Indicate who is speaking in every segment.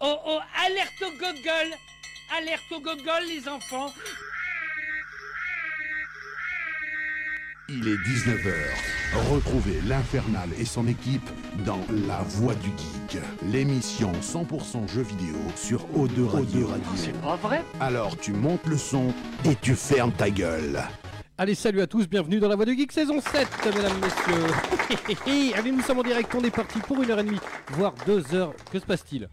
Speaker 1: Oh oh, alerte au gogol Alerte au gogol, les enfants
Speaker 2: Il est 19h. Retrouvez l'Infernal et son équipe dans La Voix du Geek, l'émission 100% jeux vidéo sur O2 Radio.
Speaker 3: Ah, C'est pas vrai
Speaker 2: Alors tu montes le son et tu fermes ta gueule.
Speaker 4: Allez, salut à tous, bienvenue dans la Voix du Geek saison 7, mesdames, messieurs. Allez, nous sommes en direct, on est parti pour une heure et demie, voire deux heures. Que se passe-t-il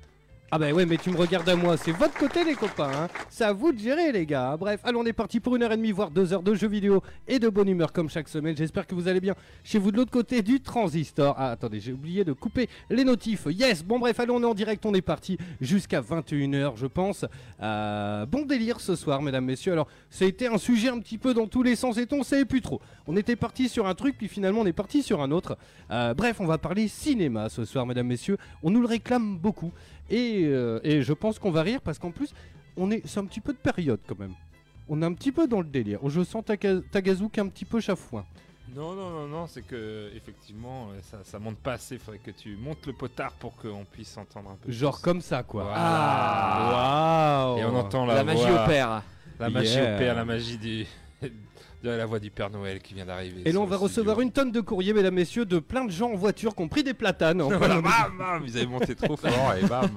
Speaker 4: ah bah ouais mais tu me regardes à moi, c'est votre côté les copains, hein. c'est à vous de gérer les gars. Bref, allons on est parti pour une heure et demie, voire deux heures de jeux vidéo et de bonne humeur comme chaque semaine. J'espère que vous allez bien chez vous de l'autre côté du transistor. Ah attendez, j'ai oublié de couper les notifs. Yes, bon bref, allons on est en direct, on est parti jusqu'à 21h je pense. Euh, bon délire ce soir mesdames, messieurs. Alors ça a été un sujet un petit peu dans tous les sens et on savait plus trop. On était parti sur un truc puis finalement on est parti sur un autre. Euh, bref, on va parler cinéma ce soir mesdames, messieurs. On nous le réclame beaucoup. Et, euh, et, je pense qu'on va rire parce qu'en plus, on est, c'est un petit peu de période quand même. On est un petit peu dans le délire. Je sens Taka- Tagazouk un petit peu chafouin.
Speaker 5: Non, non, non, non, c'est que effectivement, euh, ça, ça monte pas assez. Faudrait que tu montes le potard pour qu'on puisse entendre un peu.
Speaker 4: Genre
Speaker 5: plus.
Speaker 4: comme ça, quoi.
Speaker 5: Voilà.
Speaker 4: Ah,
Speaker 5: Et on entend la,
Speaker 3: La magie
Speaker 5: voix-
Speaker 3: opère.
Speaker 5: La magie
Speaker 4: Yeah.
Speaker 5: opère, la magie du, de la voix du Père Noël qui vient d'arriver.
Speaker 4: Et là, on
Speaker 5: sur
Speaker 4: va
Speaker 5: le studio.
Speaker 4: recevoir une tonne de courriers, mesdames, messieurs, de plein de gens en voiture qui ont pris des platanes. en
Speaker 5: Voilà,
Speaker 4: plein-
Speaker 5: bam, bam, ils avaient monté trop fort et bam.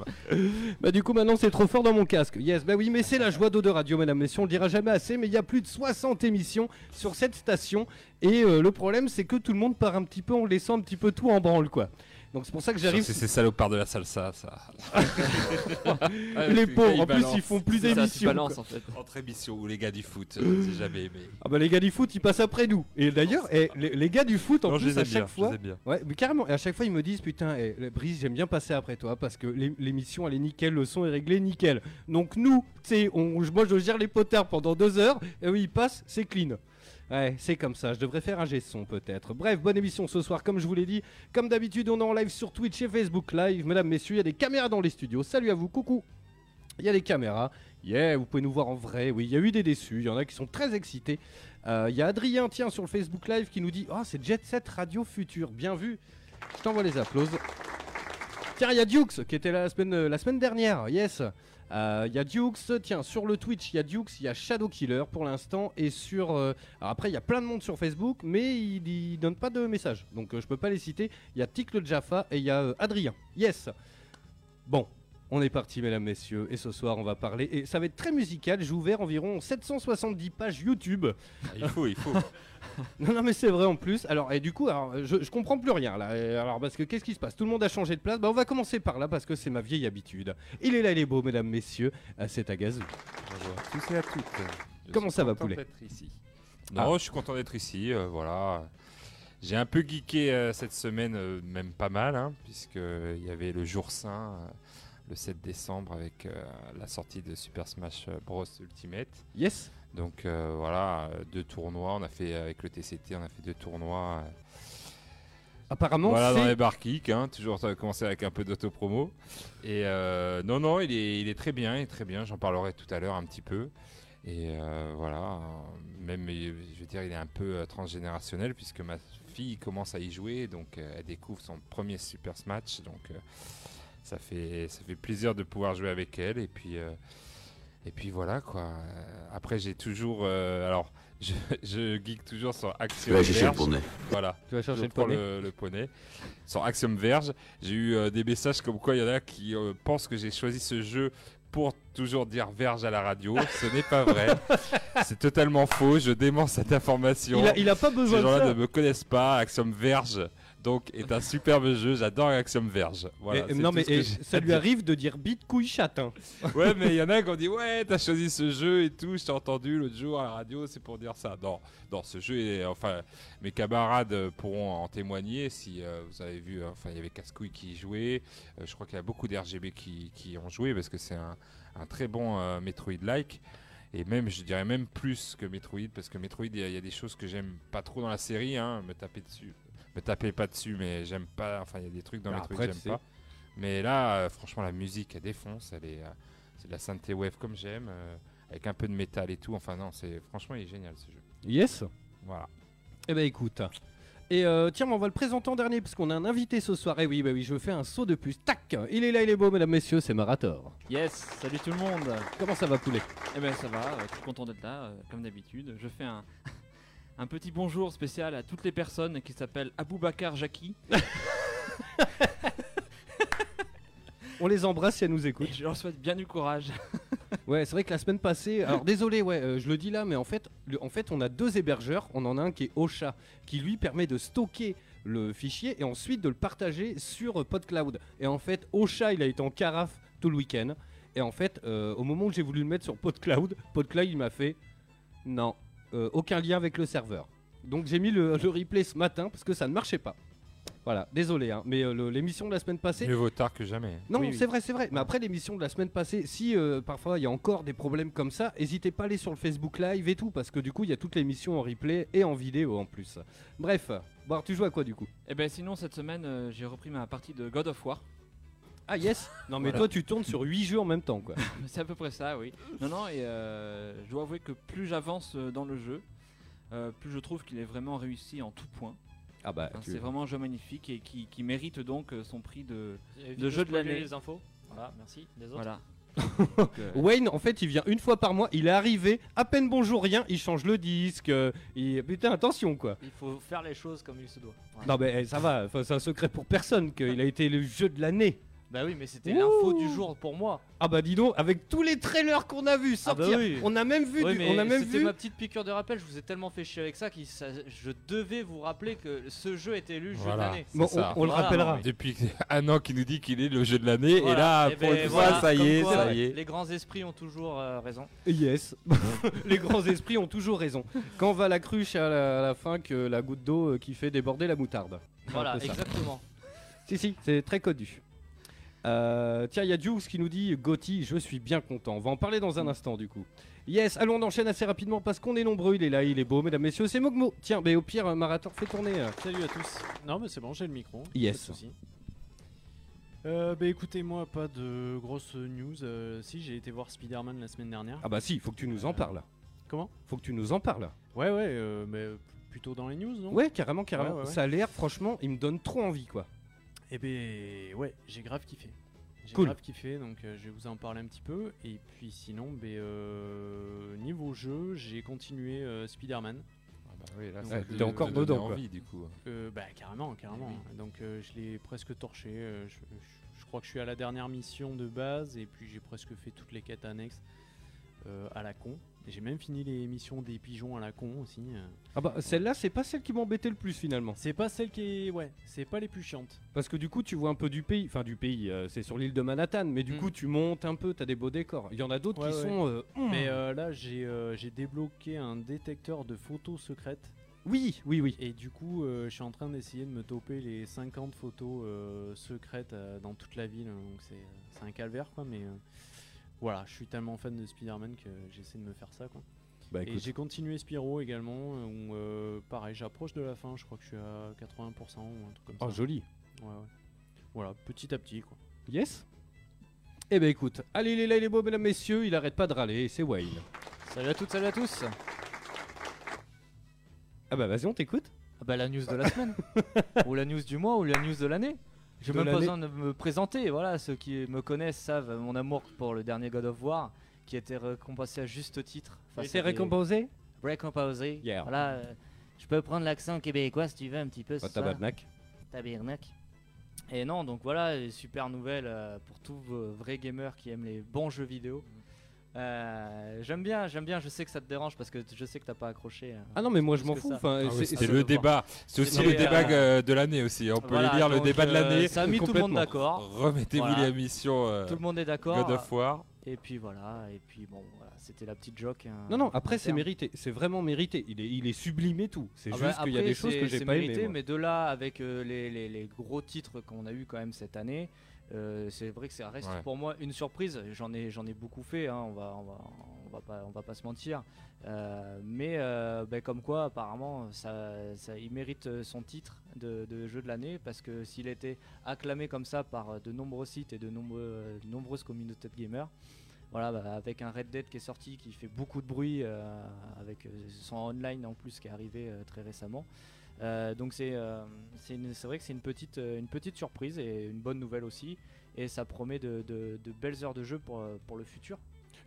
Speaker 4: Bah du coup maintenant c'est trop fort dans mon casque. Yes, bah oui mais c'est la joie d'eau de radio mesdames messieurs, on le dira jamais assez mais il y a plus de 60 émissions sur cette station et euh, le problème c'est que tout le monde part un petit peu en laissant un petit peu tout en branle quoi. Donc c'est pour ça que j'arrive
Speaker 5: C'est ces salopards de la salsa, ça.
Speaker 4: les pauvres en plus ils font plus
Speaker 3: C'est ça, tu
Speaker 4: d'émissions.
Speaker 3: balances
Speaker 4: quoi.
Speaker 3: en fait.
Speaker 5: Entre émission ou les gars du foot, euh, j'ai jamais aimé.
Speaker 4: Ah bah les gars du foot ils passent après nous. Et d'ailleurs eh, les, les gars du foot en
Speaker 5: Non, je
Speaker 4: plus
Speaker 5: les
Speaker 4: à
Speaker 5: aime bien,
Speaker 4: chaque
Speaker 5: je
Speaker 4: fois
Speaker 5: les aime bien.
Speaker 4: Ouais, mais carrément. Et à chaque fois, ils me disent Putain, eh, la- Brice, j'aime bien passer après toi parce que l'é- l'émission, elle est nickel, le son est réglé, nickel. Donc, nous, tu sais, on- je- moi, je gère les potards pendant deux heures, et oui, ils passent, c'est clean. Ouais, c'est comme ça, je devrais faire un G-son peut-être. Bref, bonne émission ce soir, comme je vous l'ai dit. Comme d'habitude, on est en live sur Twitch et Facebook Live. Mesdames, messieurs, il y a des caméras dans les studios. Salut à vous, coucou il y a les caméras, yeah, vous pouvez nous voir en vrai, oui, il y a eu des déçus, il y en a qui sont très excités. Euh, Il y a Adrien, tiens, sur le Facebook Live qui nous dit Ah, c'est Jet Set Radio Futur, bien vu. Je t'envoie les applauses. Tiens, il y a Dukes qui était là la semaine, euh, la semaine dernière, yes. Euh, Il y a Dukes, tiens, sur le Twitch, il y a Dukes, il y a Shadow Killer pour l'instant, et sur. euh, alors après, il y a plein de monde sur Facebook, mais il, il donne pas de message, donc euh, je peux pas les citer. Il y a Tic le Jaffa et il y a euh, Adrien, yes. Bon, on est parti, mesdames, messieurs, et ce soir, on va parler. Et ça va être très musical, j'ai ouvert environ 770 pages YouTube.
Speaker 5: Il faut, il faut.
Speaker 4: Non, non, mais c'est vrai en plus. Alors, et du coup, alors, je, je comprends plus rien là. Et Alors, parce que qu'est-ce qui se passe Tout le monde a changé de place. Bah, on va commencer par là parce que c'est ma vieille habitude. Il est là, il est beau, mesdames, messieurs. Ah, C'est à gazou.
Speaker 5: Bonjour à tous et à toutes. Je
Speaker 4: Comment
Speaker 5: suis
Speaker 4: ça va,
Speaker 5: content
Speaker 4: poulet
Speaker 5: d'être ici. Ah. Non, je suis content d'être ici, euh, voilà. J'ai un peu geeké euh, cette semaine, euh, même pas mal, hein, puisque il y avait le jour saint, euh, le 7 décembre, avec euh, la sortie de Super Smash euh, Bros Ultimate.
Speaker 4: Yes.
Speaker 5: Donc euh, voilà, euh, deux tournois, on a fait euh, avec le TCT, on a fait deux tournois. euh,
Speaker 4: Apparemment,
Speaker 5: voilà dans
Speaker 4: c'est-
Speaker 5: les bar kicks, hein, toujours euh, commencer avec un peu d'autopromo. Et euh, non, non, il est, il est très bien, il est très bien. J'en parlerai tout à l'heure un petit peu. Et euh, voilà, euh, même, euh, je veux dire, il est un peu euh, transgénérationnel puisque ma fille commence à y jouer, donc euh, elle découvre son premier Super Smash, donc euh, ça fait ça fait plaisir de pouvoir jouer avec elle. Et puis euh, et puis voilà quoi. Euh, Après, j'ai toujours, euh, alors, je, je geek toujours sur Action. Verge. Voilà
Speaker 4: Tu vas chercher
Speaker 5: je
Speaker 4: le
Speaker 5: prends
Speaker 4: poney.
Speaker 5: le, le poney. Sur Axiom Verge, j'ai eu euh, des messages comme quoi il y en a qui euh, pensent que j'ai choisi ce jeu pour toujours dire Verge à la radio. Ce n'est pas vrai. C'est totalement faux. Je dément cette information.
Speaker 4: Il a, il a pas
Speaker 5: Ces
Speaker 4: besoin de
Speaker 5: gens-là
Speaker 4: ça.
Speaker 5: ne me connaissent pas. Axiom Verge donc est un superbe jeu. J'adore Axiom Verge. Voilà,
Speaker 4: Et-
Speaker 5: c'est
Speaker 4: non,
Speaker 5: tout
Speaker 4: mais
Speaker 5: ce que
Speaker 4: et
Speaker 5: j'ai
Speaker 4: ça
Speaker 5: à
Speaker 4: lui
Speaker 5: dire.
Speaker 4: arrive de dire bite couille chatin.
Speaker 5: Ouais, mais il y en a qui ont dit Ouais, t'as choisi ce jeu et tout. Je t'ai entendu l'autre jour à la radio, c'est pour dire ça. Non, non, ce jeu est. Enfin, mes camarades euh, pourront en témoigner si euh, vous avez vu. euh, Enfin, il y avait Cascouille qui y jouait. Euh, je crois qu'il y a beaucoup d'RGB qui, qui ont joué parce que c'est un, un très bon euh, Metroid-like. Et même, je dirais même plus que Metroid parce que Metroid, il y, a- il y a des choses que j'aime pas trop dans la série. Hein, me taper dessus. Me taper pas dessus, mais j'aime pas. Enfin, il y a des trucs dans
Speaker 4: Bah,
Speaker 5: Metroid
Speaker 4: après,
Speaker 5: que
Speaker 4: tu sais.
Speaker 5: j'aime pas. Mais là, euh, franchement, la musique, elle défonce. Elle est. euh, c'est de la synthé wave comme j'aime, euh, avec un peu de métal et tout. Enfin non, c'est franchement il est génial ce jeu.
Speaker 4: Yes.
Speaker 5: Voilà.
Speaker 4: Eh ben écoute. Et euh, tiens, mais on va le présenter en dernier parce qu'on a un invité ce soir. Et oui, bah oui, je fais un saut de plus. Tac Il est là, il est beau, mesdames, messieurs, c'est Marator.
Speaker 3: Yes, salut tout le monde.
Speaker 4: Comment ça va, poulet
Speaker 3: Eh ben ça va, euh, tout content d'être là, euh, comme d'habitude. Je fais un, un petit bonjour spécial à toutes les personnes qui s'appellent Aboubacar Jackie.
Speaker 4: On les embrasse si elles nous écoutent.
Speaker 3: Et je leur souhaite bien du courage.
Speaker 4: Ouais, c'est vrai que la semaine passée, alors désolé, ouais, euh, je le dis là, mais en fait, le- en fait, on a deux hébergeurs. On en a un qui est Ocha, qui lui permet de stocker le fichier et ensuite de le partager sur euh, PodCloud. Et en fait, Ocha, il a été en carafe tout le week-end. Et en fait, euh, au moment où j'ai voulu le mettre sur PodCloud, PodCloud, il m'a fait non, euh, aucun lien avec le serveur. Donc j'ai mis le, le replay ce matin parce que ça ne marchait pas. Voilà, désolé, hein, mais euh, le- l'émission de la semaine passée,
Speaker 5: Mieux vaut tard que jamais.
Speaker 4: non,
Speaker 3: Oui, oui.
Speaker 4: c'est vrai, c'est vrai. Mais après l'émission de la semaine passée, si euh, parfois il y a encore des problèmes comme ça, n'hésitez pas à aller sur le Facebook Live et tout, parce que du coup, il y a toute l'émission en replay et en vidéo en plus. Bref, bon, alors, tu joues à quoi du coup
Speaker 3: Et ben sinon cette semaine euh, j'ai repris ma partie de God of War.
Speaker 4: Ah yes Non, mais toi, tu tournes sur 8 jeux en même temps, quoi.
Speaker 3: C'est à peu près ça, oui. Non, non, et euh, je dois avouer que plus j'avance euh, dans le jeu, euh, plus je trouve qu'il est vraiment réussi en tout point.
Speaker 4: Ah bah,
Speaker 3: Hein,
Speaker 4: tu-
Speaker 3: C'est vraiment un jeu magnifique et qui, qui mérite donc euh, son prix de.
Speaker 6: Évite
Speaker 3: jeu de
Speaker 6: spoiler
Speaker 3: l'année.
Speaker 6: les infos. Voilà, merci. Les autres.
Speaker 3: Voilà. euh,
Speaker 4: Wayne, en fait, il vient une fois par mois, il est arrivé, à peine bonjour, rien, il change le disque. euh, il- Putain, attention, quoi.
Speaker 6: Il faut faire les choses comme il se doit.
Speaker 4: Non, mais eh, ça va, enfin, c'est un secret pour personne qu'il a été le jeu de l'année.
Speaker 6: Bah oui, mais c'était
Speaker 4: Ouh.
Speaker 6: l'info du jour pour moi.
Speaker 4: Ah bah dis donc, avec tous les trailers qu'on a vus
Speaker 6: Ah bah
Speaker 4: sortir,
Speaker 6: oui.
Speaker 4: on a même vu,
Speaker 6: Oui,
Speaker 4: du-
Speaker 6: mais
Speaker 4: on a même
Speaker 6: c'était
Speaker 4: vu.
Speaker 6: ma petite piqûre de rappel. Je vous ai tellement fait chier avec ça que je devais vous rappeler que ce jeu était élu jeu de
Speaker 5: Voilà.
Speaker 6: l'année.
Speaker 5: C'est
Speaker 4: Bon, on,
Speaker 5: ça.
Speaker 4: on le
Speaker 6: Voilà,
Speaker 4: rappellera.
Speaker 5: Depuis un an qu'il nous dit qu'il est le jeu de l'année,
Speaker 6: Ah Voilà.
Speaker 5: et là,
Speaker 6: Eh
Speaker 5: pour
Speaker 6: ben,
Speaker 5: une fois,
Speaker 6: voilà,
Speaker 5: ça y
Speaker 6: comme
Speaker 5: est,
Speaker 6: quoi,
Speaker 5: ça y est.
Speaker 6: Les grands esprits ont toujours euh, raison.
Speaker 4: Yes. Les grands esprits ont toujours raison. Quand va la cruche à la, à la fin que la goutte d'eau euh, qui fait déborder la moutarde.
Speaker 6: Voilà,
Speaker 4: peu ça.
Speaker 6: exactement.
Speaker 4: Si, si, c'est très connu. Euh, tiens, il y a Jules qui nous dit Gotti, je suis bien content. On va en parler dans un instant du coup. Yes, allons, on enchaîne assez rapidement parce qu'on est nombreux. Il est là, il est beau, mesdames, messieurs, c'est Mogmo. Tiens, mais au pire, euh, Marator fait tourner. euh.
Speaker 7: Salut à tous. Non, mais c'est bon, j'ai le micro.
Speaker 4: Yes.
Speaker 7: Pas de souci. Euh, bah écoutez, moi, pas de grosses news. Euh, si, j'ai été voir Spider-Man la semaine dernière.
Speaker 4: Ah bah si, faut que tu nous en
Speaker 7: Euh,
Speaker 4: parles.
Speaker 7: comment
Speaker 4: Faut que tu nous en parles.
Speaker 7: Ouais, ouais, euh, mais euh, plutôt dans les news, non
Speaker 4: Ouais, carrément, carrément.
Speaker 7: Ouais, ouais, ouais.
Speaker 4: Ça a l'air, franchement, il me donne trop envie quoi.
Speaker 7: Et ben, ouais, j'ai grave kiffé. J'ai
Speaker 4: Cool.
Speaker 7: grave kiffé, donc euh, je vais vous en parler un petit peu. Et puis sinon, ben, euh, niveau jeu, j'ai continué euh, Spider-Man.
Speaker 5: Ah bah
Speaker 7: ça
Speaker 4: t'es encore dedans, quoi.
Speaker 5: Envie, du coup.
Speaker 6: Ah
Speaker 7: Euh, bah carrément, carrément. Donc euh, je l'ai presque torché. euh, je, je- je crois que je suis à la dernière mission de base et puis j'ai presque fait toutes les quêtes annexes euh, à la con. Et J'ai même fini les missions des pigeons à la con aussi. euh.
Speaker 4: Ah bah celle-là, c'est pas celle qui m'embêtait le plus finalement.
Speaker 7: C'est pas celle qui est, ouais, c'est pas les plus chiantes.
Speaker 4: Parce que du coup, tu vois un peu du pays, enfin du pays, euh, c'est sur l'île de Manhattan, mais du
Speaker 7: Mm.
Speaker 4: coup, tu montes un peu, t'as des beaux décors. Il y en a d'autres
Speaker 7: Ouais,
Speaker 4: qui
Speaker 7: ouais.
Speaker 4: sont. euh, mm.
Speaker 7: Mais euh, là j'ai euh, j'ai débloqué un détecteur de photos secrètes
Speaker 4: Oui, oui, oui.
Speaker 7: et du coup euh, je suis en train d'essayer de me toper les 50 photos euh, secrètes euh, dans toute la ville. Donc c'est euh, c'est un calvaire quoi, mais euh, voilà, je suis tellement fan de Spider-Man que j'essaie de me faire ça quoi.
Speaker 4: Bah
Speaker 7: Et j'ai continué Spyro également, euh, où, euh, pareil, j'approche de la fin, je crois que je suis à 80% ou un truc comme
Speaker 4: Oh,
Speaker 7: ça.
Speaker 4: joli.
Speaker 7: Ouais, ouais. Voilà, petit à petit quoi.
Speaker 4: Yes Eh ben écoute, allez, il est là, il est beau, mesdames, messieurs, il arrête pas de râler, c'est Wayne.
Speaker 6: Salut à toutes, salut à tous.
Speaker 4: Ah bah vas-y, on t'écoute.
Speaker 6: Ah bah la news de la semaine. ou la news du mois, ou la news de l'année. J'ai
Speaker 4: De
Speaker 6: même pas
Speaker 4: l'année.
Speaker 6: besoin de me présenter. Voilà, ceux qui me connaissent savent mon amour pour le dernier God of War, qui a été récompensé à juste titre. face
Speaker 4: c'est
Speaker 6: à des-
Speaker 4: récompensé
Speaker 6: Récompensé.
Speaker 4: Yeah.
Speaker 6: Voilà, euh, je peux prendre l'accent québécois si tu veux un petit peu.
Speaker 4: Ah, Pas
Speaker 6: c'est ça
Speaker 4: Oh, tabarnak.
Speaker 6: Tabernacle. Et non, donc voilà, et super nouvelle euh, pour tous vos vrais gamers qui aiment les bons jeux vidéo. Euh, j'aime bien, j'aime bien, je sais que ça te dérange parce que t- je sais que t'as pas accroché. euh.
Speaker 4: Ah non, mais moi je
Speaker 6: Plus
Speaker 4: m'en
Speaker 6: que
Speaker 4: fous.
Speaker 6: ça.
Speaker 4: Enfin,
Speaker 5: Ah oui,
Speaker 4: c'est-
Speaker 5: C'était
Speaker 6: c'est
Speaker 5: le
Speaker 6: le voir.
Speaker 5: débat. C'est aussi
Speaker 6: C'était,
Speaker 5: le débat
Speaker 6: euh,
Speaker 5: euh, de l'année aussi. On peut
Speaker 6: Voilà,
Speaker 5: les lire, le
Speaker 6: donc,
Speaker 5: débat de
Speaker 6: euh,
Speaker 5: l'année.
Speaker 6: Ça a mis tout le monde
Speaker 4: complètement.
Speaker 6: d'accord.
Speaker 5: Remettez-vous
Speaker 6: Voilà.
Speaker 5: les émissions euh,
Speaker 6: Tout le monde est d'accord.
Speaker 5: God of War.
Speaker 6: Et puis voilà, et puis bon, voilà, c'était la petite joke. hein,
Speaker 4: Non, non, après
Speaker 6: en
Speaker 4: c'est
Speaker 6: termes.
Speaker 4: mérité, c'est vraiment mérité. Il est, il est sublimé tout. C'est
Speaker 6: Ah bah,
Speaker 4: juste qu'il y a
Speaker 6: après,
Speaker 4: des choses
Speaker 6: c'est-
Speaker 4: que j'ai
Speaker 6: c'est
Speaker 4: pas
Speaker 6: mérité,
Speaker 4: aimées. moi.
Speaker 6: Mais de là, avec euh, les, les- les gros titres qu'on a eu quand même cette année, euh, c'est vrai que ça reste
Speaker 5: Ouais.
Speaker 6: pour moi une surprise. J'en ai, j'en ai beaucoup fait. hein, on va, on va, on va pas, on va pas se mentir. Euh, mais euh, ben, comme quoi, apparemment, ça, ça- il mérite euh, son titre de, de jeu de l'année parce que s'il était acclamé comme ça par euh, de nombreux sites et de nombreux, euh, de nombreuses communautés de gamers. Voilà, bah, avec un Red Dead qui est sorti, qui fait beaucoup de bruit, euh, avec euh, son online en plus qui est arrivé euh, très récemment. Euh, donc c'est euh, c'est une- c'est vrai que c'est une petite, euh, une petite surprise et une bonne nouvelle aussi. Et ça promet de, de- de belles heures de jeu pour, euh, pour le futur.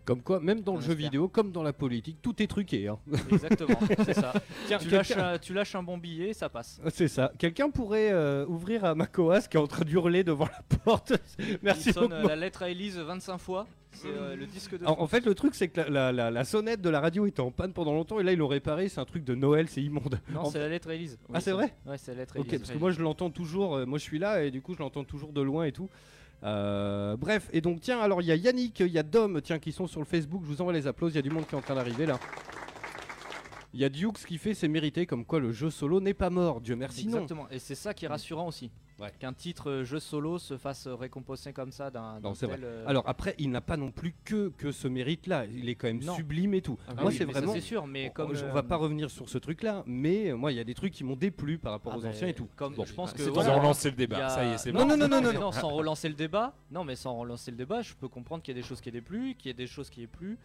Speaker 4: Comme quoi, même dans
Speaker 6: On
Speaker 4: le jeu
Speaker 6: espère.
Speaker 4: vidéo, comme dans la politique, tout est truqué. hein.
Speaker 6: Exactement, c'est ça. tu,
Speaker 4: quelqu'un-
Speaker 6: lâches un, tu lâches un bon billet, ça passe.
Speaker 4: C'est ça. Quelqu'un pourrait euh, ouvrir à Macoas qui est en train d'hurler devant la porte. Merci
Speaker 6: Il sonne euh,
Speaker 4: beaucoup.
Speaker 6: la lettre à Elise 25 fois. C'est euh, le disque de.
Speaker 4: En, en fait, le truc, c'est que la, la- la- la sonnette de la radio était en panne pendant longtemps et là, ils l'ont réparée. C'est un truc de Noël, c'est immonde.
Speaker 6: Non,
Speaker 4: en-
Speaker 6: c'est la lettre à Elise.
Speaker 4: Ah, c'est vrai
Speaker 6: Ouais, c'est la lettre à
Speaker 4: Ok,
Speaker 6: Élise.
Speaker 4: parce que moi, je l'entends toujours. euh, moi, je suis là et du coup, je l'entends toujours de loin et tout. Euh, bref, et donc, tiens, alors, il y a Yannick, il y a Dom, tiens, qui sont sur le Facebook. Je vous envoie les applauses. Il y a du monde qui est en train d'arriver là. Il y a Dukes qui fait c'est mérité, comme quoi le jeu solo n'est pas mort. Dieu merci, non. Mm.
Speaker 6: Exactement. Et c'est ça qui est rassurant aussi.
Speaker 4: Ouais.
Speaker 6: Qu'un titre euh, jeu solo se fasse euh, récompenser comme ça d'un.
Speaker 4: Non,
Speaker 6: d'un
Speaker 4: c'est vrai.
Speaker 6: tel, euh,
Speaker 4: Alors après, il n'a pas non plus que, que ce mérite-là. Il est quand même
Speaker 6: Non.
Speaker 4: sublime et tout.
Speaker 3: Ah
Speaker 6: ah
Speaker 4: moi,
Speaker 6: oui,
Speaker 4: c'est
Speaker 6: mais ça,
Speaker 4: vraiment.
Speaker 6: C'est sûr, mais comme.
Speaker 4: on,
Speaker 6: euh,
Speaker 4: va pas revenir sur ce truc-là, mais euh, moi, il y a des trucs qui m'ont déplu par rapport
Speaker 6: ah
Speaker 4: aux
Speaker 6: ben,
Speaker 4: anciens et tout.
Speaker 6: Comme
Speaker 4: Bon,
Speaker 6: je pense
Speaker 3: bah,
Speaker 6: que.
Speaker 3: c'est
Speaker 5: Ils
Speaker 3: voilà.
Speaker 5: ont relancé le
Speaker 6: il y
Speaker 4: Bah,
Speaker 5: débat,
Speaker 6: a-
Speaker 5: ça y est, c'est
Speaker 4: Non,
Speaker 5: bon.
Speaker 4: non, non, non,
Speaker 6: mais
Speaker 4: non,
Speaker 6: non, sans relancer le débat. Non, mais sans relancer le débat, je peux comprendre qu'il y a des choses qui aient déplu, qu'il y ait des choses qui aient plu.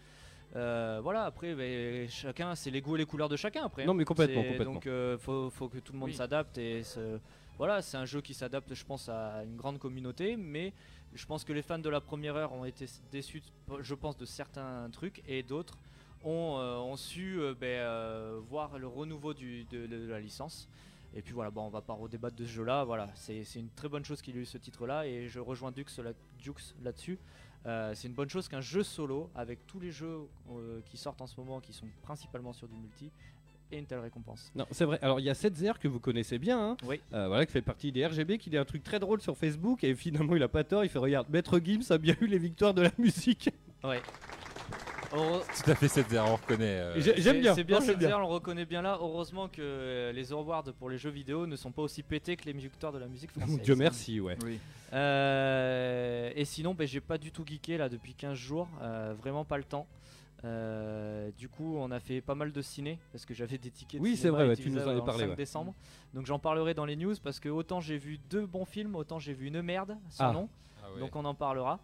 Speaker 6: Euh, voilà, après, ben, chacun, c'est les goûts et les couleurs de chacun. Après, hein.
Speaker 4: Non, mais complètement,
Speaker 6: C'est-
Speaker 4: complètement.
Speaker 6: Donc, euh, faut, faut que tout le monde
Speaker 3: Oui.
Speaker 6: s'adapte et se- voilà, c'est un jeu qui s'adapte, je pense, à une grande communauté, mais je pense que les fans de la première heure ont été déçus, je pense, de certains trucs et d'autres ont, euh, ont su euh, ben, euh, voir le renouveau du- de, de la licence. Et puis voilà, bon, on va pas redébattre de ce jeu-là. Voilà, c'est c'est une très bonne chose qu'il y ait eu ce titre-là et je rejoins Dux là- Dux là-dessus. Euh, c'est une bonne chose qu'un jeu solo, avec tous les jeux euh, qui sortent en ce moment, qui sont principalement sur du multi, ait une telle récompense.
Speaker 4: Non, c'est vrai. Alors, il y a 7ZR que vous connaissez bien, hein,
Speaker 6: Oui.
Speaker 4: euh, voilà, qui fait partie des RGB, qui dit un truc très drôle sur Facebook, et finalement, il a pas tort. Il fait Regarde, Maître Gims a bien eu les victoires de la musique.
Speaker 6: Heureux-
Speaker 5: Tout à fait, cette erreur, on reconnaît. euh,
Speaker 4: J'ai- J'aime
Speaker 6: c'est-
Speaker 4: bien.
Speaker 6: C'est bien,
Speaker 4: Non,
Speaker 6: c'est
Speaker 4: j'aime bien.
Speaker 6: bien, on le reconnaît bien là. Heureusement que euh, les awards pour les jeux vidéo ne sont pas aussi pétés que les victoires de la musique française.
Speaker 4: Dieu merci, ouais.
Speaker 6: Euh, et sinon, ben, j'ai pas du tout geeké là depuis 15 jours, euh, vraiment pas le temps. Euh, du coup, on a fait pas mal de ciné parce que j'avais des tickets. de
Speaker 4: Oui, c'est
Speaker 6: cinéma
Speaker 4: vrai, ouais,
Speaker 6: utilisables
Speaker 4: tu nous en avais
Speaker 6: avant le
Speaker 4: parlé,
Speaker 6: 5
Speaker 4: ouais.
Speaker 6: décembre. Donc j'en parlerai dans les news parce que autant j'ai vu deux bons films, autant j'ai vu une merde, sans
Speaker 4: Ah.
Speaker 6: nom.
Speaker 5: ah ouais.
Speaker 6: Donc on en parlera.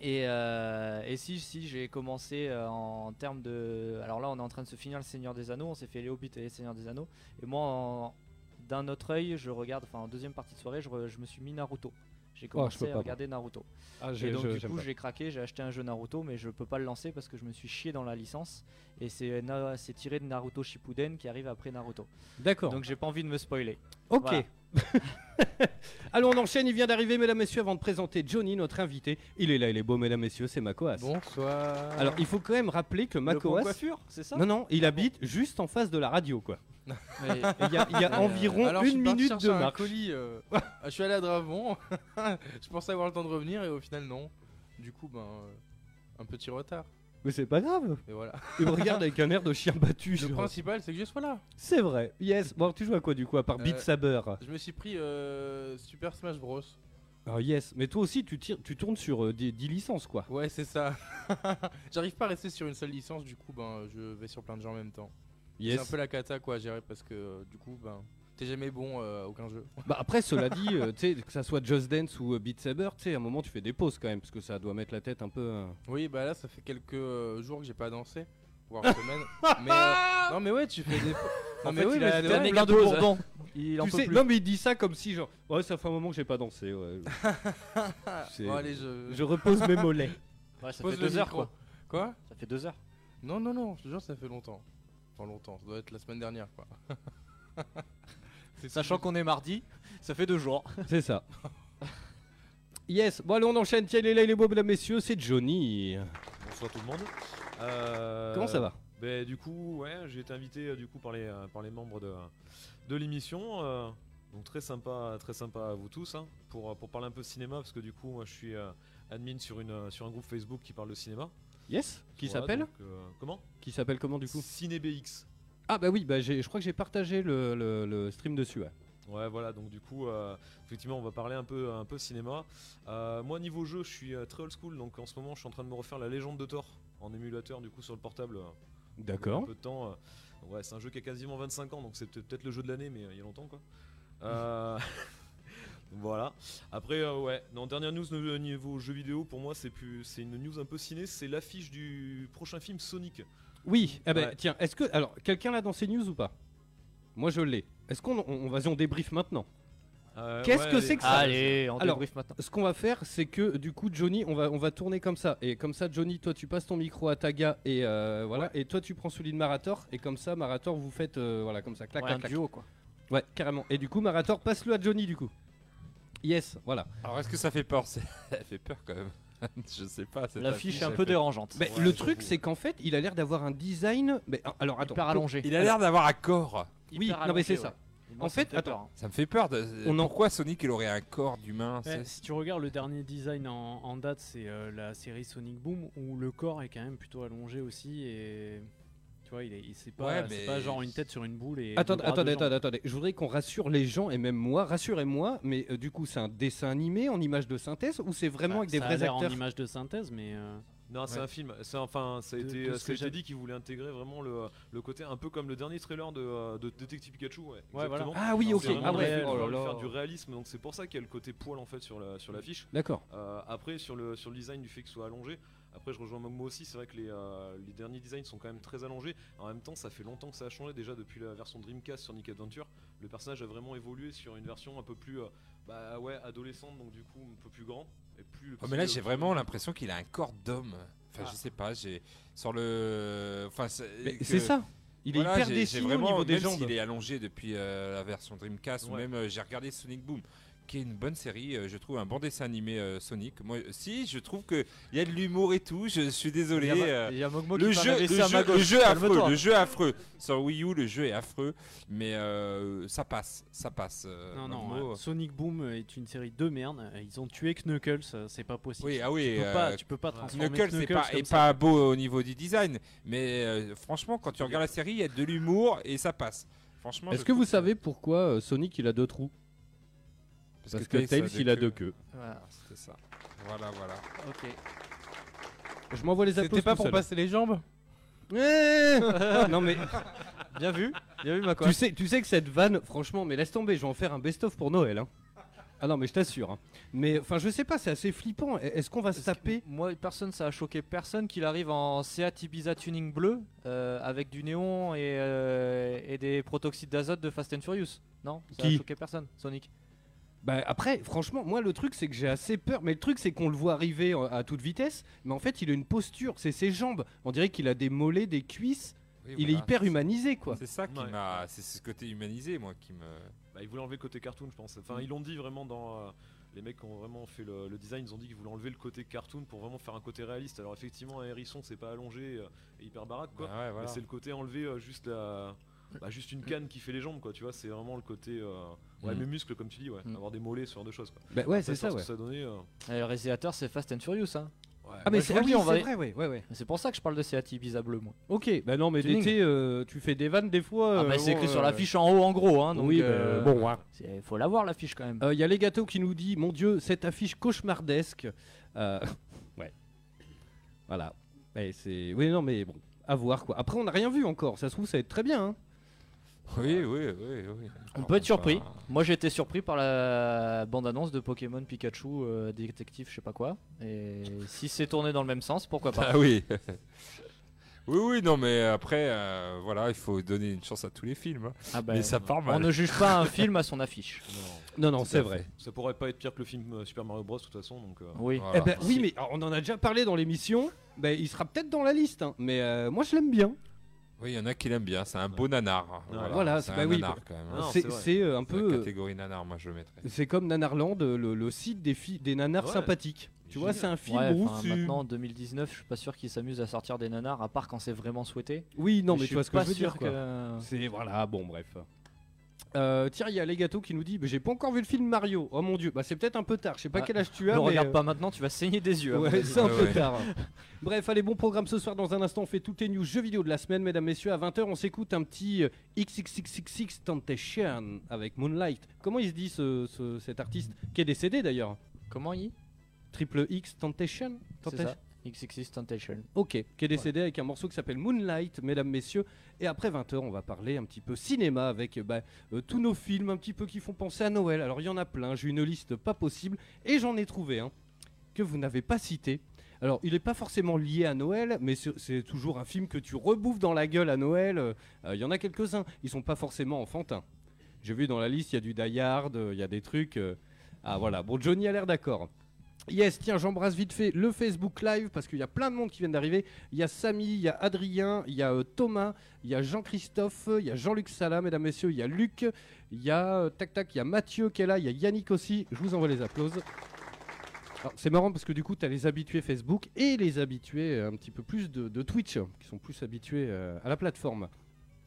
Speaker 6: Et, euh, et si, si j'ai commencé euh, en termes de... Alors là on est en train de se finir le Seigneur des Anneaux, on s'est fait les Hobbits et les Seigneurs des Anneaux. Et moi en- d'un autre œil je regarde, enfin en deuxième partie de soirée je, re- je me suis mis Naruto. J'ai commencé
Speaker 4: Oh, peux pas,
Speaker 6: à
Speaker 4: moi.
Speaker 6: regarder Naruto.
Speaker 4: Ah,
Speaker 6: Et donc du
Speaker 4: j'aime
Speaker 6: coup
Speaker 4: pas.
Speaker 6: j'ai craqué, j'ai acheté un jeu Naruto mais je peux pas le lancer parce que je me suis chié dans la licence. Et c'est Na- c'est tiré de Naruto Shippuden qui arrive après Naruto.
Speaker 4: D'accord.
Speaker 6: Donc j'ai pas envie de me spoiler.
Speaker 4: Ok.
Speaker 6: Voilà.
Speaker 4: Allons, on enchaîne. Il vient d'arriver, mesdames, messieurs, avant de présenter Johnny, notre invité. Il est là, il est beau, mesdames, messieurs, c'est Macoas.
Speaker 8: Bonsoir.
Speaker 4: Alors, il faut quand même rappeler que
Speaker 6: Le point
Speaker 4: Macoas.
Speaker 6: coiffure, c'est ça
Speaker 4: Non, non, il habite juste en face de la radio, quoi.
Speaker 3: Ouais.
Speaker 4: Et Il y a, il y a
Speaker 8: Euh,
Speaker 4: environ
Speaker 8: alors, je
Speaker 4: une
Speaker 8: suis parti
Speaker 4: minute
Speaker 8: chercher
Speaker 4: de
Speaker 8: un
Speaker 4: marche.
Speaker 8: colis, euh, je suis allé à Dravon. je pensais avoir le temps de revenir et au final, non. Du coup, ben. euh, un petit retard.
Speaker 4: Mais c'est pas grave.
Speaker 8: Et voilà.
Speaker 4: Il me regarde avec un air de chien battu.
Speaker 8: Le
Speaker 4: genre.
Speaker 8: principal, c'est que je sois là.
Speaker 4: C'est vrai. Yes. Bon, alors, tu joues à quoi du coup, à part Beat
Speaker 8: Euh,
Speaker 4: Saber
Speaker 8: Je me suis pris euh, Super Smash Bros.
Speaker 4: Alors, Ah, yes. Mais toi aussi, tu, tires- tu tournes sur euh, des 10 licences, quoi.
Speaker 8: Ouais, c'est ça. J'arrive pas à rester sur une seule licence, du coup, ben, je vais sur plein de gens en même temps. C'est un
Speaker 4: Yes.
Speaker 8: peu la cata, quoi, à gérer, parce que euh, du coup, ben. T'es jamais bon euh, à aucun jeu.
Speaker 4: Bah, après, cela dit, euh, tu sais, que ça soit Just Dance ou euh, Beat Saber, tu sais, à un moment, tu fais des pauses quand même, parce que ça doit mettre la tête un peu. euh,
Speaker 8: Oui, bah là, ça fait quelques euh, jours que j'ai pas dansé, voire semaine. mais euh, non, mais ouais, tu fais des. Non,
Speaker 6: En fait, il a
Speaker 8: c'est
Speaker 6: la
Speaker 8: vrai.
Speaker 6: tête plein de bourdons. Il en
Speaker 4: hein. Tu
Speaker 6: peut
Speaker 4: sais,
Speaker 6: plus.
Speaker 4: non mais il dit ça comme si genre ouais ça fait un moment que j'ai pas dansé ouais. C'est-
Speaker 8: Bon, allez, je.
Speaker 4: je repose mes mollets.
Speaker 6: Ouais, ça
Speaker 8: pose
Speaker 6: fait
Speaker 8: le
Speaker 6: deux heures
Speaker 8: micro.
Speaker 6: quoi.
Speaker 8: Quoi
Speaker 6: Ça fait deux heures.
Speaker 8: Non, non, non, je te jure, ça fait longtemps. Enfin, longtemps, ça doit être la semaine dernière, quoi. C'est
Speaker 6: Sachant qu'on est mardi, ça fait deux jours.
Speaker 4: C'est ça. Yes, bon allez on enchaîne, tiens il est là, il est beau mesdames messieurs, c'est Johnny.
Speaker 9: Bonsoir tout le monde. Euh,
Speaker 4: Comment ça va
Speaker 9: ben, Du coup, ouais, j'ai été invité euh, du coup, par, les, euh, par les membres de, de l'émission. euh, donc très sympa, très sympa à vous tous hein, pour, euh, pour parler un peu de cinéma parce que du coup, moi je suis euh, admin sur, une, euh, sur un groupe Facebook qui parle de cinéma.
Speaker 4: Yes Qui
Speaker 9: Voilà,
Speaker 4: s'appelle
Speaker 9: donc, euh, Comment
Speaker 4: Qui s'appelle comment du coup
Speaker 9: CinéBX.
Speaker 4: Ah bah oui, bah j'ai- je crois que j'ai partagé le, le- le stream dessus. ouais.
Speaker 9: Ouais, voilà, donc du coup, euh, effectivement, on va parler un peu, un peu cinéma. Euh, moi, niveau jeu, je suis euh, très old school, donc en ce moment, je suis en train de me refaire la légende de Thor en émulateur, du coup, sur le portable. euh,
Speaker 4: D'accord.
Speaker 9: un peu de temps. euh, donc ouais, c'est un jeu qui a quasiment 25 ans, donc c'est peut-être peut-être le jeu de l'année, mais euh, il y a longtemps quoi. Euh, voilà. Après, euh, ouais. Non, dernière news au niveau jeux vidéo, pour moi, c'est plus, c'est une news un peu ciné. C'est l'affiche du prochain film Sonic.
Speaker 4: Oui, eh ben,
Speaker 9: Ouais.
Speaker 4: tiens, est-ce que alors quelqu'un l'a dans ses news ou pas Moi je l'ai. Est-ce qu'on on, on- vas-y, on débrief maintenant
Speaker 9: Euh,
Speaker 4: Qu'est-ce que
Speaker 9: allez.
Speaker 4: c'est que ça
Speaker 6: Allez, on
Speaker 4: Alors,
Speaker 6: débrief maintenant.
Speaker 4: Ce qu'on va faire, c'est que du coup, Johnny, on va, on va tourner comme ça. Et comme ça, Johnny, toi, tu passes ton micro à Taga et euh, voilà. Et toi, tu prends celui de Marator. Et comme ça, Marator, vous faites euh, voilà, comme ça, clac,
Speaker 6: Ouais,
Speaker 4: clac,
Speaker 6: un
Speaker 4: clac.
Speaker 6: duo quoi.
Speaker 4: Ouais, carrément. Et du coup, Marator, passe-le à Johnny, du coup. Yes, voilà.
Speaker 5: Alors est-ce que ça fait peur C'est- Elle fait peur quand même. je sais pas. cette
Speaker 6: L'affiche est un
Speaker 5: elle
Speaker 6: peu
Speaker 5: fait-
Speaker 6: dérangeante.
Speaker 4: Mais le truc, c'est qu'en fait, il a l'air d'avoir un design. Mais ah, alors, attends.
Speaker 6: Hyper allongé.
Speaker 5: Il a l'air d'avoir un corps.
Speaker 4: Oui, non, mais c'est ça. En fait, attends.
Speaker 6: hein.
Speaker 5: Ça me fait peur. De...
Speaker 4: On en-
Speaker 5: Pourquoi Sonic il aurait un corps d'humain
Speaker 7: Ouais,
Speaker 5: c'est-
Speaker 7: Eh, si tu regardes le dernier design en, en date, c'est euh, la série Sonic Boom où le corps est quand même plutôt allongé aussi et tu vois, il est, il- c'est pas,
Speaker 5: Ouais,
Speaker 7: c'est
Speaker 5: mais-
Speaker 7: pas genre une tête sur une boule et.
Speaker 4: Attendez,
Speaker 7: deux bras,
Speaker 4: attendez,
Speaker 7: deux jambes.
Speaker 4: attendez, attendez. Je voudrais qu'on rassure les gens et même moi. Rassurez-moi, mais euh, du coup, c'est un dessin animé en image de synthèse ou c'est vraiment
Speaker 7: Bah,
Speaker 4: avec des
Speaker 7: ça a
Speaker 4: vrais
Speaker 7: l'air
Speaker 4: acteurs
Speaker 7: en image de synthèse, mais euh,
Speaker 9: Ah, Non, c'est
Speaker 5: Ouais.
Speaker 9: un film. C'est enfin, ça a
Speaker 7: De-
Speaker 9: été, euh,
Speaker 7: de ce
Speaker 9: ça
Speaker 7: que
Speaker 9: a été
Speaker 7: j'ai-
Speaker 9: dit qu'ils voulaient intégrer vraiment le, le côté un peu comme le dernier trailer de, euh, de Detective Pikachu. Ouais,
Speaker 7: Ouais, voilà.
Speaker 9: exactement.
Speaker 4: Ah oui,
Speaker 9: C'est
Speaker 4: ok.
Speaker 9: vraiment
Speaker 4: Ah
Speaker 9: le fait
Speaker 4: ouais. oh
Speaker 9: de
Speaker 4: là
Speaker 9: vouloir lui
Speaker 4: là.
Speaker 9: faire du réalisme, donc c'est pour ça qu'il y a le côté poil en fait sur la sur l'affiche.
Speaker 4: D'accord.
Speaker 9: Euh, après, sur le, sur le design du fait qu'il soit allongé, après je rejoins moi aussi, c'est vrai que les, euh, les derniers designs sont quand même très allongés. En même temps, ça fait longtemps que ça a changé déjà depuis la version Dreamcast sur Nick Adventure. Le personnage a vraiment évolué sur une version un peu plus euh, bah, ouais, adolescente, donc du coup un peu plus grand. Et plus,
Speaker 5: Oh, mais là j'ai vraiment l'impression qu'il a un corps d'homme. Enfin je sais pas. J'ai sur le. Enfin c'est.
Speaker 4: Ah. Mais
Speaker 5: que-
Speaker 4: C'est ça. Il est
Speaker 5: euh, Voilà,
Speaker 4: hyper
Speaker 5: j'ai-
Speaker 4: dessiné
Speaker 5: j'ai
Speaker 4: au
Speaker 5: vraiment-
Speaker 4: niveau des
Speaker 5: même
Speaker 4: jambes.
Speaker 5: s'il est allongé depuis euh, la version Dreamcast ou
Speaker 9: Ouais.
Speaker 5: même euh, j'ai regardé Sonic Boom qui est une bonne série, euh, je trouve un bon dessin animé euh, Sonic. Moi euh, si, je trouve que il y a de l'humour et tout, je, je suis désolé.
Speaker 6: Il y a,
Speaker 5: euh,
Speaker 6: Ma- il y a Mogmo
Speaker 5: le
Speaker 6: qui parle
Speaker 5: jeu, le
Speaker 6: AVC
Speaker 5: jeu,
Speaker 6: à ma
Speaker 5: le
Speaker 6: gauche.
Speaker 5: jeu est affreux,
Speaker 6: Calme-toi.
Speaker 5: le jeu est affreux. Sur Wii U, le jeu est affreux, mais euh, ça passe, ça passe. euh,
Speaker 7: non, non,
Speaker 5: Mambo.
Speaker 7: euh, Sonic Boom est une série de merde. euh, Ils ont tué Knuckles, euh, c'est pas possible.
Speaker 5: Oui, ah oui.
Speaker 7: tu, peux
Speaker 5: euh,
Speaker 7: pas, tu peux pas transformer
Speaker 5: Knuckles,
Speaker 7: Knuckles,
Speaker 5: c'est pas,
Speaker 7: comme
Speaker 5: est
Speaker 7: ça.
Speaker 5: pas beau au niveau du design, mais euh, franchement, quand tu regardes la série, il y a de l'humour et ça passe. Franchement.
Speaker 4: Est-ce
Speaker 5: je
Speaker 4: que vous
Speaker 5: trouve
Speaker 4: savez pourquoi euh, Sonic il a deux trous Parce que Tails,
Speaker 5: euh,
Speaker 4: il a deux queues.
Speaker 6: Voilà,
Speaker 5: Ah, C'était ça. Voilà, voilà.
Speaker 6: ok.
Speaker 4: Je m'envoie les
Speaker 8: C'était
Speaker 4: applaudissements. Eh,
Speaker 8: pas pour passer les jambes
Speaker 4: non mais
Speaker 6: Bien vu, bien vu, Mako.
Speaker 4: eh. tu sais, tu sais que cette vanne, franchement, mais laisse tomber. Je vais en faire un best-of pour Noël. hein. Ah non, mais je t'assure. hein. Mais enfin, je sais pas, c'est assez flippant. E, Est-ce qu'on va se
Speaker 6: Parce que
Speaker 4: taper
Speaker 6: Moi, personne, ça a choqué personne qu'il arrive en Seat Ibiza tuning bleu euh, avec du néon et, euh, et des protoxydes d'azote de Fast and Furious. Non, ça
Speaker 4: Qui
Speaker 6: a choqué personne, Sonic.
Speaker 4: Bah après, franchement, moi le truc c'est que j'ai assez peur, mais le truc c'est qu'on le voit arriver euh, à toute vitesse, mais en fait il a une posture, c'est ses jambes, on dirait qu'il a des mollets, des cuisses,
Speaker 5: Oui,
Speaker 4: il est
Speaker 5: voilà.
Speaker 4: hyper humanisé quoi.
Speaker 5: C'est ça qui
Speaker 9: Ouais.
Speaker 5: m'a. C'est ce côté humanisé, moi, qui me.
Speaker 9: Bah, ils voulaient enlever le côté cartoon, je pense.
Speaker 5: Mm.
Speaker 9: Enfin, ils l'ont dit vraiment dans. euh, les mecs qui ont vraiment fait le, le design, ils ont dit qu'ils voulaient enlever le côté cartoon pour vraiment faire un côté réaliste. Alors, effectivement, un hérisson, c'est pas allongé euh, et hyper baraque, quoi.
Speaker 5: Bah ouais, voilà.
Speaker 9: Mais c'est le côté enlevé, euh, juste la. bah, juste une canne qui fait les jambes, quoi. Tu vois, c'est vraiment le côté. euh, Ouais,
Speaker 5: Mm.
Speaker 9: mes muscles, comme tu dis, ouais.
Speaker 6: Mm.
Speaker 9: Avoir des mollets, ce genre de choses, quoi.
Speaker 4: Bah ouais,
Speaker 9: Après,
Speaker 4: c'est ça,
Speaker 9: sur
Speaker 4: ouais.
Speaker 9: Ce que ça donnait. euh,
Speaker 6: Et le réalisateur, c'est Fast and Furious. Hein.
Speaker 9: ouais.
Speaker 4: Ah
Speaker 6: Bah,
Speaker 4: mais
Speaker 6: je
Speaker 4: c'est
Speaker 6: vous
Speaker 4: ah
Speaker 6: le
Speaker 4: oui,
Speaker 6: dis, on va-
Speaker 4: c'est vrai, ouais, ouais, ouais.
Speaker 6: C'est pour ça que je parle de Seat Ibiza bleu, moi.
Speaker 4: Ok, bah non mais
Speaker 6: Tuning.
Speaker 4: l'été, euh, tu fais des vannes des fois.
Speaker 6: Ah
Speaker 4: euh,
Speaker 6: bah, c'est
Speaker 4: bon,
Speaker 6: écrit sur
Speaker 4: euh,
Speaker 6: l'affiche en haut, en gros. Hein, donc,
Speaker 4: oui,
Speaker 6: euh,
Speaker 4: bah, bon, ouais.
Speaker 6: c'est- faut l'avoir l'affiche quand même.
Speaker 4: Il euh, y a Legato qui nous dit Mon Dieu, cette affiche cauchemardesque. Euh, ouais. Voilà. Et c'est... Oui, non, mais bon, à voir quoi. Après, on n'a rien vu encore, ça se trouve, ça va être très bien. hein.
Speaker 5: Oui, oui, oui, oui.
Speaker 6: On peut être surpris.
Speaker 5: Enfin,
Speaker 6: Moi j'ai été surpris par la bande-annonce de Pokémon Pikachu euh, détective je sais pas quoi. Et si c'est tourné dans le même sens, pourquoi pas
Speaker 5: Ah oui. oui, oui, non, mais après, euh, voilà, il faut donner une chance à tous les films. hein.
Speaker 6: Ah bah,
Speaker 5: mais ça part
Speaker 6: On
Speaker 5: mal.
Speaker 6: ne juge pas un film à son affiche.
Speaker 4: Non,
Speaker 9: Non.
Speaker 4: non,
Speaker 9: Tout
Speaker 4: Oh, c'est
Speaker 9: à
Speaker 4: vrai.
Speaker 9: Ça pourrait pas être pire que le film euh, Super Mario Bros, de toute façon, donc. euh,
Speaker 6: Oui.
Speaker 5: Voilà.
Speaker 4: Eh ben, oui, mais alors, on en a déjà parlé dans l'émission. Ben, il sera peut-être dans la liste, hein, mais euh, moi je l'aime bien.
Speaker 5: Oui, il y en a qui l'aiment bien. C'est un beau nanar. hein.
Speaker 9: Voilà,
Speaker 4: voilà,
Speaker 5: c'est
Speaker 4: bah
Speaker 5: un
Speaker 4: oui.
Speaker 5: nanar quand même. hein.
Speaker 9: Non,
Speaker 4: c'est
Speaker 9: c'est vrai.
Speaker 4: c'est, euh, un
Speaker 5: C'est la
Speaker 4: peu. euh,
Speaker 5: catégorie nanar, moi je mettrais.
Speaker 4: C'est comme Nanarland, euh, le, le site des, filles, des nanars
Speaker 9: Ouais.
Speaker 4: sympathiques.
Speaker 9: Mais
Speaker 4: Tu vois,
Speaker 9: génial.
Speaker 4: c'est un film
Speaker 6: Ouais,
Speaker 4: où.
Speaker 6: enfin,
Speaker 4: tu-
Speaker 6: maintenant en 2019, je suis pas sûr qu'ils s'amusent à sortir des nanars à part quand c'est vraiment souhaité.
Speaker 4: Oui, non, mais,
Speaker 6: suis
Speaker 4: tu vois ce que
Speaker 6: pas
Speaker 4: je veux
Speaker 6: sûr
Speaker 4: dire. quoi.
Speaker 6: que-
Speaker 4: C'est voilà, bon, bref. Euh, tiens, il y a Legato qui nous dit mais J'ai pas encore vu le film Mario. Oh mon dieu, bah, c'est peut-être un peu tard. Je sais pas
Speaker 6: Ah,
Speaker 4: quel âge tu as.
Speaker 6: Ne
Speaker 4: mais,
Speaker 6: regarde
Speaker 4: euh,
Speaker 6: pas maintenant, tu vas saigner des yeux. à mon
Speaker 4: Ouais,
Speaker 6: avis.
Speaker 4: c'est un
Speaker 5: Ouais,
Speaker 4: peu
Speaker 5: ouais.
Speaker 4: tard. Bref, allez, bon programme ce soir. Dans un instant, on fait toutes les news jeux vidéo de la semaine, mesdames, messieurs. À 20h, on s'écoute un petit euh, XXXXX Temptation avec Moonlight. Comment il se dit ce, ce- cet artiste qui est décédé d'ailleurs
Speaker 6: Comment y
Speaker 4: Triple X Temptation
Speaker 6: C'est
Speaker 4: Temptation
Speaker 6: ça. XXX Temptation.
Speaker 4: Ok, qui est décédé avec un morceau qui s'appelle Moonlight, mesdames, messieurs. Et après 20h, on va parler un petit peu cinéma avec euh, bah, euh, tous nos films un petit peu qui font penser à Noël. Alors il y en a plein, j'ai une liste pas possible et j'en ai trouvé un que vous n'avez pas cité. Alors il n'est pas forcément lié à Noël, mais c'est- c'est toujours un film que tu rebouffes dans la gueule à Noël. Euh, euh, Il y en a quelques-uns, ils sont pas forcément enfantins. J'ai vu dans la liste, il y a du Die Hard, euh, il y a des trucs. euh, Ah voilà, bon, Johnny a l'air d'accord. Yes, tiens, j'embrasse vite fait le Facebook Live parce qu'il y a plein de monde qui vient d'arriver. Il y a Samy, il y a Adrien, il y a euh, Thomas, il y a Jean-Christophe, il y a Jean-Luc Salam, mesdames, messieurs, il y a Luc, il y a euh, Tac Tac, il y a Mathieu qui est là, il y a Yannick aussi. Je vous envoie les applauses. Alors, c'est marrant parce que du coup, tu as les habitués Facebook et les habitués euh, un petit peu plus de, de Twitch, qui sont plus habitués euh, à la plateforme.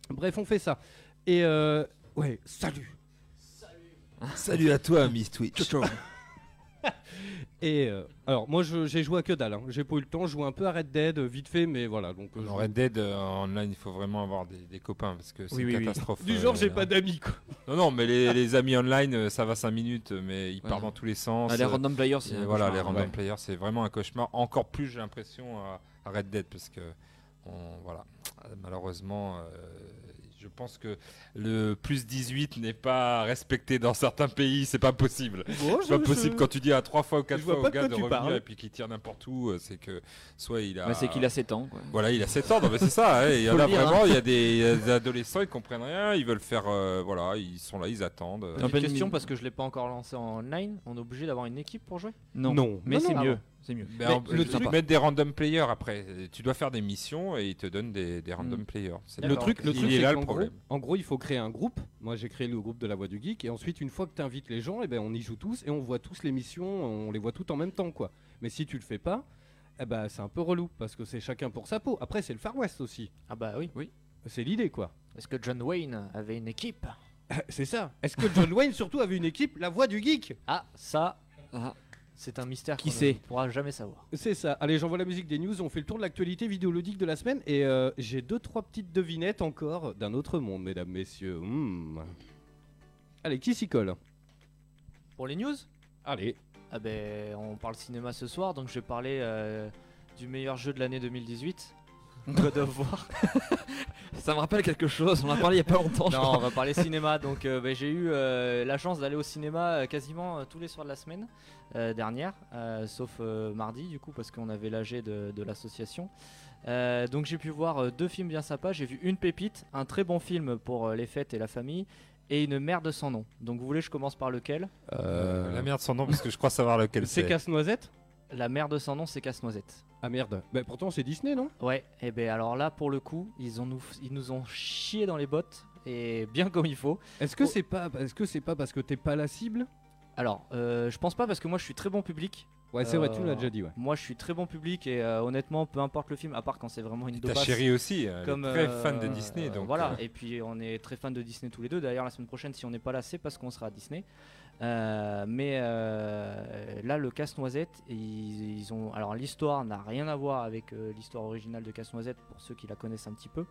Speaker 4: Bref, on fait ça. Et euh, ouais, salut
Speaker 10: Salut à toi, Miss Twitch.
Speaker 4: Et euh, alors, moi, je- j'ai joué à que dalle. hein. J'ai pas eu le temps, je joue un peu à Red Dead, euh, vite fait, mais voilà. Donc, euh, je-
Speaker 5: Dans Red Dead euh, online, il faut vraiment avoir des, des copains parce que c'est
Speaker 4: Oui,
Speaker 5: une
Speaker 4: oui, oui.
Speaker 5: catastrophe.
Speaker 4: Du genre,
Speaker 5: euh,
Speaker 4: j'ai pas d'amis, quoi.
Speaker 5: Non, non, mais les, les amis online, euh, ça va 5 minutes, mais ils partent dans tous les sens.
Speaker 3: Ah, les
Speaker 5: euh,
Speaker 3: random players, c'est
Speaker 5: et
Speaker 3: un
Speaker 5: Voilà,
Speaker 3: cauchemar,
Speaker 5: les
Speaker 3: hein.
Speaker 5: random
Speaker 3: Ouais.
Speaker 5: players, c'est vraiment un cauchemar. Encore plus, j'ai l'impression, à, à Red Dead parce que, on, voilà, malheureusement. euh, je pense que le plus 18 n'est pas respecté dans certains pays, c'est pas possible.
Speaker 4: Bon,
Speaker 5: c'est pas
Speaker 4: je-
Speaker 5: possible
Speaker 4: je-
Speaker 5: quand tu dis à 3 fois ou 4
Speaker 4: Je vois
Speaker 5: fois au
Speaker 4: pas de
Speaker 5: gars de
Speaker 4: quoi tu
Speaker 5: revenir
Speaker 4: parles.
Speaker 5: et puis qu'il tire n'importe où, euh, c'est que soit il a.
Speaker 3: Ouais, Bah, c'est qu'il a 7 ans. quoi.
Speaker 5: Voilà, il a 7 ans, non, mais c'est ça. hein, Il y
Speaker 3: Faut
Speaker 5: en
Speaker 3: le
Speaker 5: a
Speaker 3: dire, hein.
Speaker 5: vraiment, il y a des, il y a des adolescents, ils comprennent rien, ils veulent faire. euh, voilà, ils sont là, ils attendent. euh.
Speaker 3: Un peu
Speaker 6: Petite
Speaker 3: de
Speaker 6: question
Speaker 3: mine.
Speaker 6: parce que je l'ai pas encore lancé en online. On est obligé d'avoir une équipe pour jouer
Speaker 3: Non.
Speaker 4: Non.
Speaker 3: mais
Speaker 4: Non,
Speaker 3: c'est
Speaker 4: non.
Speaker 3: mieux. C'est mieux.
Speaker 5: Ben,
Speaker 4: Mais
Speaker 5: en-
Speaker 4: le
Speaker 5: je-
Speaker 4: truc-
Speaker 5: ils mettent des random players après. Tu dois faire des missions et ils te donnent des, des random players. C'est
Speaker 4: Le
Speaker 5: bien.
Speaker 4: truc, le
Speaker 5: Il
Speaker 4: truc,
Speaker 5: est
Speaker 4: c'est
Speaker 5: là
Speaker 4: qu'en
Speaker 5: le
Speaker 4: gros-
Speaker 5: problème.
Speaker 4: en gros, il faut créer un groupe. Moi, j'ai créé le groupe de la Voix du Geek. Et ensuite, une fois que tu invites les gens, eh ben, on y joue tous et on voit tous les missions, on les voit toutes en même temps. quoi. Mais si tu le fais pas, eh ben, c'est un peu relou parce que c'est chacun pour sa peau. Après, c'est le Far West aussi.
Speaker 6: Ah bah oui.
Speaker 4: C'est l'idée, quoi.
Speaker 6: Est-ce que John Wayne avait une équipe
Speaker 4: c'est ça. Est-ce que John Wayne, surtout, avait une équipe La Voix du Geek
Speaker 6: Ah ça,
Speaker 3: Ah.
Speaker 6: c'est un mystère
Speaker 3: Qui
Speaker 6: qu'on ne
Speaker 3: sait
Speaker 6: pourra jamais savoir.
Speaker 4: C'est ça. Allez, j'envoie la musique des news. On fait le tour de l'actualité vidéoludique de la semaine. Et euh, j'ai deux, trois petites devinettes encore d'un autre monde, mesdames, messieurs. Hmm. Allez, qui s'y colle
Speaker 6: Pour les news
Speaker 4: Allez.
Speaker 6: Ah ben on parle cinéma ce soir, donc je vais parler euh, du meilleur jeu de l'année 2018. God of War.
Speaker 3: Ça me rappelle quelque chose, on en a parlé il y a pas longtemps. je
Speaker 6: non,
Speaker 3: crois.
Speaker 6: on va parler cinéma. Donc euh, ben, j'ai eu euh, la chance d'aller au cinéma euh, quasiment euh, tous les soirs de la semaine euh, dernière, euh, sauf euh, mardi du coup parce qu'on avait l'âge de, de l'association. Euh, donc j'ai pu voir euh, deux films bien sympas. J'ai vu une pépite, un très bon film pour euh, les fêtes et la famille, et une merde sans nom. Donc vous voulez que je commence par lequel
Speaker 5: Euh, La merde sans nom, parce que je crois savoir lequel
Speaker 4: C'est
Speaker 5: c'est.
Speaker 4: Casse-Noisette
Speaker 6: La merde sans nom, c'est Casse-Noisette.
Speaker 4: Ah merde. Bah, pourtant, c'est Disney, non
Speaker 6: Ouais, et ben alors là pour le coup, ils, ont nous, ils nous ont chié dans les bottes et bien comme il faut.
Speaker 4: Est-ce que
Speaker 6: Oh.
Speaker 4: c'est pas, est-ce que c'est pas parce que t'es pas la cible
Speaker 6: Alors, euh, je pense pas parce que moi je suis très bon public.
Speaker 4: Ouais, c'est vrai, tu nous l'as
Speaker 6: Euh,
Speaker 4: déjà dit, ouais.
Speaker 6: Moi je suis très bon public et euh, honnêtement, peu importe le film, à part quand c'est vraiment une
Speaker 5: Ta
Speaker 6: daubasse,
Speaker 5: chérie aussi, elle est
Speaker 6: Comme
Speaker 5: très
Speaker 6: euh,
Speaker 5: fan de Disney. Donc,
Speaker 6: voilà,
Speaker 5: euh,
Speaker 6: et puis on est très fan de Disney tous les deux. D'ailleurs, la semaine prochaine, si on n'est pas là, c'est parce qu'on sera à Disney. Euh, mais euh, là, le Casse-Noisette, ils, ils ont. Alors, l'histoire n'a rien à voir avec euh, l'histoire originale de Casse-Noisette pour ceux qui la connaissent un petit peu.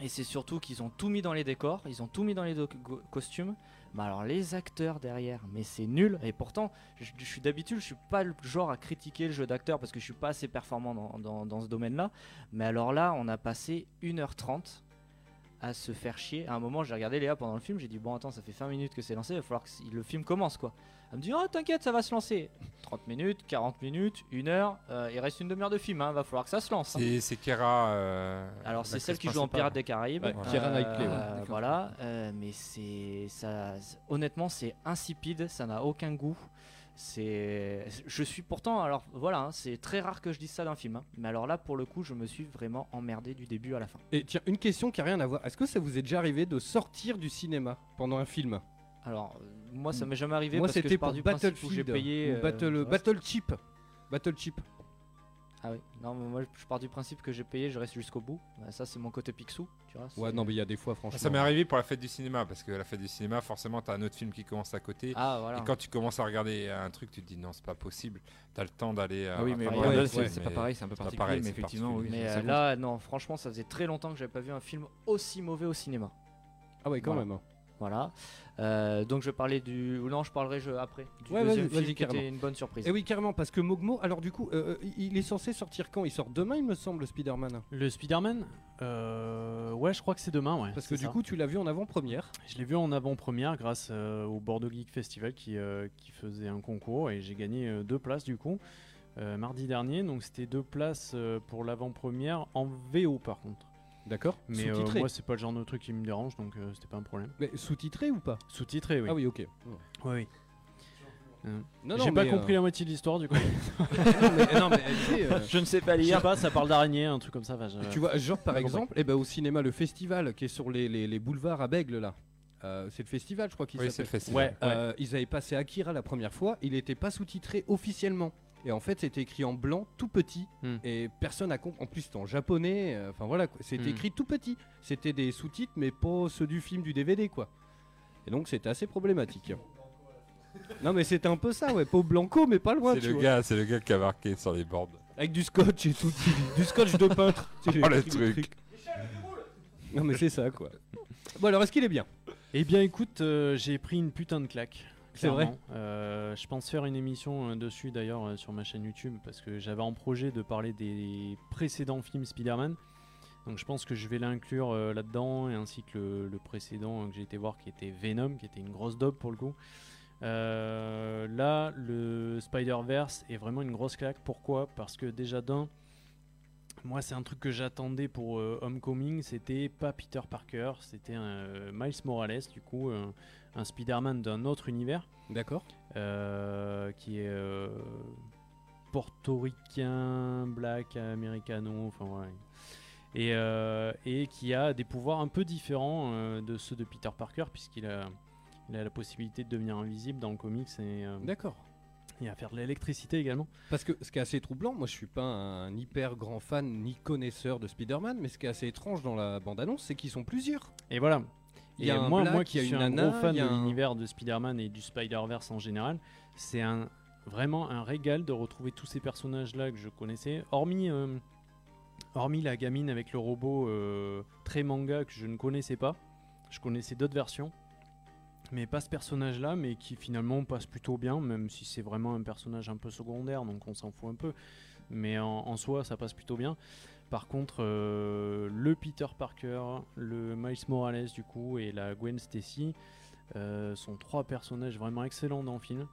Speaker 6: Et c'est surtout qu'ils ont tout mis dans les décors, ils ont tout mis dans les doc- go- costumes. Mais alors, les acteurs derrière, mais c'est nul. Et pourtant, je, je suis d'habitude, je suis pas le genre à critiquer le jeu d'acteur parce que je suis pas assez performant dans- dans- dans ce domaine-là. Mais alors là, on a passé 1h30 à se faire chier. À un moment, j'ai regardé Léa pendant le film, j'ai dit Bon, attends, ça fait 20 minutes que c'est lancé, il va falloir que c- le film commence quoi. Elle me dit Oh, t'inquiète, ça va se lancer. 30 minutes, 40 minutes, 1 heure, euh, il reste une demi-heure de film, hein, va falloir que ça se lance. hein.
Speaker 5: c'est- c'est Kera. euh,
Speaker 6: Alors, c'est
Speaker 5: l'actrice
Speaker 6: celle qui joue en
Speaker 5: principale.
Speaker 6: Pirates des Caraïbes.
Speaker 4: Ouais, Keira Knightley, ouais.
Speaker 6: Euh, voilà, euh, mais c'est ça. c'est- Honnêtement, c'est insipide, ça n'a aucun goût. C'est, je suis pourtant, alors voilà, hein, c'est très rare que je dise ça d'un film, hein, mais alors là, pour le coup, je me suis vraiment emmerdé du début à la fin.
Speaker 4: Et tiens, une question qui a rien à voir. Est-ce que ça vous est déjà arrivé de sortir du cinéma pendant un film
Speaker 6: Alors, euh, moi, ça m'est jamais arrivé
Speaker 4: Hmm. Moi,
Speaker 6: parce que
Speaker 4: c'était
Speaker 6: je pars
Speaker 4: pour
Speaker 6: du principe où j'ai
Speaker 4: Battlefield
Speaker 6: payé.
Speaker 4: ou
Speaker 6: euh,
Speaker 4: Battle,
Speaker 6: je reste-
Speaker 4: Battle Chip. Battle Chip.
Speaker 6: Ah oui, non, mais moi, je pars du principe que j'ai payé, je reste jusqu'au bout. Bah, ça, c'est mon côté Picsou, tu vois.
Speaker 4: Ouais,
Speaker 6: c'est-
Speaker 4: non, mais il y a des fois, franchement.
Speaker 5: Ah, Ça m'est arrivé pour la fête du cinéma, parce que la fête du cinéma, forcément, t'as un autre film qui commence à côté.
Speaker 6: Ah, voilà.
Speaker 5: Et quand tu commences à regarder un truc, tu te dis non, c'est pas possible. T'as le temps d'aller. euh,
Speaker 3: Ah oui, mais
Speaker 5: rattraper
Speaker 3: bon,
Speaker 5: un
Speaker 4: ouais,
Speaker 3: là,
Speaker 5: autre
Speaker 3: c'est
Speaker 5: film,
Speaker 3: c'est
Speaker 5: mais-
Speaker 3: pas pareil, c'est un peu
Speaker 5: c'est pas
Speaker 3: particulier,
Speaker 5: pareil,
Speaker 3: mais
Speaker 5: c'est
Speaker 3: effectivement, oui.
Speaker 5: particulier.
Speaker 6: Mais
Speaker 3: ça
Speaker 6: euh,
Speaker 3: compte.
Speaker 6: là, non, franchement, ça faisait très longtemps que j'avais pas vu un film aussi mauvais au cinéma.
Speaker 4: Ah ouais, quand
Speaker 6: Voilà.
Speaker 4: même.
Speaker 6: Voilà. Euh, donc, je vais parler du. ou Non, je parlerai je- après. Du
Speaker 4: Ouais,
Speaker 6: deuxième
Speaker 4: vas-y, vas-y,
Speaker 6: film qui
Speaker 4: carrément.
Speaker 6: était une bonne surprise.
Speaker 4: Et Eh oui, carrément, parce que Mogmo, alors du coup, euh, il il est censé sortir quand Il sort demain, il me semble, le Spider-Man.
Speaker 7: Le Spider-Man Euh, Ouais, je crois que c'est demain, ouais.
Speaker 4: Parce que
Speaker 7: c'est
Speaker 4: du
Speaker 7: ça.
Speaker 4: coup, tu l'as vu en avant-première.
Speaker 7: Je l'ai vu en avant-première grâce euh, au Bordeaux Geek Festival qui, euh, qui faisait un concours et j'ai gagné euh, deux places du coup euh, mardi dernier. Donc c'était deux places euh, pour l'avant-première en VO par contre.
Speaker 4: D'accord
Speaker 7: Mais euh,
Speaker 4: Sous-titré.
Speaker 7: moi, c'est pas le genre de truc qui me dérange, donc euh, c'était pas un problème.
Speaker 4: Mais sous-titré ou pas
Speaker 7: Sous-titré, oui.
Speaker 4: Ah oui, ok.
Speaker 7: oui. oui. Euh,
Speaker 4: Non,
Speaker 7: J'ai
Speaker 4: non,
Speaker 7: pas
Speaker 4: mais,
Speaker 7: compris
Speaker 4: euh,
Speaker 7: la moitié de l'histoire du coup.
Speaker 4: non,
Speaker 7: eh,
Speaker 4: mais- non, mais, tu sais, euh,
Speaker 7: je ne sais pas lire. Je sais pas, ça parle d'araignée, un truc comme ça. enfin, je-
Speaker 4: Tu vois, genre par
Speaker 7: J'ai compris.
Speaker 4: exemple, eh ben, au cinéma, le festival qui est sur les, les- les boulevards à Bègle là. Euh, c'est le festival, je crois qu'il
Speaker 5: Oui, c'est
Speaker 4: s'appelle.
Speaker 5: le festival.
Speaker 7: Ouais, ouais.
Speaker 4: Euh, ils avaient passé Akira la première fois, il n'était pas sous-titré officiellement. Et en fait, c'était écrit en blanc, tout petit,
Speaker 7: Hmm.
Speaker 4: et personne n'a compris. En plus, c'était en japonais, euh, enfin voilà, quoi. c'était
Speaker 7: Hmm.
Speaker 4: écrit tout petit. C'était des sous-titres, mais pas ceux du film, du DVD, quoi. Et donc, c'était assez problématique. non, mais c'était un peu ça, ouais, Pau Blanco, mais pas loin,
Speaker 5: C'est
Speaker 4: tu
Speaker 5: le
Speaker 4: vois.
Speaker 5: gars, c'est le gars qui a marqué sur les bornes.
Speaker 4: Avec du scotch et tout, du scotch de peintre. Tu sais,
Speaker 5: Oh, le
Speaker 4: écrit
Speaker 5: truc.
Speaker 4: Non, mais c'est ça, quoi. Bon, alors, est-ce qu'il est bien
Speaker 7: Eh bien, écoute, euh, j'ai pris une putain de claque.
Speaker 4: C'est vrai
Speaker 7: clairement. Euh, je pense faire une émission euh, dessus d'ailleurs euh, sur ma chaîne YouTube parce que j'avais en projet de parler des précédents films Spider-Man. Donc je pense que je vais l'inclure euh, là-dedans et ainsi que le, le précédent euh, que j'ai été voir qui était Venom, qui était une grosse dope pour le coup. Euh, là, le Spider-Verse est vraiment une grosse claque. Pourquoi Parce que déjà d'un, moi, c'est un truc que j'attendais pour euh, Homecoming. C'était pas Peter Parker, c'était un Miles Morales, du coup, un- un Spider-Man d'un autre univers
Speaker 4: D'accord.
Speaker 7: euh, qui est euh, portoricain, black, américano, enfin ouais. Et, euh, et qui a des pouvoirs un peu différents euh, de ceux de Peter Parker, puisqu'il a, il a la possibilité de devenir invisible dans le comics et, euh,
Speaker 4: D'accord.
Speaker 7: et à faire de l'électricité également.
Speaker 4: Parce que ce qui est assez troublant, moi je suis pas un hyper grand fan ni connaisseur de Spider-Man, mais ce qui est assez étrange dans la bande-annonce, c'est qu'ils sont plusieurs.
Speaker 7: Et voilà.
Speaker 4: Il y a
Speaker 7: Et
Speaker 4: un
Speaker 7: moi,
Speaker 4: black,
Speaker 7: moi qui
Speaker 4: il y a
Speaker 7: suis
Speaker 4: une
Speaker 7: un
Speaker 4: nana,
Speaker 7: gros fan
Speaker 4: il y
Speaker 7: de
Speaker 4: a un-
Speaker 7: l'univers de Spider-Man et du Spider-Verse en général, c'est un, vraiment un régal de retrouver tous ces personnages-là que je connaissais, hormis, euh, hormis la gamine avec le robot euh, très manga que je ne connaissais pas. Je connaissais d'autres versions, mais pas ce personnage-là, mais qui finalement passe plutôt bien, même si c'est vraiment un personnage un peu secondaire, donc on s'en fout un peu. Mais en, en soi, ça passe plutôt bien. Par contre, euh, le Peter Parker, le Miles Morales du coup et la Gwen Stacy euh, sont trois personnages vraiment excellents dans le film.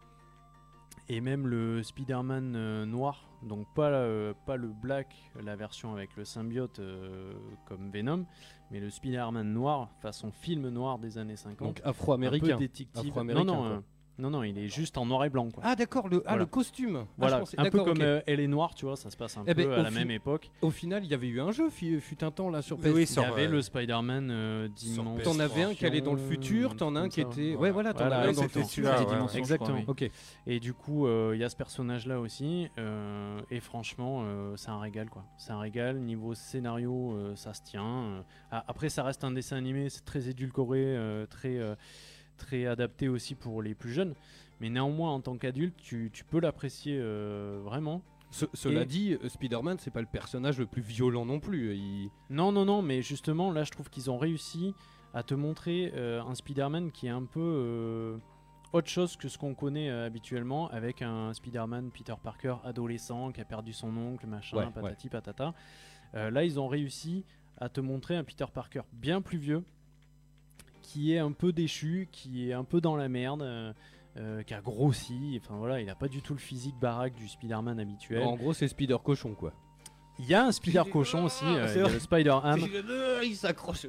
Speaker 7: Et même le Spider-Man euh, noir, donc pas, euh, pas le Black, la version avec le symbiote euh, comme Venom, mais le Spider-Man noir, façon film noir des années 50.
Speaker 4: Donc afro-américains.
Speaker 7: Un peu détective.
Speaker 4: Afro-américain,
Speaker 7: non, non,
Speaker 4: quoi.
Speaker 7: euh, non, non, il est juste en noir et blanc. Quoi.
Speaker 4: Ah d'accord, le, ah,
Speaker 7: Voilà.
Speaker 4: le costume. Ah,
Speaker 7: voilà,
Speaker 4: je pensais-
Speaker 7: un peu
Speaker 4: d'accord,
Speaker 7: comme
Speaker 4: ok.
Speaker 7: euh, Elle est noire, tu vois, ça se passe un
Speaker 4: Eh
Speaker 7: peu
Speaker 4: ben,
Speaker 7: à
Speaker 4: au
Speaker 7: la même
Speaker 4: fi-
Speaker 7: époque.
Speaker 4: Au final, il y avait eu un jeu, fi- fut un temps là sur PS.
Speaker 5: Oui,
Speaker 7: Il y
Speaker 5: sur,
Speaker 7: avait
Speaker 5: euh,
Speaker 7: le Spider-Man euh, dimanche.
Speaker 4: T'en avais un qui allait dans le futur, t'en as un qui était. Ouais, voilà, t'en
Speaker 7: Voilà,
Speaker 4: avais un dans le
Speaker 5: c'était
Speaker 4: futur.
Speaker 5: celui-là, ouais,
Speaker 7: ouais. Exactement.
Speaker 4: Ok.
Speaker 7: Et du coup, euh, il y a ce personnage-là aussi. euh, et franchement, euh, c'est un régal, quoi. C'est un régal. Niveau scénario, euh, ça se tient. euh. Ah, après, ça reste un dessin animé. C'est très édulcoré, euh, très, euh, très adapté aussi pour les plus jeunes. Mais néanmoins, en tant qu'adulte, tu, tu peux l'apprécier euh, vraiment.
Speaker 4: Ce- cela
Speaker 7: Et-
Speaker 4: dit, euh, Spider-Man, c'est pas le personnage le plus violent non plus. Il...
Speaker 7: Non, non, non, mais justement, là, je trouve qu'ils ont réussi à te montrer euh, un Spider-Man qui est un peu euh, autre chose que ce qu'on connaît euh, habituellement, avec un Spider-Man Peter Parker adolescent qui a perdu son oncle, machin,
Speaker 4: Ouais,
Speaker 7: patati patata. Euh, là, ils ont réussi à te montrer un Peter Parker bien plus vieux, qui est un peu déchu, qui est un peu dans la merde. euh, euh, qui a grossi, enfin voilà, il n'a pas du tout le physique baraque du Spider-Man habituel.
Speaker 4: En gros, c'est Spider cochon quoi.
Speaker 7: Il y a un Spider cochon aussi,
Speaker 4: Ah,
Speaker 7: euh, il y a le Spider-Ham.
Speaker 1: Il s'accroche.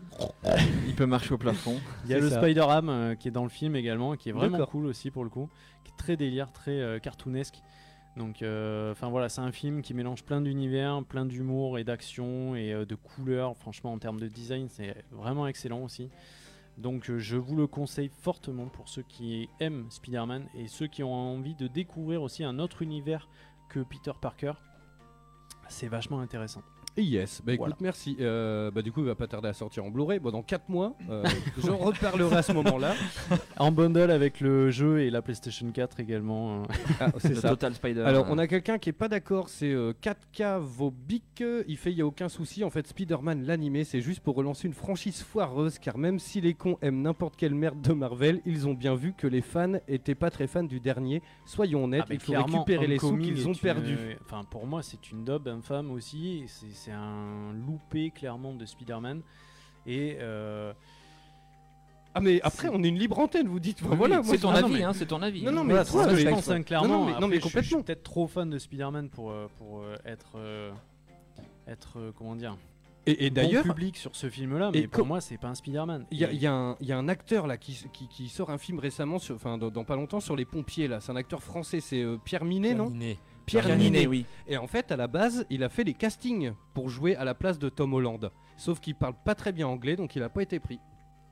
Speaker 3: Il peut marcher au plafond.
Speaker 7: Il y a
Speaker 4: C'est
Speaker 7: le
Speaker 4: ça.
Speaker 7: Spider-Ham euh, qui est dans le film également, qui est vraiment
Speaker 4: D'accord.
Speaker 7: cool aussi pour le coup, qui est très délire, très euh, cartoonesque. Donc, euh, enfin voilà, c'est un film qui mélange plein d'univers, plein d'humour et d'action et euh, de couleurs. Franchement, en termes de design, c'est vraiment excellent aussi. Donc, euh, je vous le conseille fortement pour ceux qui aiment Spider-Man et ceux qui ont envie de découvrir aussi un autre univers que Peter Parker. C'est vachement intéressant.
Speaker 4: Yes, bah écoute,
Speaker 7: Voilà.
Speaker 4: merci. Euh, bah du coup, il va pas tarder à sortir en Blu-ray. Bon, dans 4 mois, euh, j'en reparlerai à ce moment-là.
Speaker 7: En bundle avec le jeu et la PlayStation 4 également. euh.
Speaker 4: Ah, c'est
Speaker 3: Le
Speaker 4: ça.
Speaker 3: Total Spider.
Speaker 4: Alors,
Speaker 3: euh,
Speaker 4: on a quelqu'un qui est pas d'accord, c'est euh, 4K Vobic. Il fait, il y a aucun souci. En fait, Spider-Man, l'animé, c'est juste pour relancer une franchise foireuse. Car même si les cons aiment n'importe quelle merde de Marvel, ils ont bien vu que les fans étaient pas très fans du dernier. Soyons honnêtes,
Speaker 7: Ah, mais
Speaker 4: il faut
Speaker 7: clairement,
Speaker 4: récupérer les sous
Speaker 7: Homecoming
Speaker 4: qu'ils ont
Speaker 7: est une- euh,
Speaker 4: perdus.
Speaker 7: Enfin, pour moi, c'est une daube infâme aussi. et C'est c'est un loupé clairement de Spider-Man. Et euh,
Speaker 4: Ah, mais après, on est une libre antenne, vous
Speaker 6: Bah
Speaker 4: dites. Enfin, voilà, moi,
Speaker 3: c'est ton
Speaker 4: je-
Speaker 3: avis, hein, c'est ton avis.
Speaker 4: Non, non, mais
Speaker 7: voilà,
Speaker 4: toi,
Speaker 7: c'est ce que
Speaker 4: je
Speaker 7: je
Speaker 4: pense,
Speaker 7: pense
Speaker 4: ouais.
Speaker 7: hein, clairement.
Speaker 4: Non, non, mais- non,
Speaker 7: Après,
Speaker 4: mais
Speaker 7: je- Je,
Speaker 4: complètement.
Speaker 7: suis peut-être trop fan de Spider-Man pour euh, pour euh, être euh, être euh, comment dire
Speaker 4: Et, et d'ailleurs,
Speaker 7: bon public sur ce film-là,
Speaker 4: Et
Speaker 7: mais pour
Speaker 4: co-
Speaker 7: moi, c'est pas un Spider-Man.
Speaker 4: il y, a-
Speaker 7: Et-
Speaker 4: il y a un- il y a un acteur là qui, s- qui- qui sort un film récemment, sur- enfin dans, dans pas longtemps, sur les pompiers là. C'est un acteur français, c'est euh, Pierre Minet, non Pierre, Ninet.
Speaker 6: oui.
Speaker 4: Et en fait, à la base, il a fait les castings pour jouer à la place de Tom Holland. Sauf qu'il parle pas très bien anglais, donc il a pas été pris.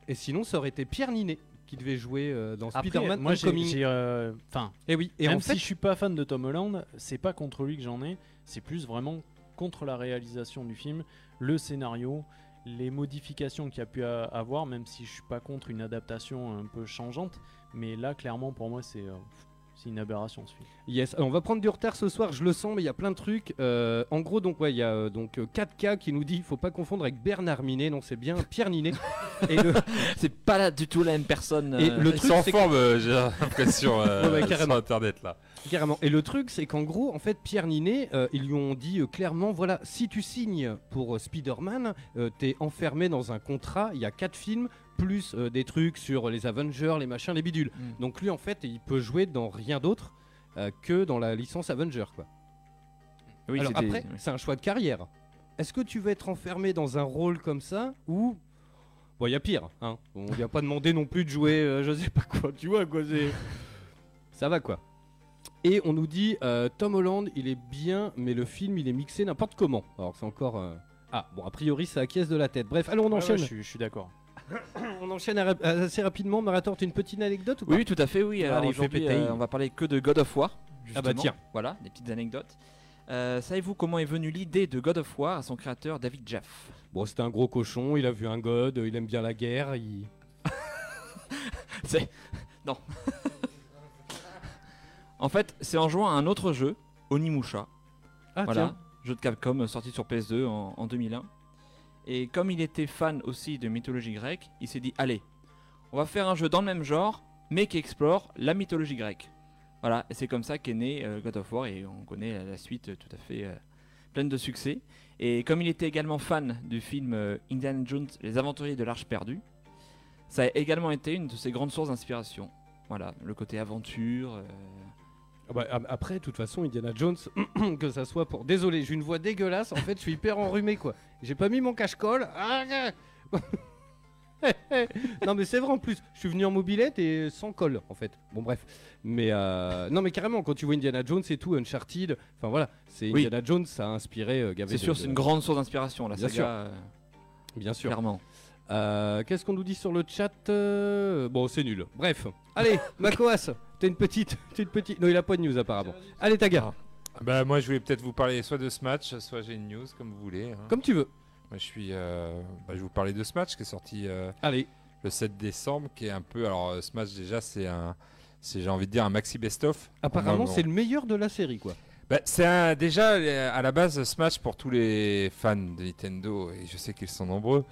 Speaker 4: Et sinon, ça aurait été Pierre Ninet qui devait jouer euh, dans
Speaker 7: Après,
Speaker 4: Spider-Man
Speaker 7: moi, j'ai-
Speaker 4: Homecoming.
Speaker 7: j'ai, euh, enfin,
Speaker 4: Et oui, et
Speaker 7: même
Speaker 4: en fait,
Speaker 7: si je suis pas fan de Tom Holland, c'est pas contre lui que j'en ai, c'est plus vraiment contre la réalisation du film, le scénario, les modifications qu'il y a pu a- avoir, même si je suis pas contre une adaptation un peu changeante, mais là clairement pour moi c'est euh, pff, c'est une aberration ce film.
Speaker 4: Yes, Alors, on va prendre du retard ce soir, je le sens, mais il y a plein de trucs. Euh, en gros, donc, ouais, il y a euh, donc euh, 4K qui nous dit faut pas confondre avec Bernard Minet, non, c'est bien Pierre Ninet. et le,
Speaker 6: C'est pas là du tout la même personne.
Speaker 4: et le
Speaker 5: Ils
Speaker 4: truc,
Speaker 5: sont en
Speaker 4: c'est
Speaker 5: forme, euh, j'ai l'impression, euh,
Speaker 4: Ouais, ouais,
Speaker 5: sur
Speaker 4: carrément.
Speaker 5: Internet là.
Speaker 4: que- carrément. Et le truc, c'est qu'en gros, en fait, Pierre Ninet, euh, ils lui ont dit euh, clairement voilà, si tu signes pour euh, Spider-Man, euh, t'es enfermé dans un contrat, il y a 4 films, plus euh, des trucs sur les Avengers, les machins, les bidules.
Speaker 3: Mm.
Speaker 4: Donc lui, en fait, il peut jouer dans rien d'autre euh, que dans la licence Avengers, quoi.
Speaker 3: Oui,
Speaker 6: ah,
Speaker 4: Alors
Speaker 3: c'était-
Speaker 4: après,
Speaker 3: oui.
Speaker 4: c'est un choix de carrière. Est-ce que tu veux être enfermé dans un rôle comme ça ou bon, il y a pire. Hein. On vient pas demander non plus de jouer, euh, je sais pas quoi. Tu vois quoi c'est- Ça va quoi. Et on nous dit euh, Tom Holland, il est bien, mais le film il est mixé n'importe comment. Alors c'est encore. euh, Ah bon, a priori ça acquiesce de la tête. Bref, allons on
Speaker 7: Ouais, ouais,
Speaker 4: enchaîne.
Speaker 7: je suis- je suis d'accord.
Speaker 4: on enchaîne à- assez rapidement. Marathon, t'as une petite anecdote ou pas
Speaker 3: Oui, oui, tout à fait, oui.
Speaker 6: Ah,
Speaker 3: Alors
Speaker 4: Allez, fais
Speaker 3: aujourd'hui,
Speaker 4: péter.
Speaker 3: euh, on va parler que de God of War.
Speaker 4: Ah bah
Speaker 3: justement.
Speaker 4: tiens.
Speaker 3: Voilà, des petites anecdotes. Euh, Savez-vous comment est venue l'idée de God of War à son créateur David Jaff
Speaker 4: Bon, c'était un gros cochon. Il a vu un god. Il aime bien la guerre. Il...
Speaker 3: En fait, c'est en jouant à un autre jeu, Onimusha,
Speaker 4: Ah
Speaker 3: voilà, jeu de Capcom euh, sorti sur PS2 en, en 2001. Et comme il était fan aussi de mythologie grecque, il s'est dit allez, on va faire un jeu dans le même genre, mais qui explore la mythologie grecque. Voilà, et c'est comme ça qu'est né euh, God of War, et on connaît euh, la suite euh, tout à fait euh, pleine de succès. Et comme il était également fan du film euh, Indiana Jones, Les Aventuriers de l'Arche Perdue, ça a également été une de ses grandes sources d'inspiration. Voilà, le côté aventure. euh,
Speaker 4: Ah bah, a- après, de toute façon, Indiana Jones, que ça soit pour. Désolé, j'ai une voix dégueulasse. En fait, je suis hyper enrhumé, quoi. J'ai pas mis mon cache-colle. Ah, ah. non, mais c'est vrai en plus. Je suis venu en mobilette et sans colle, en fait. Bon, bref. Mais euh, non, mais carrément, quand tu vois Indiana Jones et tout, Uncharted, enfin voilà, c'est
Speaker 3: Oui.
Speaker 4: Indiana Jones, ça a inspiré. euh, Gavé
Speaker 3: C'est
Speaker 4: de-
Speaker 3: sûr,
Speaker 4: de-
Speaker 3: c'est une grande source d'inspiration, la
Speaker 4: Bien
Speaker 3: saga,
Speaker 4: sûr.
Speaker 3: euh,
Speaker 4: Bien sûr.
Speaker 3: clairement.
Speaker 4: Euh, Qu'est-ce qu'on nous dit sur le chat Euh, Bon, c'est nul. Bref. Allez, Makoas, t'es une petite, t'es une petite. Non, il a pas de news apparemment. Allez,
Speaker 3: Ah.
Speaker 4: Taga,
Speaker 5: Bah, moi, je voulais peut-être vous parler soit de ce match, soit j'ai une news, comme vous voulez. hein.
Speaker 4: comme tu veux.
Speaker 5: Moi, je suis. euh, bah, je vais vous parler de ce match qui est sorti euh,
Speaker 4: Allez.
Speaker 5: le 7 décembre, qui est un peu. Alors, euh, ce match, déjà, c'est un. C'est, j'ai envie de dire, un maxi best-of.
Speaker 4: Apparemment,
Speaker 5: On a-
Speaker 4: c'est le meilleur de la série, quoi.
Speaker 5: Bah, c'est un- déjà euh, à la base ce match pour tous les fans de Nintendo et je sais qu'ils sont nombreux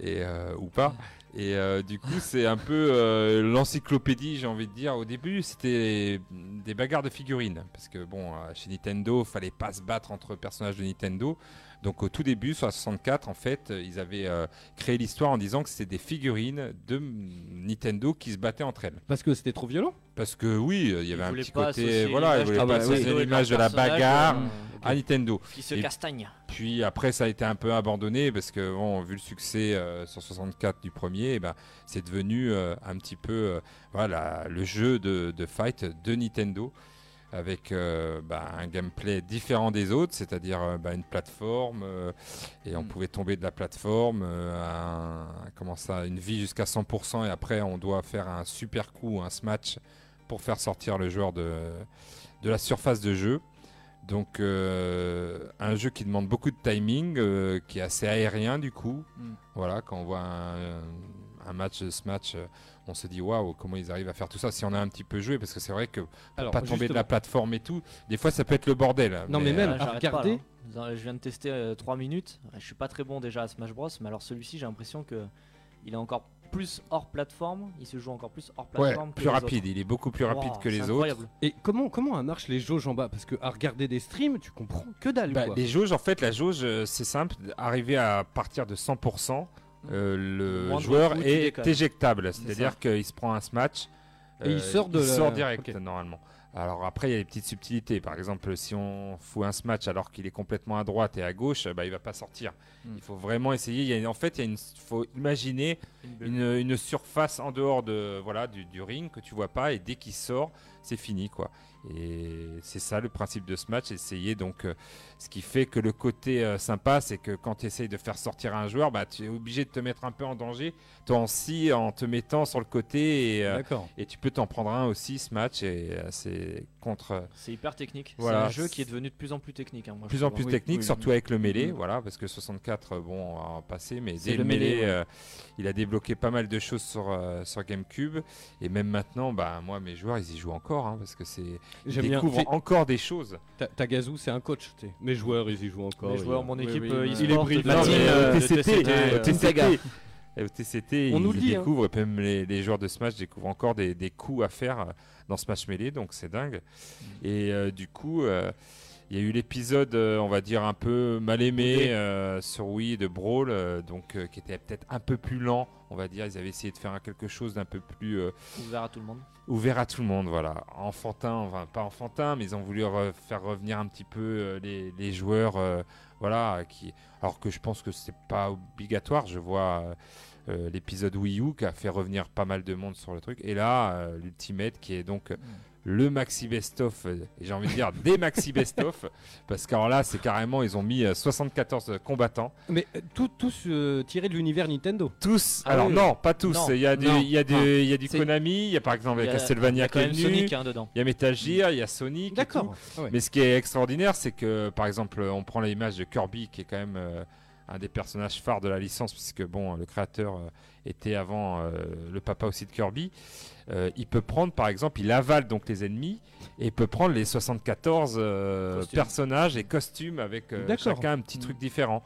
Speaker 5: et euh, ou pas et euh, du coup c'est un peu euh, l'encyclopédie j'ai envie de dire au début c'était des bagarres de figurines parce que bon euh, chez Nintendo fallait pas se battre entre personnages de Nintendo donc au tout début sur la 64 en fait euh, ils avaient euh, créé l'histoire en disant que c'était des figurines de mm, Nintendo qui se battaient entre elles
Speaker 4: Parce que c'était trop violent.
Speaker 5: parce que oui euh, il y avait un
Speaker 6: voulaient
Speaker 5: petit
Speaker 6: pas
Speaker 5: côté
Speaker 6: associer
Speaker 5: voilà ils
Speaker 6: l'image de
Speaker 5: voulaient pas
Speaker 3: Nintendo
Speaker 5: associer
Speaker 6: et de
Speaker 5: l'image de
Speaker 6: leur
Speaker 5: la
Speaker 7: Ah,
Speaker 6: personnage,
Speaker 5: bagarre
Speaker 7: Mmh.
Speaker 6: euh,
Speaker 5: à Nintendo
Speaker 6: Qui se
Speaker 5: Et-
Speaker 6: castagne.
Speaker 5: puis après, ça a été un peu abandonné parce que, bon, vu le succès euh, sur 64 du premier, eh ben, c'est devenu euh, un petit peu euh, voilà, le jeu de, de fight de Nintendo avec euh, bah, un gameplay différent des autres, c'est-à-dire euh, bah, une plateforme, euh, et on
Speaker 3: Mm.
Speaker 5: pouvait tomber de la plateforme, euh, à un- comment ça, une vie jusqu'à 100%, et après on doit faire un super coup, un smash, pour faire sortir le joueur de, de la surface de jeu. Donc euh, un jeu qui demande beaucoup de timing, euh, qui est assez aérien du coup.
Speaker 3: Mm.
Speaker 5: Voilà, quand on voit un, un match de smash, euh, on se dit waouh, comment ils arrivent à faire tout ça si on a un petit peu joué, parce que c'est vrai que
Speaker 4: Alors,
Speaker 5: pas tomber de la plateforme et tout. Des fois, ça peut être le bordel. hein,
Speaker 4: Non, mais même-
Speaker 5: euh,
Speaker 4: à
Speaker 6: j'arrête pas,
Speaker 4: regarder.
Speaker 6: là, hein. Je viens de tester 3 minutes. Je suis pas très bon déjà à Smash Bros, mais alors celui-ci, j'ai l'impression que il est encore plus hors plateforme. Il se joue encore plus hors
Speaker 5: ouais,
Speaker 6: plateforme. que
Speaker 5: plus
Speaker 6: les
Speaker 5: rapide.
Speaker 6: autres.
Speaker 5: Il est beaucoup plus rapide
Speaker 6: Waouh,
Speaker 5: que
Speaker 6: c'est
Speaker 5: les autres.
Speaker 6: incroyable.
Speaker 4: Et comment comment marche les jauges en bas Parce que à regarder des streams, tu comprends que dalle,
Speaker 5: Bah,
Speaker 4: quoi.
Speaker 5: les jauges, en fait, la jauge, euh, c'est simple. Arriver à partir de 100%, euh, le
Speaker 6: Moindre
Speaker 5: joueur
Speaker 6: coup, tu
Speaker 5: est
Speaker 6: déconnes.
Speaker 5: éjectable.
Speaker 6: C'est
Speaker 5: C'est-à-dire qu'il se prend un smash. euh,
Speaker 4: Et il sort de
Speaker 5: il
Speaker 4: la-
Speaker 5: sort direct,
Speaker 4: ok.
Speaker 5: normalement. Alors après, il y a des petites subtilités. Par exemple, si on fout un smash alors qu'il est complètement à droite et à gauche, bah, il va pas sortir.
Speaker 4: Hmm.
Speaker 3: Mm.
Speaker 5: Il faut vraiment essayer. Il y a, une- en fait, il y a une- faut imaginer une, une surface en dehors de voilà du, du ring que tu vois pas et dès qu'il sort, c'est fini quoi. Et c'est ça le principe de ce match. Essayer donc, euh, ce qui fait que le côté euh, sympa, c'est que quand tu essayes de faire sortir un joueur, bah, tu es obligé de te mettre un peu en danger, toi aussi en te mettant sur le côté et euh,
Speaker 4: D'accord.
Speaker 5: et tu peux t'en prendre un aussi ce match et euh, c'est contre euh,
Speaker 6: C'est hyper technique.
Speaker 5: Voilà.
Speaker 6: C'est un jeu qui est devenu de plus en plus technique. hein, moi,
Speaker 5: de
Speaker 6: je
Speaker 5: plus en
Speaker 6: trouve,
Speaker 5: plus
Speaker 6: hein.
Speaker 5: technique,
Speaker 3: oui.
Speaker 5: surtout avec le mêlé,
Speaker 3: Mhm.
Speaker 5: voilà, parce que 64, euh, bon, on va en passer, mais
Speaker 3: C'est
Speaker 5: dès le
Speaker 3: le
Speaker 5: mêlé,
Speaker 3: mêlé, ouais.
Speaker 5: euh, il a débloqué pas mal de choses sur, euh, sur GameCube et même maintenant, bah moi mes joueurs ils y jouent encore hein, parce que c'est ils
Speaker 4: J'aime bien.
Speaker 5: découvrent
Speaker 4: t'es-
Speaker 5: encore des choses.
Speaker 4: Ta- Tagazu, c'est un coach. tu sais. Mes joueurs, ils y jouent encore.
Speaker 6: Les
Speaker 4: ils-
Speaker 6: joueurs, mon
Speaker 7: Oui,
Speaker 6: équipe,
Speaker 7: oui,
Speaker 6: euh,
Speaker 7: il est
Speaker 6: e-sport, de
Speaker 4: brillant.
Speaker 6: la
Speaker 4: Non,
Speaker 6: team,
Speaker 4: mais,
Speaker 6: euh, de
Speaker 3: TCT,
Speaker 6: TCT, euh,
Speaker 3: Tensaga.
Speaker 5: Et au TCT,
Speaker 4: On
Speaker 5: ils
Speaker 4: nous le dit, hein.
Speaker 5: découvrent, et puis même les, les joueurs de Smash découvrent encore des, des coups à faire euh, dans Smash Melee, donc c'est dingue.
Speaker 4: Mm.
Speaker 5: Et euh, du coup, euh, il y a eu l'épisode, euh, on va dire, un peu mal aimé euh, sur Wii de Brawl, euh, donc, euh, qui était peut-être un peu plus lent, on va dire. Ils avaient essayé de faire un- quelque chose d'un peu plus euh,
Speaker 6: Ouvert à tout le monde.
Speaker 5: ouvert à tout le monde, voilà. Enfantin, enfin pas enfantin, mais ils ont voulu re- faire revenir un petit peu euh, les, les joueurs, euh, voilà, euh, qui. Alors que je pense que c'est pas obligatoire. Je vois euh, euh, l'épisode Wii U qui a fait revenir pas mal de monde sur le truc. Et là, euh, l'Ultimate qui est
Speaker 6: Mm.
Speaker 5: donc euh, le maxi best-of, euh, et j'ai envie de dire des maxi best-of, parce qu'alors là, c'est carrément, ils ont mis euh, 74 combattants.
Speaker 4: Mais euh, tout- tous euh, tirés de l'univers Nintendo.
Speaker 5: Tous,
Speaker 6: Ah
Speaker 5: alors
Speaker 6: oui, oui.
Speaker 5: non, pas tous.
Speaker 6: Non,
Speaker 5: Il y a du,
Speaker 6: non,
Speaker 5: il y a du,
Speaker 6: non.
Speaker 5: il y a du
Speaker 6: C'est-
Speaker 5: Konami, il y a par exemple
Speaker 6: il y a-
Speaker 5: Castlevania
Speaker 6: quand
Speaker 5: qui est
Speaker 6: même
Speaker 5: venu.
Speaker 6: Sonic hein, dedans.
Speaker 5: Il y a Metal Gear, il y a Sonic. et tout.
Speaker 4: D'accord. Ah ouais.
Speaker 5: Mais ce qui est extraordinaire, c'est que, par exemple, on prend l'image de Kirby, qui est quand même euh, un des personnages phares de la licence, puisque bon, le créateur euh, était avant euh, le papa aussi de Kirby. Euh, il peut prendre, par exemple, il avale donc les ennemis et il peut prendre les 74 euh,
Speaker 6: Costumes.
Speaker 5: personnages et costumes avec euh,
Speaker 4: D'accord.
Speaker 5: chacun un petit truc différent.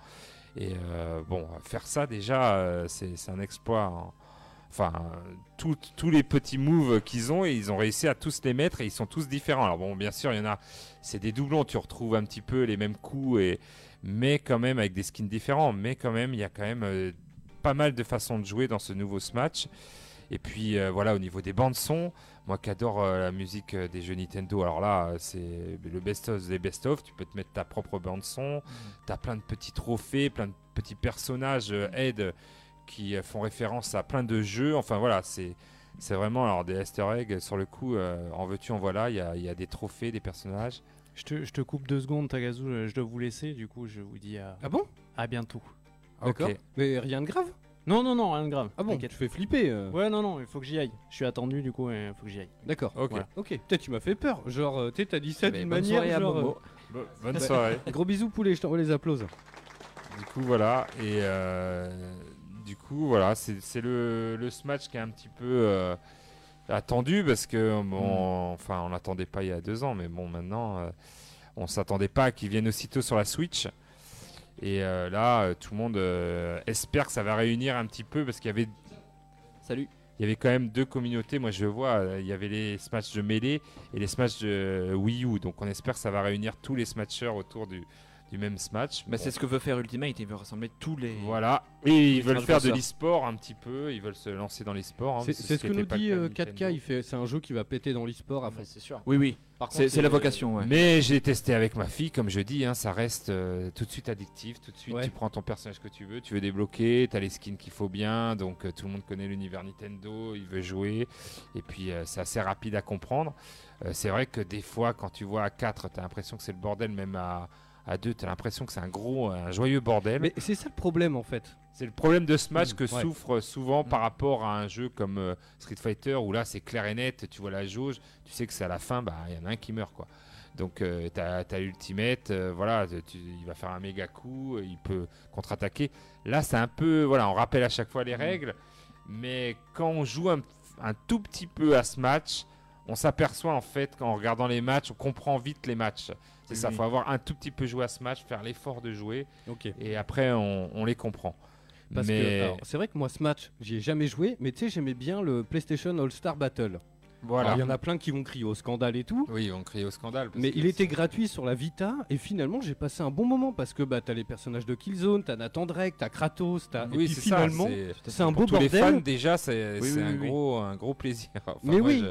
Speaker 5: Et euh, bon, faire ça déjà, euh, c'est c'est un exploit. en- Enfin, tout- tous les petits moves qu'ils ont, et ils ont réussi à tous les mettre et ils sont tous différents. Alors bon, bien sûr, il y en a, c'est des doublons, tu retrouves un petit peu les mêmes coups, et, mais quand même avec des skins différents. Mais quand même, il y a quand même euh, pas mal de façons de jouer dans ce nouveau Smash. Et puis euh, voilà, au niveau des bandes son, moi qui adore euh, la musique euh, des jeux Nintendo, alors là, euh, c'est le best-of des best-of, tu peux te mettre ta propre bande son, t'as plein de petits trophées, plein de petits personnages euh, aides qui euh, font référence à plein de jeux, enfin voilà, c'est... C'est vraiment alors des easter eggs sur le coup, euh, en veux-tu, en voilà, il y a- il y a des trophées, des personnages.
Speaker 7: Je te, je te coupe deux secondes, Tagazu, euh, je dois vous laisser, du coup je vous dis à,
Speaker 4: Ah bon
Speaker 7: à bientôt.
Speaker 4: D'accord.
Speaker 5: Ok.
Speaker 4: Mais rien de grave.
Speaker 7: Non, non, non, rien de grave.
Speaker 4: Ah bon Tu
Speaker 7: t'inquiète.
Speaker 4: fais flipper. euh.
Speaker 7: Ouais, non, non, il faut que j'y aille. Je suis attendu, du coup, il faut que j'y aille.
Speaker 4: D'accord.
Speaker 5: Ok.
Speaker 7: Voilà.
Speaker 4: Ok. Peut-être tu m'as fait peur. Genre, euh, tu sais, t'as dit ça
Speaker 6: Mais
Speaker 4: d'une
Speaker 6: bonne
Speaker 4: manière.
Speaker 6: soirée à
Speaker 4: genre,
Speaker 6: Momo.
Speaker 5: Bo- Bonne soirée.
Speaker 4: euh, Gros bisous poulet, je t'envoie les applauses.
Speaker 5: Du coup, voilà. Et euh, du coup, voilà, c'est c'est le, le Smash qui est un petit peu euh, attendu parce que,
Speaker 3: Mm.
Speaker 5: bon, enfin, on l'attendait pas il y a deux ans, mais bon, maintenant, euh, on s'attendait pas qu'il vienne aussitôt sur la Switch. Et euh, là, euh, tout le monde euh, espère que ça va réunir un petit peu parce qu'il y avait
Speaker 3: Salut.
Speaker 5: il y avait quand même deux communautés. Moi, je vois, euh, il y avait les Smash de mêlée et les Smash de euh, Wii U. Donc, on espère que ça va réunir tous les Smashers autour du, du même Smash.
Speaker 3: Bah,
Speaker 5: Bon.
Speaker 3: c'est ce que veut faire Ultimate, il veut rassembler tous les.
Speaker 5: Voilà. Et ils
Speaker 3: les
Speaker 5: veulent faire de
Speaker 3: transgresseurs.
Speaker 5: l'e-sport un petit peu. Ils veulent se lancer dans l'e-sport. hein,
Speaker 4: C'est
Speaker 5: parce
Speaker 4: c'est ce que
Speaker 5: était
Speaker 4: nous
Speaker 5: pas le
Speaker 4: dit
Speaker 5: cas de
Speaker 4: euh, 4K,
Speaker 5: Nintendo.
Speaker 4: il fait- c'est un jeu qui va péter dans l'e-sport à fond.
Speaker 6: Ouais, c'est sûr.
Speaker 3: Oui, oui.
Speaker 6: Par
Speaker 3: C'est
Speaker 6: contre,
Speaker 3: c'est la
Speaker 6: euh,
Speaker 3: vocation, ouais.
Speaker 5: Mais j'ai testé avec ma fille, comme je dis, hein, ça reste euh, tout de suite addictif. Tout de suite,
Speaker 4: Ouais.
Speaker 5: tu prends ton personnage que tu veux, tu veux débloquer, t'as les skins qu'il faut bien. Donc euh, tout le monde connaît l'univers Nintendo, il veut jouer. Et puis euh, c'est assez rapide à comprendre. Euh, c'est vrai que des fois, quand tu vois à 4, t'as l'impression que c'est le bordel, même à. À deux, t'as l'impression que c'est un gros, un joyeux bordel.
Speaker 4: Mais c'est ça le problème en fait.
Speaker 5: C'est le problème de Smash que
Speaker 4: ouais.
Speaker 5: souffre souvent par rapport à un jeu comme euh, Street Fighter où là c'est clair et net, tu vois la jauge, tu sais que c'est à la fin, bah il y en a un qui meurt quoi. Donc euh, t'as as Ultimate, euh, voilà, tu- il va faire un méga coup, euh, il peut contre-attaquer. Là c'est un peu, voilà, on rappelle à chaque fois les règles, mais quand on joue un, un tout petit peu à ce match, on s'aperçoit en fait qu'en regardant les matchs, on comprend vite les matchs. C'est ça, faut avoir un tout petit peu joué à ce match, faire l'effort de jouer
Speaker 4: Ok.
Speaker 5: et après on, on les comprend.
Speaker 4: Parce que
Speaker 5: mais
Speaker 4: alors, c'est vrai que moi ce match, j'y ai jamais joué, mais tu sais j'aimais bien le PlayStation All Star Battle.
Speaker 5: voilà.
Speaker 4: Alors, Il y en a plein qui vont crier au scandale et tout.
Speaker 5: Oui, on crie au scandale. parce
Speaker 4: Mais
Speaker 5: que
Speaker 4: il était
Speaker 5: c'est-
Speaker 4: gratuit sur la Vita et finalement j'ai passé un bon moment parce que bah t'as les personnages de Killzone, t'as Nathan Drake, t'as Kratos, t'as et
Speaker 5: Oui,
Speaker 4: puis
Speaker 5: c'est ça,
Speaker 4: finalement
Speaker 5: c'est-
Speaker 4: c'est un
Speaker 5: pour
Speaker 4: beau
Speaker 5: tous les fans
Speaker 4: bordel.
Speaker 5: déjà, c'est
Speaker 4: Oui,
Speaker 5: c'est
Speaker 4: oui,
Speaker 5: un
Speaker 4: oui, oui.
Speaker 5: gros, un gros plaisir. Enfin,
Speaker 4: Mais
Speaker 5: moi,
Speaker 4: oui.
Speaker 5: je-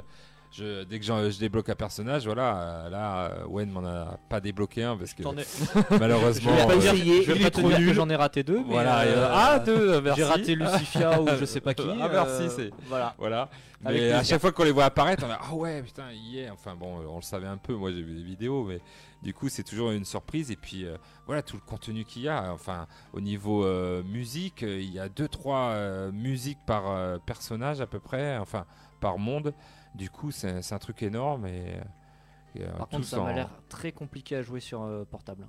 Speaker 5: je- dès que j'en- je débloque un personnage, voilà, euh, là, euh, Wen m'en a pas débloqué un parce que
Speaker 9: T'en es-
Speaker 5: malheureusement.
Speaker 6: Je vais pas
Speaker 5: euh,
Speaker 6: dire- je vais
Speaker 5: il
Speaker 6: pas
Speaker 5: est
Speaker 6: te
Speaker 5: trop
Speaker 6: dire que
Speaker 5: nul.
Speaker 6: j'en ai raté deux. mais,
Speaker 5: Voilà,
Speaker 6: euh,
Speaker 5: et, euh, ah, deux, euh, merci.
Speaker 6: J'ai raté Lucilia
Speaker 4: Euh,
Speaker 6: ou je sais pas qui.
Speaker 5: Ah, merci,
Speaker 6: euh,
Speaker 5: c'est-
Speaker 6: Voilà.
Speaker 5: Voilà.
Speaker 6: Avec
Speaker 5: Mais à
Speaker 6: plaisir.
Speaker 5: chaque fois qu'on les voit apparaître, on va ah ouais putain hier. Enfin bon, euh, on le savait un peu. Moi j'ai vu des vidéos, mais du coup c'est toujours une surprise. Et puis euh, voilà tout le contenu qu'il y a. Enfin au niveau euh, musique, euh, il y a deux trois euh, musiques par euh, personnage à peu près. Enfin par monde. Du coup c'est c'est un truc énorme et. euh, et, euh,
Speaker 6: Par
Speaker 5: tous
Speaker 6: contre, ça m'a
Speaker 5: en-
Speaker 6: l'air très compliqué à jouer sur euh, portable.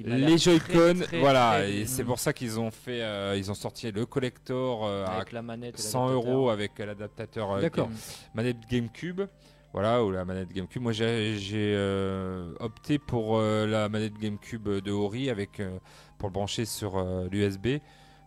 Speaker 6: Il m'a l'air
Speaker 5: les
Speaker 6: très,
Speaker 5: Joy-Con,
Speaker 6: très,
Speaker 5: voilà,
Speaker 6: très- mmh.
Speaker 5: et c'est pour ça qu'ils ont fait, euh, ils ont sorti le collector euh, à
Speaker 6: Avec la manette. et
Speaker 5: 100
Speaker 6: l'adaptateur.
Speaker 5: euros avec euh, l'adaptateur euh,
Speaker 4: D'accord.
Speaker 5: Game- manette GameCube. Voilà, ou la manette GameCube. Moi, j'ai j'ai, euh, opté pour euh, la manette GameCube de Ori avec, euh, pour le brancher sur euh, l'USB.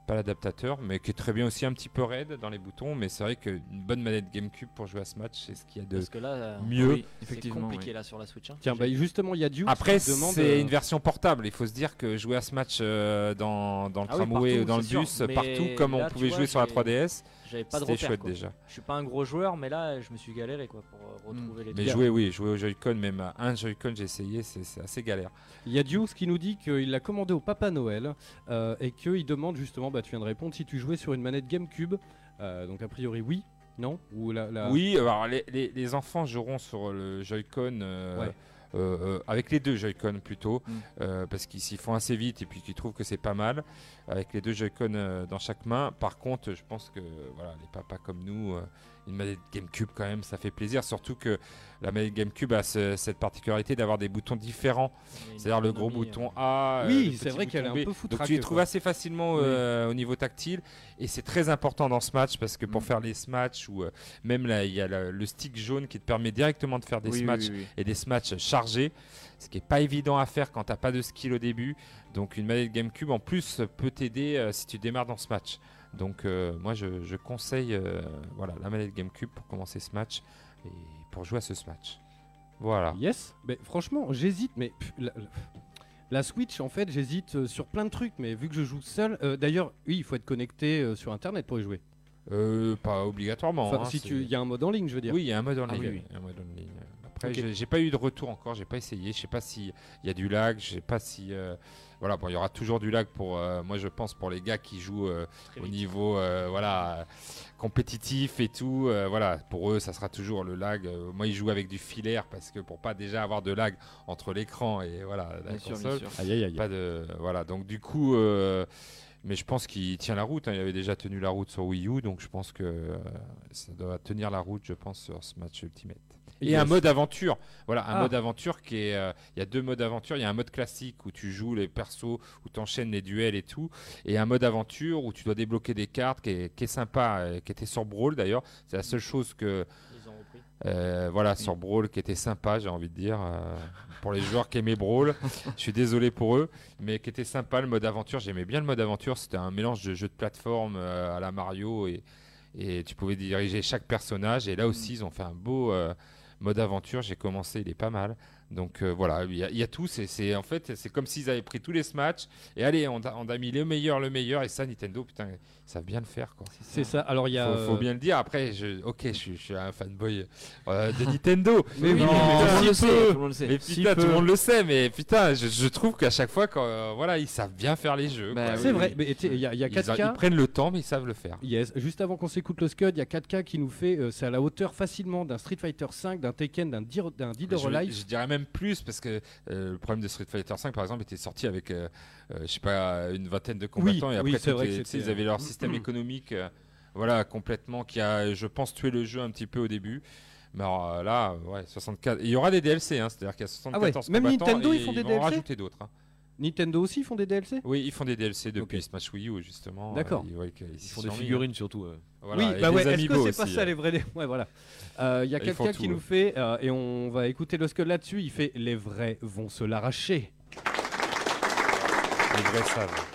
Speaker 5: Pas l'adaptateur, mais qui est très bien aussi, un petit peu raide dans les boutons. Mais c'est vrai qu'une bonne manette GameCube pour jouer à ce match, c'est ce qu'il y a de.
Speaker 6: Parce que là, euh,
Speaker 5: mieux.
Speaker 6: oui, c'est
Speaker 3: Effectivement,
Speaker 6: compliqué
Speaker 3: oui.
Speaker 6: là sur la Switch. hein.
Speaker 4: Tiens, bah, justement, il y a du
Speaker 5: Après,
Speaker 4: demande.
Speaker 5: c'est
Speaker 4: euh,
Speaker 5: une version portable. Il faut se dire que jouer à ce match euh, dans, dans le
Speaker 6: Ah oui,
Speaker 5: tramway
Speaker 6: partout,
Speaker 5: ou dans le
Speaker 6: c'est sûr,
Speaker 5: bus,
Speaker 6: mais
Speaker 5: partout, comme
Speaker 6: là,
Speaker 5: on
Speaker 6: tu
Speaker 5: pouvait
Speaker 6: vois,
Speaker 5: jouer sur la
Speaker 6: j'ai-
Speaker 5: 3DS,
Speaker 6: J'avais pas de
Speaker 5: c'était
Speaker 6: repère.
Speaker 5: chouette
Speaker 6: quoi.
Speaker 5: déjà.
Speaker 6: Je suis pas un gros joueur, mais là, je me suis galéré quoi pour euh, retrouver les
Speaker 5: Mmh. Mais
Speaker 6: trucs.
Speaker 5: jouer, oui, jouer au Joy-Con, même à un Joy-Con, j'ai essayé, c'est c'est assez galère.
Speaker 4: Il y a Dukes qui nous dit qu'il l'a commandé au Papa Noël euh, et qu'il demande justement, bah, tu viens de répondre, si tu jouais sur une manette GameCube. Euh, donc a priori oui, non Ou la, la-
Speaker 5: Oui, alors les, les- les enfants joueront sur le Joy-Con. euh,
Speaker 4: Ouais.
Speaker 5: euh, euh, avec les deux Joy-Con plutôt,
Speaker 3: Mm.
Speaker 5: euh, parce qu'ils s'y font assez vite et puis qu'ils trouvent que c'est pas mal, avec les deux Joy-Con euh, dans chaque main. Par contre, je pense que voilà, les papas comme nous, euh, une manette GameCube quand même, ça fait plaisir, surtout que la manette GameCube a ce- cette particularité d'avoir des boutons différents
Speaker 6: Mais une
Speaker 5: C'est-à-dire le gros
Speaker 6: ergonomie, euh,
Speaker 5: bouton A. euh,
Speaker 4: Oui,
Speaker 5: le
Speaker 4: c'est
Speaker 5: petit
Speaker 4: vrai qu'elle
Speaker 5: bouton
Speaker 4: est un
Speaker 5: B.
Speaker 4: peu
Speaker 5: Donc
Speaker 4: foutraque,
Speaker 5: tu les trouves
Speaker 4: quoi.
Speaker 5: assez facilement euh, au niveau tactile. Et c'est très important dans ce match parce que pour
Speaker 3: Mm.
Speaker 5: faire les smatchs, ou euh, même là, il y a le, le stick jaune qui te permet directement de faire des
Speaker 3: Oui, oui,
Speaker 5: smatchs
Speaker 3: oui, oui.
Speaker 5: et des smatchs chargés. Ce qui n'est pas évident à faire quand tu n'as pas de skill au début. Donc une manette GameCube en plus peut t'aider euh, si tu démarres dans ce match. Donc euh, moi je, je conseille euh, voilà, la manette GameCube pour commencer ce match et pour jouer à ce match. Voilà.
Speaker 4: Yes Mais franchement, j'hésite, mais pff, la, la- la Switch, en fait, j'hésite euh, sur plein de trucs, mais vu que je joue seul, euh, d'ailleurs, oui, il faut être connecté euh, sur Internet pour y jouer.
Speaker 5: Euh, pas obligatoirement.
Speaker 4: Enfin,
Speaker 5: hein,
Speaker 4: si
Speaker 5: c'est-
Speaker 4: tu, il y a un mode en ligne, je veux dire.
Speaker 5: Oui, il y a un mode en
Speaker 4: Ah
Speaker 5: ligne.
Speaker 4: oui,
Speaker 5: un mode en ligne. Après,
Speaker 4: Ok.
Speaker 5: j'ai- j'ai pas eu de retour encore, j'ai pas essayé. Je sais pas s'il y a du lag, je sais pas si. euh, Voilà, bon, il y aura toujours du lag pour, euh, moi je pense, pour les gars qui jouent euh, au niveau euh, voilà, euh, compétitif et tout. euh, voilà, pour eux, ça sera toujours le lag. Euh, moi, ils jouent avec du filaire parce que pour pas déjà avoir de lag entre l'écran et voilà, la
Speaker 3: Bien sûr, bien
Speaker 5: console.
Speaker 3: sûr.
Speaker 4: Aïe aïe aïe.
Speaker 5: Pas de voilà. Donc du coup, euh, mais je pense qu'il tient la route. hein. Il avait déjà tenu la route sur Wii U, donc je pense que euh, ça doit tenir la route, je pense, sur ce match Ultimate. Et
Speaker 4: Yes.
Speaker 5: un mode aventure. Voilà, un
Speaker 4: Ah.
Speaker 5: mode aventure qui est. euh, Il y a deux modes aventure. Il y a un mode classique où tu joues les persos, où tu enchaînes les duels et tout. Et un mode aventure où tu dois débloquer des cartes qui est, qui est sympa, euh, qui était sur Brawl d'ailleurs. C'est la seule chose que.
Speaker 6: Ils ont repris.
Speaker 5: Euh, voilà, sur Brawl qui était sympa, j'ai envie de dire. euh, pour les joueurs qui aimaient Brawl, je suis désolé pour eux, mais qui était sympa le mode aventure. J'aimais bien le mode aventure, c'était un mélange de jeu de plateforme euh, à la Mario et, et tu pouvais diriger chaque personnage. Et là aussi, ils ont fait un beau euh, mode aventure. J'ai commencé, il est pas mal. Donc euh, voilà, il y, a- il y a tout. C'est- C'est en fait, c'est comme s'ils avaient pris tous les matchs et allez, on a, on a mis le meilleur, le meilleur. Et ça, Nintendo, putain, ils savent bien le faire quoi.
Speaker 4: C'est ça. Alors il y
Speaker 5: Il
Speaker 4: a.
Speaker 5: faut, faut
Speaker 4: euh,
Speaker 5: bien le dire. Après, je, ok, je, suis- je suis un fanboy euh, de Nintendo.
Speaker 4: Mais oui,
Speaker 5: Non, tout
Speaker 4: mais tout
Speaker 5: le monde le sait.
Speaker 3: monde le sait.
Speaker 5: Mais putain, tout le monde le sait. Mais putain, je, je trouve qu'à chaque fois, quand, euh, voilà, ils savent bien faire les jeux.
Speaker 3: Bah
Speaker 5: quoi.
Speaker 3: oui,
Speaker 4: euh, C'est
Speaker 3: oui,
Speaker 4: vrai.
Speaker 3: oui.
Speaker 4: Mais tu sais, il y a, il y a
Speaker 5: Ils, en-
Speaker 4: 4K.
Speaker 5: ils prennent le temps, mais ils savent le faire.
Speaker 4: Yes, juste avant qu'on s'écoute le Scud, il y a 4K qui nous fait, euh, c'est à la hauteur facilement d'un Street Fighter 5, d'un Tekken, d'un Dir- d'un Dead
Speaker 5: Mais
Speaker 4: or
Speaker 5: Bah, Je,
Speaker 4: Alive.
Speaker 5: je dirais même plus parce que euh, le problème de Street Fighter 5 par exemple était sorti avec euh, euh, je sais pas une vingtaine de combattants et après
Speaker 4: oui, c'est
Speaker 5: tout
Speaker 4: vrai que
Speaker 5: est- tu sais,
Speaker 4: c'était,
Speaker 5: ils avaient leur système économique euh, voilà complètement qui a je pense tué le jeu un petit peu au début. Mais alors, euh, là, ouais, 64. Il y aura des DLC, hein, c'est-à-dire qu'il y a 74
Speaker 4: Ah même
Speaker 5: combattants
Speaker 4: Nintendo,
Speaker 5: et
Speaker 4: ils font des
Speaker 5: vont en
Speaker 4: DLC?
Speaker 5: rajouter d'autres. hein.
Speaker 4: Nintendo aussi ils font des DLC
Speaker 5: Oui, ils font des DLC depuis
Speaker 4: Ok.
Speaker 5: Smash Wii U, justement.
Speaker 4: D'accord.
Speaker 5: Euh, ils, ouais, qu'ils- ils
Speaker 9: Ils
Speaker 5: s'y
Speaker 9: font des
Speaker 5: sont mis, hein.
Speaker 9: figurines surtout. euh.
Speaker 5: Voilà,
Speaker 4: oui,
Speaker 5: et
Speaker 4: bah
Speaker 5: des
Speaker 4: ouais, est-ce
Speaker 5: amiibo
Speaker 4: que c'est pas
Speaker 5: aussi,
Speaker 4: ça
Speaker 5: hein.
Speaker 4: les vrais dé- Ouais, voilà. Euh, Il y a
Speaker 5: Ils font
Speaker 4: quelqu'un
Speaker 5: tout, hein.
Speaker 4: qui nous
Speaker 5: ouais.
Speaker 4: fait, euh, et on va écouter le Scud là-dessus, il fait Les vrais vont se l'arracher.
Speaker 5: Les vrais savent.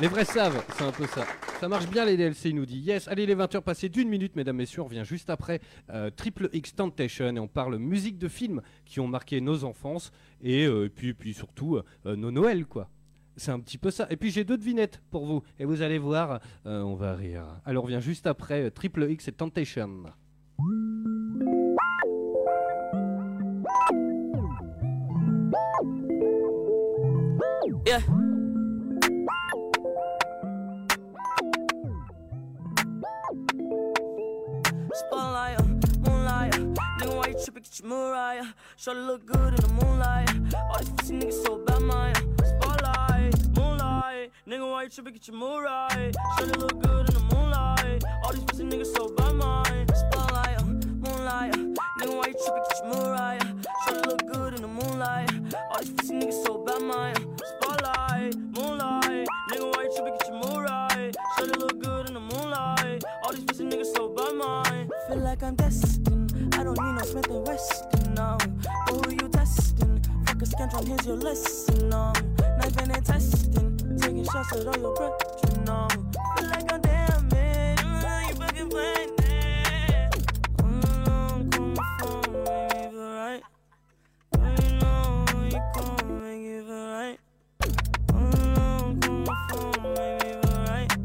Speaker 4: Les vrais savent, c'est un peu ça. Ça marche bien les DLC, il nous dit. Yes, allez, les 20h passées d'une minute, mesdames, messieurs, on revient juste après euh, Triple X Temptation et on parle musique de films qui ont marqué nos enfances et euh, et puis, et puis surtout euh, nos Noëls, quoi. C'est un petit peu ça. Et puis j'ai deux devinettes pour vous. Et vous allez voir, euh, on va rire. Alors on revient juste après euh, Triple X et Temptation.
Speaker 11: Yeah. Spotlight, moonlight. Nigga, why you trippin'? Get your mood right. Shawty look good in the moonlight. All these pussy niggas so bad, mine. Spotlight, moonlight. Nigga, why you trippin'? Get your mood right. Shawty look good in the moonlight. All these pussy niggas so bad, mine. Spotlight, moonlight. Nigga, why you trippin'? Get your mood right. Shawty look good in the moonlight. All these pussy niggas so bad, mine. Spotlight, moonlight. Nigga, why you trippin'? Get your mood right. Shawty look good in the moonlight. All these pussy niggas so bad, mine. Feel like I'm destined. I don't need no Smith and Wesson. No, but who you testing? Fuck a scantron, here's your lesson. Um, knife and intestine, taking shots at all your brethren. Um, feel like I'm damn it. Mm, you fucking playing it. Mm, come for me, feel right. You know you come and give it right. Mm, come for me, feel right.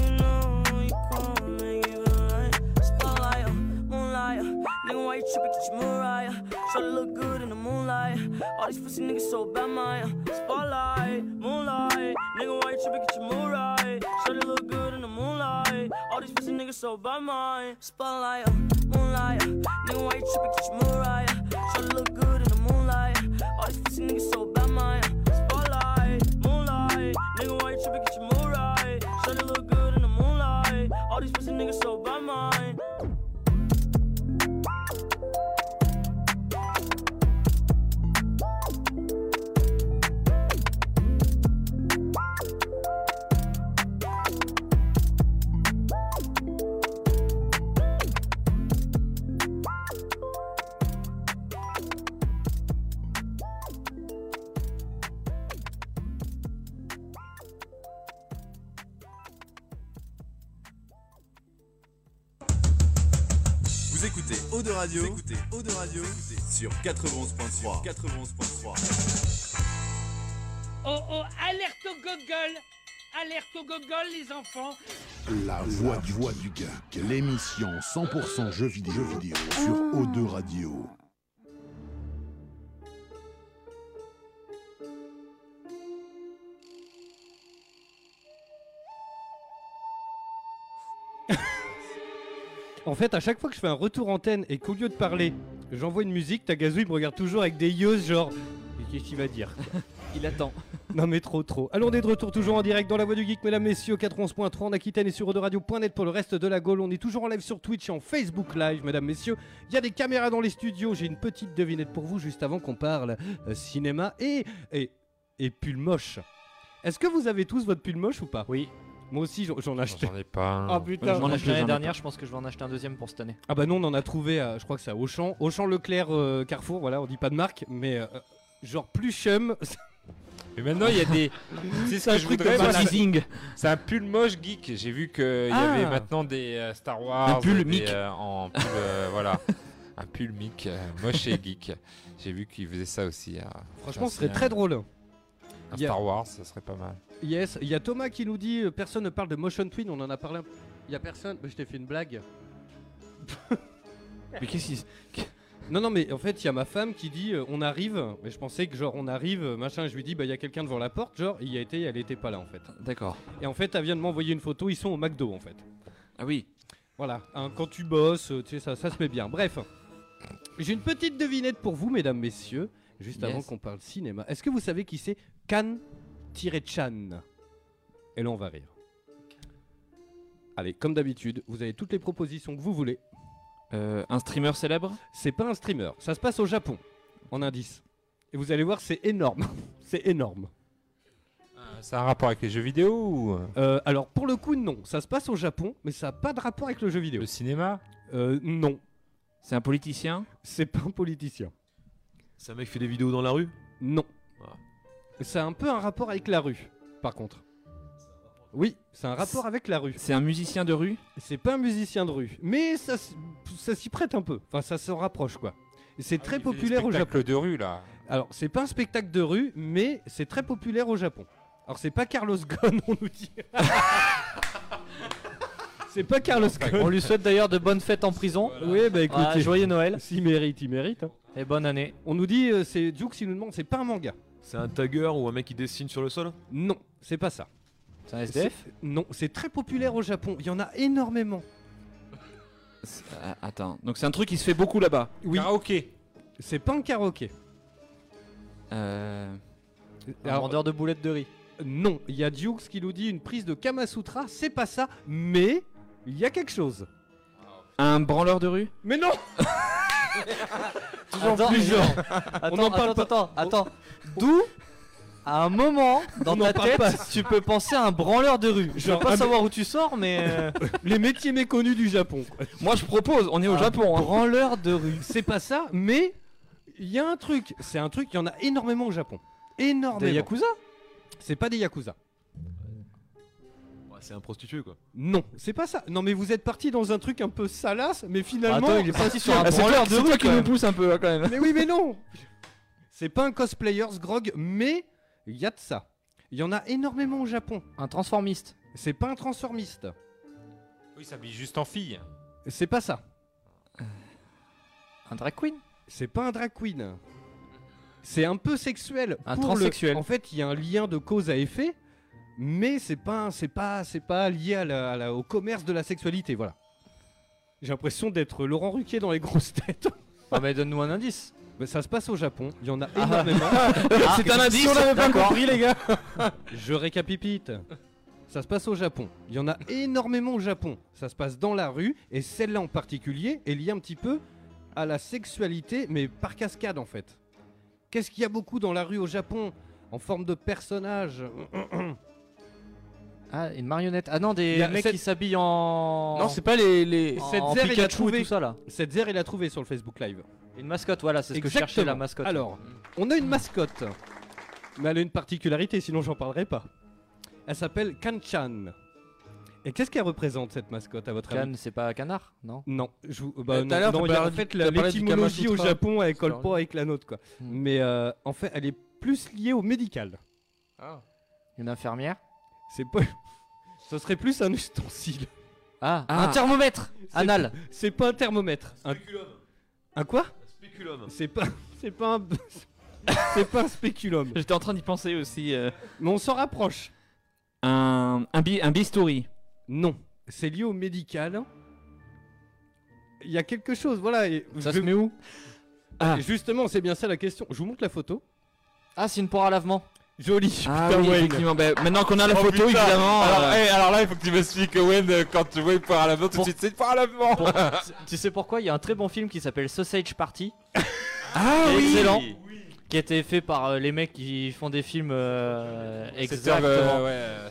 Speaker 11: You know you come and give it right. Spotlight, moonlight, nigga, why you tripping? Get your mood right. Tryna look good in the moonlight. All these pussy niggas so bad, mine. Spotlight, moonlight, nigga, why you tripping? Get your mood right. Tryna look good in the moonlight. All these pussy niggas so bad, mine. Spotlight, moonlight, nigga, why you tripping? Get your mood right. Tryna look good in the moonlight. All these pussy niggas so bad, mine. Spotlight, moonlight, nigga, why you tripping? Get your mood right. Tryna look good in the moonlight. All these pussy niggas so bad, mine.
Speaker 12: Vous écoutez Eau de Radio, vous écoutez Eau de Radio sur 91.3. 91.3.
Speaker 1: Oh oh, alerte au Google Alerte au Google, les enfants
Speaker 2: La voix du, voix du geek, l'émission 100% jeux vidéo, jeux vidéo sur O2 Radio.
Speaker 4: En fait, à chaque fois que je fais un retour antenne et qu'au lieu de parler, j'envoie une musique, Tagazu il me regarde toujours avec des yeux genre. Mais qu'est-ce qu'il va dire quoi
Speaker 6: Il attend.
Speaker 4: Non mais trop trop. Allons, on est de retour toujours en direct dans la voix du geek, mesdames, messieurs, 91.3 en Aquitaine et sur Radio.net pour le reste de la Gaule. On est toujours en live sur Twitch et en Facebook Live, mesdames, messieurs. Il y a des caméras dans les studios. J'ai une petite devinette pour vous juste avant qu'on parle euh, cinéma et, et, et pull moche. Est-ce que vous avez tous votre pull moche ou pas
Speaker 6: Oui.
Speaker 4: Moi aussi, j'en- j'en ai acheté.
Speaker 5: ai pas.
Speaker 4: Ah putain,
Speaker 6: je m'en ai acheté l'année dernière,
Speaker 4: je
Speaker 6: je pense que je vais en acheter un deuxième pour cette année.
Speaker 4: Ah bah non, on en a trouvé, à- je crois que c'est à Auchan, Auchan Leclerc euh, Carrefour, voilà, on dit pas de marque, mais euh, genre plus chum.
Speaker 5: Mais maintenant, il y a des. C'est ça, je voudrais voir la- C'est un pull moche geek. J'ai vu qu'il y avait
Speaker 4: Ah.
Speaker 5: maintenant des euh, Star Wars.
Speaker 4: Un pull
Speaker 5: des,
Speaker 4: Mick.
Speaker 5: euh, en pull, euh, voilà. Un pull mic euh, moche et geek. J'ai vu qu'ils faisaient ça aussi. hein.
Speaker 4: Franchement,
Speaker 5: Putain,
Speaker 4: ce serait
Speaker 5: c'est
Speaker 4: très
Speaker 5: un-
Speaker 4: drôle.
Speaker 5: Un
Speaker 4: Il y a-
Speaker 5: Star Wars, ça serait pas mal.
Speaker 4: Yes, il y a Thomas qui nous dit euh, personne ne parle de Motion Twin, on en a parlé. un- Il y a personne, mais je t'ai fait une blague. mais qu'est-ce qu'il Non non mais en fait, il y a ma femme qui dit euh, on arrive, mais je pensais que genre on arrive euh, machin, je lui dis bah il y a quelqu'un devant la porte, genre il y a été, elle était pas là en fait.
Speaker 3: D'accord.
Speaker 4: Et en fait, elle vient de m'envoyer une photo, ils sont au McDo en fait.
Speaker 3: Ah oui.
Speaker 4: Voilà, hein, quand tu bosses, euh, tu sais, ça, ça se met bien. Bref, j'ai une petite devinette pour vous, mesdames, messieurs, juste
Speaker 3: Yes.
Speaker 4: avant qu'on parle cinéma. Est-ce que vous savez qui c'est Kan-Chan Et là, on va rire. Allez, comme d'habitude, vous avez toutes les propositions que vous voulez.
Speaker 3: Euh, un streamer célèbre
Speaker 4: C'est pas un streamer, ça se passe au Japon, en indice. Et vous allez voir, c'est énorme. c'est énorme.
Speaker 5: Ça a Euh, un rapport avec les jeux vidéo ou.
Speaker 4: Euh, alors pour le coup non, ça se passe au Japon, mais ça n'a pas de rapport avec le jeu vidéo. Le
Speaker 5: cinéma
Speaker 4: Non.
Speaker 3: C'est un politicien
Speaker 4: C'est pas un politicien.
Speaker 9: C'est un mec qui fait des vidéos dans la rue
Speaker 4: Non. Ça a un peu un rapport avec la rue, par contre. Oui, c'est un rapport avec la rue.
Speaker 3: C'est un musicien de rue
Speaker 4: C'est pas un musicien de rue, mais ça, s- ça s'y prête un peu. Enfin, ça s'en rapproche quoi. C'est
Speaker 6: Ah,
Speaker 4: très populaire au Japon.
Speaker 5: Spectacle de rue, là.
Speaker 4: Alors, c'est pas un spectacle de rue, mais c'est très populaire au Japon. Alors, c'est pas Carlos Ghosn, on nous dit. c'est pas Carlos Ghosn.
Speaker 6: On lui souhaite d'ailleurs de bonnes fêtes en prison.
Speaker 4: Oui, bah écoutez.
Speaker 6: Ah, joyeux Noël.
Speaker 4: S'il mérite, hein. il mérite.
Speaker 6: Et Eh, bonne année.
Speaker 4: On nous dit, euh, c'est Jux, il nous demande, c'est pas un manga.
Speaker 9: C'est un tagger ou un mec qui dessine sur le sol
Speaker 4: Non, c'est pas ça.
Speaker 6: C'est un SDF
Speaker 4: C'est- Non, c'est très populaire au Japon. Il y en a énormément.
Speaker 3: Ah, Attends, donc c'est un truc qui se fait beaucoup là-bas.
Speaker 4: Oui.
Speaker 5: Karaoké.
Speaker 4: C'est pas un karaoké.
Speaker 3: Euh...
Speaker 6: Un vendeur de boulettes de riz.
Speaker 4: euh, Non, il y a Dukes qui nous dit une prise de Kamasutra, c'est pas ça, mais il y a quelque chose.
Speaker 3: Un branleur de rue
Speaker 4: Mais non Toujours
Speaker 6: Attends,
Speaker 4: plus genre.
Speaker 6: Attends,
Speaker 4: On en parle
Speaker 6: attends,
Speaker 4: pas.
Speaker 6: attends, attends. D'où à un moment dans
Speaker 4: On en
Speaker 6: ta
Speaker 4: parle
Speaker 6: tête,
Speaker 4: pas.
Speaker 6: tu peux penser à un branleur de rue. Je veux
Speaker 4: Genre
Speaker 6: pas
Speaker 4: un-
Speaker 6: savoir où tu sors, mais euh,
Speaker 4: Les métiers méconnus du Japon.
Speaker 3: Moi je propose, on est au
Speaker 4: Un
Speaker 3: Japon. hein.
Speaker 4: Branleur de rue. C'est pas ça, mais il y a un truc. C'est un truc, il y en a énormément au Japon. Énormément.
Speaker 6: des yakuza.
Speaker 4: C'est pas des yakuza.
Speaker 9: Ouais, C'est un prostitué quoi.
Speaker 4: Non, c'est pas ça. Non, mais vous êtes parti dans un truc un peu salace, mais finalement.
Speaker 6: Bah, Attends, il est parti sur un
Speaker 3: Ah, c'est toi,
Speaker 6: branleur
Speaker 3: c'est
Speaker 6: de
Speaker 3: toi
Speaker 6: rue.
Speaker 3: qui
Speaker 6: quand
Speaker 3: nous
Speaker 6: même.
Speaker 3: pousse un peu là, quand même.
Speaker 4: Mais oui, mais non C'est pas un cosplayer's grog, mais il y a de ça. Il y en a énormément au Japon.
Speaker 6: Un transformiste.
Speaker 4: C'est pas un transformiste.
Speaker 5: Oui, s'habille juste en fille.
Speaker 4: C'est pas ça.
Speaker 6: Un drag queen.
Speaker 4: C'est pas un drag queen. C'est un peu sexuel.
Speaker 6: Un
Speaker 4: pour le-
Speaker 6: transsexuel.
Speaker 4: En fait, il y a un lien de cause à effet, mais c'est pas, c'est pas, c'est pas lié à la- à la- au commerce de la sexualité, voilà. J'ai l'impression d'être Laurent Ruquier dans les grosses têtes.
Speaker 6: Ah, mais donne-nous un indice.
Speaker 4: Mais ça se passe au Japon. Il y en a énormément.
Speaker 3: C'est un indice.
Speaker 4: compris, les gars Je récapipite. Ça se passe au Japon. Il y en a énormément au Japon. Ça se passe dans la rue, et celle-là en particulier est liée un petit peu à la sexualité, mais par cascade en fait. Qu'est-ce qu'il y a beaucoup dans la rue au Japon En forme de personnage
Speaker 6: Ah, une marionnette. Ah non,
Speaker 4: Il y
Speaker 6: des
Speaker 4: a
Speaker 6: mecs
Speaker 4: cette-
Speaker 6: qui s'habillent en.
Speaker 8: Non, c'est pas les. les...
Speaker 6: en,
Speaker 4: cette
Speaker 6: en
Speaker 4: zère, il a
Speaker 6: Pikachu et
Speaker 4: trouvé.
Speaker 6: tout ça là.
Speaker 4: Cette zère, il a trouvé sur le Facebook Live.
Speaker 6: Une mascotte, voilà, c'est ce que je
Speaker 4: Exactement.
Speaker 6: cherchais la mascotte.
Speaker 4: Alors, on a une mascotte. Mais elle a une particularité, sinon j'en parlerai pas. Elle s'appelle Kanchan. Et qu'est-ce qu'elle représente cette mascotte à votre avis
Speaker 6: Cannes, c'est pas canard, non
Speaker 4: Non, je vous- bah,
Speaker 8: Euh, tout à
Speaker 4: non,
Speaker 8: l'heure,
Speaker 4: non,
Speaker 8: t'as
Speaker 4: il y a-
Speaker 8: parlé
Speaker 4: en
Speaker 8: du-
Speaker 4: fait
Speaker 8: t'as
Speaker 4: la-
Speaker 8: parlé du
Speaker 4: l'étymologie au
Speaker 8: Kamasutra.
Speaker 4: Japon elle colle
Speaker 8: C'est
Speaker 4: pas avec la nôtre quoi.
Speaker 8: Hmm.
Speaker 6: Mm.
Speaker 4: Mais euh, en fait elle est plus liée au médical.
Speaker 8: Ah.
Speaker 6: Une infirmière
Speaker 4: C'est pas, ce serait plus un ustensile.
Speaker 6: ah,
Speaker 3: Ah.
Speaker 6: un thermomètre Anal
Speaker 4: C'est pas un thermomètre. Un,
Speaker 9: Spéculum.
Speaker 4: un quoi
Speaker 9: Spéculum.
Speaker 4: C'est pas, c'est pas un, c'est pas un spéculum.
Speaker 3: J'étais en train d'y penser aussi. euh.
Speaker 4: Mais on s'en rapproche.
Speaker 3: Un, un, bi- un bistouri.
Speaker 4: Non, c'est lié au médical. Il y a quelque chose, voilà. Et
Speaker 6: Ça
Speaker 4: je-
Speaker 6: se met où
Speaker 4: et Justement, c'est bien ça la question. Je vous montre la photo.
Speaker 6: Ah, c'est une poire à lavement.
Speaker 4: Joli.
Speaker 3: Ah
Speaker 4: putain,
Speaker 3: oui,
Speaker 4: Wayne.
Speaker 3: effectivement. bah, maintenant qu'on a la photo, évidemment.
Speaker 5: Alors,
Speaker 3: euh,
Speaker 5: hey, alors là, il faut que tu m'expliques, Owen, euh, quand tu vois il part à la main, tout de
Speaker 6: Pour-
Speaker 5: suite, c'est une part à la main.
Speaker 6: Pour- tu- tu sais pourquoi Il y a un très bon film qui s'appelle Sausage Party,
Speaker 3: Ah
Speaker 6: qui est
Speaker 3: oui
Speaker 6: excellent, qui a été fait par euh, les mecs qui font des films euh, exactement.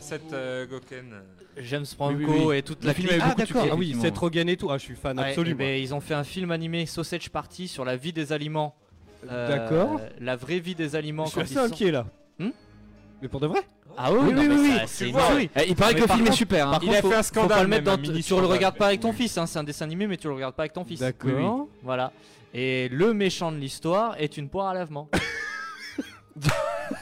Speaker 5: Cette euh, Goken.
Speaker 6: James Franco
Speaker 3: Oui, oui, oui.
Speaker 6: et toute
Speaker 3: Le
Speaker 6: la
Speaker 3: film
Speaker 6: clique.
Speaker 3: avait
Speaker 4: Ah
Speaker 3: beaucoup de
Speaker 4: d'accord,
Speaker 3: succès,
Speaker 4: ah oui,
Speaker 3: effectivement.
Speaker 4: Seth Rogen et tout, ah je suis fan
Speaker 6: Ouais,
Speaker 4: absolu.
Speaker 6: eh ben, ils ont fait un film animé Sausage Party sur la vie des aliments. Euh,
Speaker 4: D'accord.
Speaker 6: La vraie vie des aliments.
Speaker 4: Je suis
Speaker 6: quand
Speaker 4: assez
Speaker 6: ils sont-
Speaker 4: inquiet là.
Speaker 6: Hmm
Speaker 4: mais pour de vrai
Speaker 6: Ah oui, non,
Speaker 3: oui,
Speaker 6: mais
Speaker 3: oui,
Speaker 6: ça,
Speaker 3: oui.
Speaker 6: c'est
Speaker 5: Tu
Speaker 6: une
Speaker 5: vois,
Speaker 6: tuerie.
Speaker 3: Eh, il paraît
Speaker 6: Non,
Speaker 3: que le
Speaker 6: mais par
Speaker 3: film est
Speaker 6: contre-
Speaker 3: super. hein.
Speaker 6: Par
Speaker 5: Il
Speaker 6: contre,
Speaker 5: a
Speaker 6: faut-
Speaker 5: fait un
Speaker 6: faut pas
Speaker 5: scandale,
Speaker 6: le mettre
Speaker 5: même, un
Speaker 6: dans-
Speaker 5: mini
Speaker 6: tu le
Speaker 5: scandale.
Speaker 6: regardes pas avec ton
Speaker 5: Oui.
Speaker 6: fils, hein, c'est un dessin animé, mais tu le regardes pas avec ton fils.
Speaker 4: D'accord.
Speaker 6: Voilà. Et le méchant de l'histoire est une poire à lavement.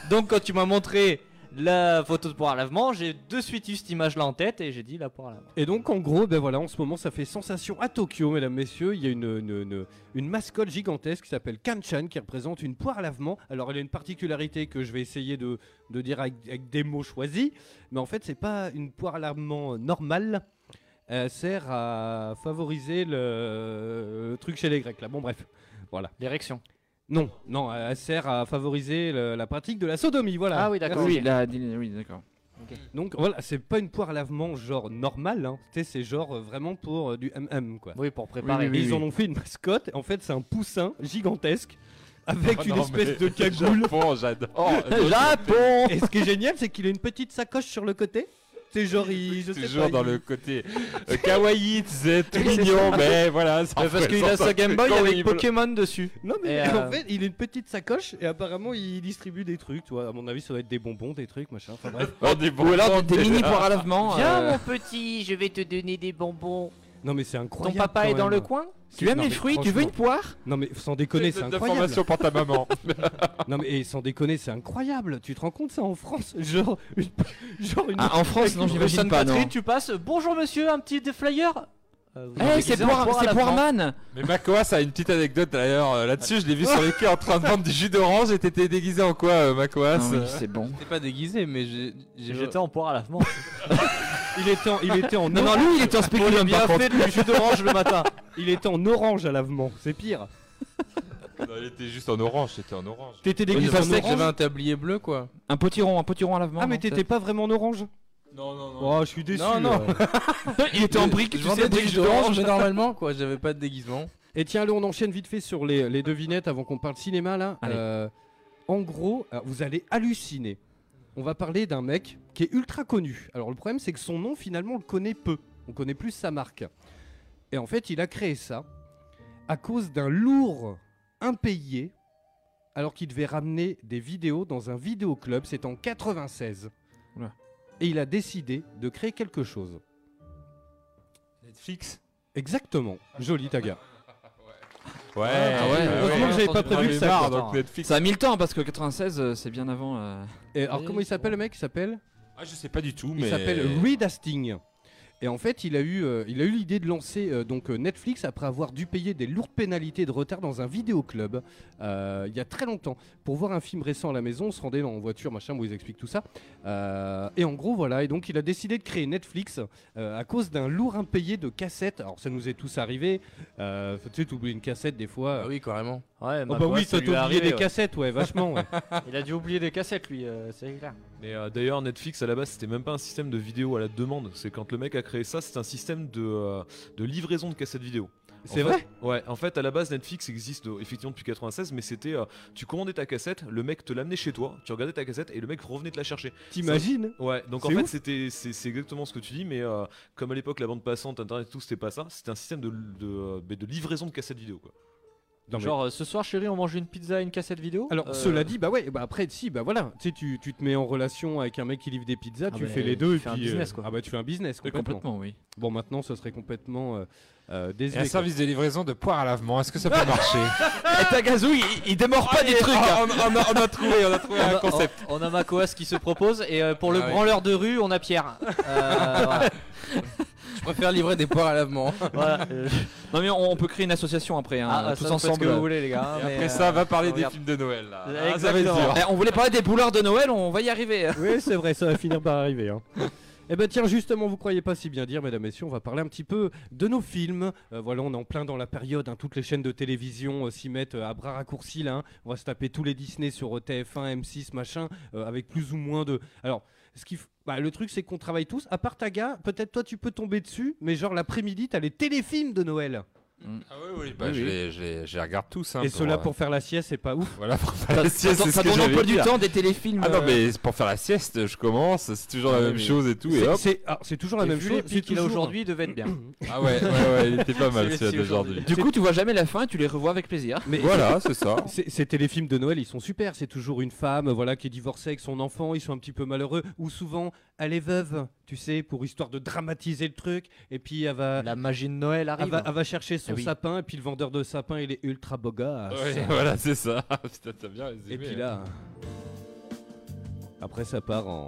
Speaker 6: Donc quand tu m'as montré la photo de poire à lavement, j'ai de suite eu cette image-là en tête et j'ai dit la poire à lavement.
Speaker 4: Et donc en gros, ben voilà, en ce moment ça fait sensation à Tokyo, mesdames, messieurs. Il y a une, une, une- une mascotte gigantesque qui s'appelle Kanchan qui représente une poire à lavement. Alors elle a une particularité que je vais essayer de, de dire avec, avec des mots choisis, mais en fait c'est pas une poire à lavement normale. Elle sert à favoriser le, le truc chez les Grecs là. Bon bref, voilà.
Speaker 6: L'érection.
Speaker 4: Non, non, elle sert à favoriser le- la pratique de la sodomie, voilà.
Speaker 6: Ah oui, d'accord.
Speaker 3: Oui, la- oui, d'accord.
Speaker 4: Donc voilà, c'est pas une poire à lavement genre normal, hein. Tu sais, c'est genre euh, vraiment pour euh, du MM quoi.
Speaker 6: Oui, pour préparer.
Speaker 4: Et
Speaker 3: oui, oui.
Speaker 4: ils en ont fait une mascotte, en fait c'est un poussin gigantesque avec
Speaker 5: Oh
Speaker 4: une
Speaker 5: non,
Speaker 4: espèce
Speaker 5: mais-
Speaker 4: de cagoule.
Speaker 5: Japon, j'adore.
Speaker 6: Japon
Speaker 4: Et ce qui est génial, c'est qu'il a une petite sacoche sur le côté. C'est genre, il, je sais
Speaker 5: Toujours
Speaker 4: pas,
Speaker 5: dans
Speaker 4: il-
Speaker 5: le côté euh, kawaii, tu sais, tout mignon, mais voilà. ça
Speaker 6: Parce qu'il a
Speaker 5: représente
Speaker 6: sa
Speaker 5: un
Speaker 6: Game
Speaker 5: truc
Speaker 6: Boy avec
Speaker 5: horrible.
Speaker 6: Pokémon dessus.
Speaker 4: Non mais
Speaker 6: Et,
Speaker 4: en
Speaker 6: euh,
Speaker 4: fait, il a une petite sacoche et apparemment il distribue des trucs, tu vois. À mon avis, ça doit être des bonbons, des trucs, machin. Enfin bref.
Speaker 5: Oh, des
Speaker 3: Ou alors
Speaker 5: bonbons,
Speaker 3: des
Speaker 5: des-
Speaker 3: mini poires à lavement. euh,
Speaker 6: petit, je vais te donner des bonbons.
Speaker 4: Non mais c'est incroyable. quand même.
Speaker 6: coin
Speaker 3: Tu aimes
Speaker 4: Non,
Speaker 3: les
Speaker 4: mais
Speaker 3: fruits Tu veux une
Speaker 4: franchement.
Speaker 3: poire
Speaker 4: Non mais sans déconner, c'est incroyable.
Speaker 5: d'informations pour ta maman.
Speaker 4: Non mais et sans déconner, c'est incroyable. Tu te rends compte ça en France Genre une genre une
Speaker 3: Ah, En France, non,
Speaker 6: Non,
Speaker 3: j'imagine pas. non.
Speaker 6: tu passes. Bonjour monsieur, un petit flyer
Speaker 3: Eh, c'est Boir- c'est Boirman
Speaker 5: Mais Makoas a une petite anecdote d'ailleurs euh, là-dessus. Je l'ai vu sur les quais en train de vendre du jus d'orange et t'étais déguisé en quoi, euh, Makoas
Speaker 3: Ah oui, c'est bon.
Speaker 8: J'étais pas déguisé, mais j'ai- j'ai-
Speaker 5: J'étais
Speaker 6: en poire à la menthe.
Speaker 4: Il était en, il était en
Speaker 3: Non, non, lui, il était en
Speaker 4: Pour les
Speaker 3: spéculum, par
Speaker 4: bienfaits
Speaker 3: contre.
Speaker 4: du jus d'orange le matin. Il était en orange à lavement, c'est pire.
Speaker 5: Non, Bah, il était juste en orange, c'était en orange.
Speaker 4: T'étais
Speaker 8: Oui,
Speaker 4: déguisé
Speaker 8: je
Speaker 4: en
Speaker 8: pensais que
Speaker 4: orange.
Speaker 8: j'avais un tablier bleu, quoi.
Speaker 3: Un potiron, un potiron à lavement.
Speaker 4: Ah mais
Speaker 3: non,
Speaker 4: t'étais
Speaker 3: peut-être.
Speaker 4: pas vraiment en orange
Speaker 5: Non, non, non.
Speaker 4: Oh, je suis déçu.
Speaker 8: Non, non.
Speaker 4: là.
Speaker 3: Il était en brique,
Speaker 8: Je
Speaker 3: tu sais,
Speaker 8: vendais des
Speaker 3: brique
Speaker 8: jus d'orange
Speaker 3: d'orange.
Speaker 8: normalement, quoi. J'avais pas de déguisement.
Speaker 4: Et tiens, allez, on enchaîne vite fait sur les, les devinettes avant qu'on parle cinéma là. Euh, en gros, alors, vous allez halluciner. On va parler d'un mec qui est ultra connu. Alors le problème, c'est que son nom finalement on le connaît peu. On connaît plus sa marque. Et en fait, il a créé ça à cause d'un lourd impayé, alors qu'il devait ramener des vidéos dans un vidéoclub. C'était en 96.
Speaker 3: Oula.
Speaker 4: Et il a décidé de créer quelque chose.
Speaker 5: Netflix
Speaker 4: Exactement. Joli, Taga.
Speaker 5: Ouais, euh,
Speaker 4: Ah
Speaker 5: eh,
Speaker 4: ouais, heureusement que j'avais pas prévu que ça
Speaker 3: Marre,
Speaker 4: coûte.
Speaker 3: donc Netflix. Ça a mis le temps parce que 96, euh, c'est bien avant. euh.
Speaker 4: Et alors comment il s'appelle le mec Il s'appelle
Speaker 5: Ah, je sais pas du tout,
Speaker 4: Il
Speaker 5: mais.
Speaker 6: euh,
Speaker 4: s'appelle Reed Hastings. Et en fait, il a eu, euh, il a eu l'idée de lancer euh, donc euh, Netflix après avoir dû payer des lourdes pénalités de retard dans un vidéoclub euh, il y a très longtemps. Pour voir un film récent à la maison, on se rendait en voiture, machin, vous explique tout ça. Euh, et en gros, voilà. Et donc, il a décidé de créer Netflix euh, à cause d'un lourd impayé de cassettes. Alors, ça nous est tous arrivé. Euh, tu sais, t'oublies une cassette des fois.
Speaker 8: Ah oui, carrément.
Speaker 6: Ouais, ma
Speaker 4: Oh bah
Speaker 6: boîte,
Speaker 4: oui,
Speaker 6: ça lui est
Speaker 4: toi, t'as oublié
Speaker 6: arrivé,
Speaker 4: des
Speaker 6: ouais.
Speaker 4: cassettes, ouais, vachement. ouais.
Speaker 6: Il a dû oublier des cassettes, lui, euh, c'est clair.
Speaker 9: Mais euh, d'ailleurs, Netflix à la base, c'était même pas un système de vidéo à la demande. C'est quand le mec a créé ça, c'est un système de, euh, de livraison de cassettes vidéo. En
Speaker 4: C'est
Speaker 9: fait-
Speaker 4: vrai
Speaker 9: Ouais, en fait, à la base, Netflix existe euh, effectivement depuis 96, mais c'était euh, tu commandais ta cassette, le mec te l'amenait chez toi, tu regardais ta cassette et le mec revenait te la chercher.
Speaker 4: T'imagines
Speaker 9: Ça- Ouais, donc en
Speaker 4: C'est
Speaker 9: fait,
Speaker 4: ouf.
Speaker 9: c'était c'est c'est exactement ce que tu dis, mais euh, comme à l'époque, la bande passante, internet, et tout, c'était pas ça, c'était un système de, de, euh, mais de livraison de cassettes vidéo quoi.
Speaker 6: Genre, euh, ce soir, chérie, on mange une pizza et une cassette vidéo
Speaker 4: Alors
Speaker 6: Euh,
Speaker 4: cela dit, bah ouais, bah après si, bah voilà, tu sais, tu, tu te mets en relation avec un mec qui livre des pizzas,
Speaker 6: Ah
Speaker 4: tu
Speaker 6: bah,
Speaker 4: fais les
Speaker 6: tu
Speaker 4: deux et
Speaker 6: fais
Speaker 4: puis
Speaker 6: un business,
Speaker 4: euh,
Speaker 6: quoi.
Speaker 4: ah bah tu fais un business
Speaker 3: Oui,
Speaker 4: complètement.
Speaker 3: complètement, oui.
Speaker 4: Bon maintenant, ce serait complètement euh, euh,
Speaker 5: Et
Speaker 4: désuet,
Speaker 5: un
Speaker 4: quoi.
Speaker 5: service de livraison de poire à lavement, est-ce que ça peut marcher
Speaker 3: Eh, Tagazu, il, il démord pas des trucs. hein.
Speaker 5: trouvé, on a trouvé
Speaker 6: on a- On, on a Makoas qui se propose et euh, pour le
Speaker 8: Ah oui.
Speaker 6: branleur de rue, on a Pierre. Euh, voilà.
Speaker 8: Je préfère livrer des poires à lavement.
Speaker 6: Voilà, euh,
Speaker 3: Non mais on, on peut créer une association après, hein,
Speaker 6: ah,
Speaker 3: tous
Speaker 6: ça, vous faites ce
Speaker 3: ensemble.
Speaker 6: que vous voulez, les gars. hein,
Speaker 5: Et
Speaker 6: mais,
Speaker 5: après
Speaker 6: euh,
Speaker 5: ça, va parler des
Speaker 6: regarde.
Speaker 5: films de Noël là. Ah, ça va être dur.
Speaker 6: Exactement.
Speaker 3: Eh, on voulait parler des boulards de Noël, on va y arriver. hein.
Speaker 4: Oui, c'est vrai, ça va finir par arriver. Hein. Eh ben tiens, justement, vous croyez pas si bien dire, mesdames, messieurs, on va parler un petit peu de nos films. Euh, voilà, on est en plein dans la période, hein, toutes les chaînes de télévision euh, s'y mettent euh, à bras raccourcis, là. hein. On va se taper tous les Disney sur euh, TF1, M6, machin, euh, avec plus ou moins de... Alors, ce qui f- bah, le truc, c'est qu'on travaille tous, à part Taga, peut-être toi, tu peux tomber dessus, mais genre l'après-midi, t'as les téléfilms de Noël.
Speaker 5: Ah oui, oui, bah
Speaker 3: Oui,
Speaker 5: je
Speaker 3: oui.
Speaker 5: les- je les je les regarde tous. hein,
Speaker 6: Ah,
Speaker 4: Et cela
Speaker 5: euh,
Speaker 4: pour faire la sieste, c'est pas ouf.
Speaker 5: Voilà, pour
Speaker 3: Ça,
Speaker 5: faire la sieste,
Speaker 3: ça,
Speaker 5: c'est ce
Speaker 3: ça
Speaker 5: que
Speaker 3: donne un
Speaker 5: j'allais
Speaker 3: peu du
Speaker 5: dire.
Speaker 3: temps des téléfilms.
Speaker 5: Ah non,
Speaker 3: euh,
Speaker 5: mais c'est pour faire la sieste, je commence, c'est toujours la même chose et tout, et
Speaker 4: C'est-
Speaker 5: hop.
Speaker 4: C'est ah, c'est toujours la
Speaker 6: et
Speaker 4: même
Speaker 6: vu
Speaker 4: chose.
Speaker 6: les
Speaker 4: c'est
Speaker 6: pics qu'il a
Speaker 4: toujours-
Speaker 6: aujourd'hui, il devait être bien.
Speaker 5: Ah ouais, ouais, ouais, il était pas mal
Speaker 6: C'est
Speaker 5: celui-là
Speaker 6: aussi aujourd'hui.
Speaker 5: d'aujourd'hui.
Speaker 3: Du coup, tu vois jamais la fin, tu les revois avec plaisir.
Speaker 4: Mais
Speaker 5: Voilà, c'est ça.
Speaker 4: Ces ces téléfilms de Noël, ils sont super. C'est toujours une femme, voilà, qui est divorcée avec son enfant. Ils sont un petit peu malheureux. Ou souvent, elle est veuve, tu sais, pour histoire de dramatiser le truc. Et puis, elle va,
Speaker 6: La magie de Noël
Speaker 4: elle
Speaker 6: arrive.
Speaker 4: va, elle va chercher son
Speaker 6: Eh oui.
Speaker 4: sapin. Et puis, le vendeur de sapin, il est ultra beau gosse.
Speaker 5: Ouais, voilà, c'est ça. Putain, t'as bien résumé. hein.
Speaker 4: Et puis là, après, ça part en.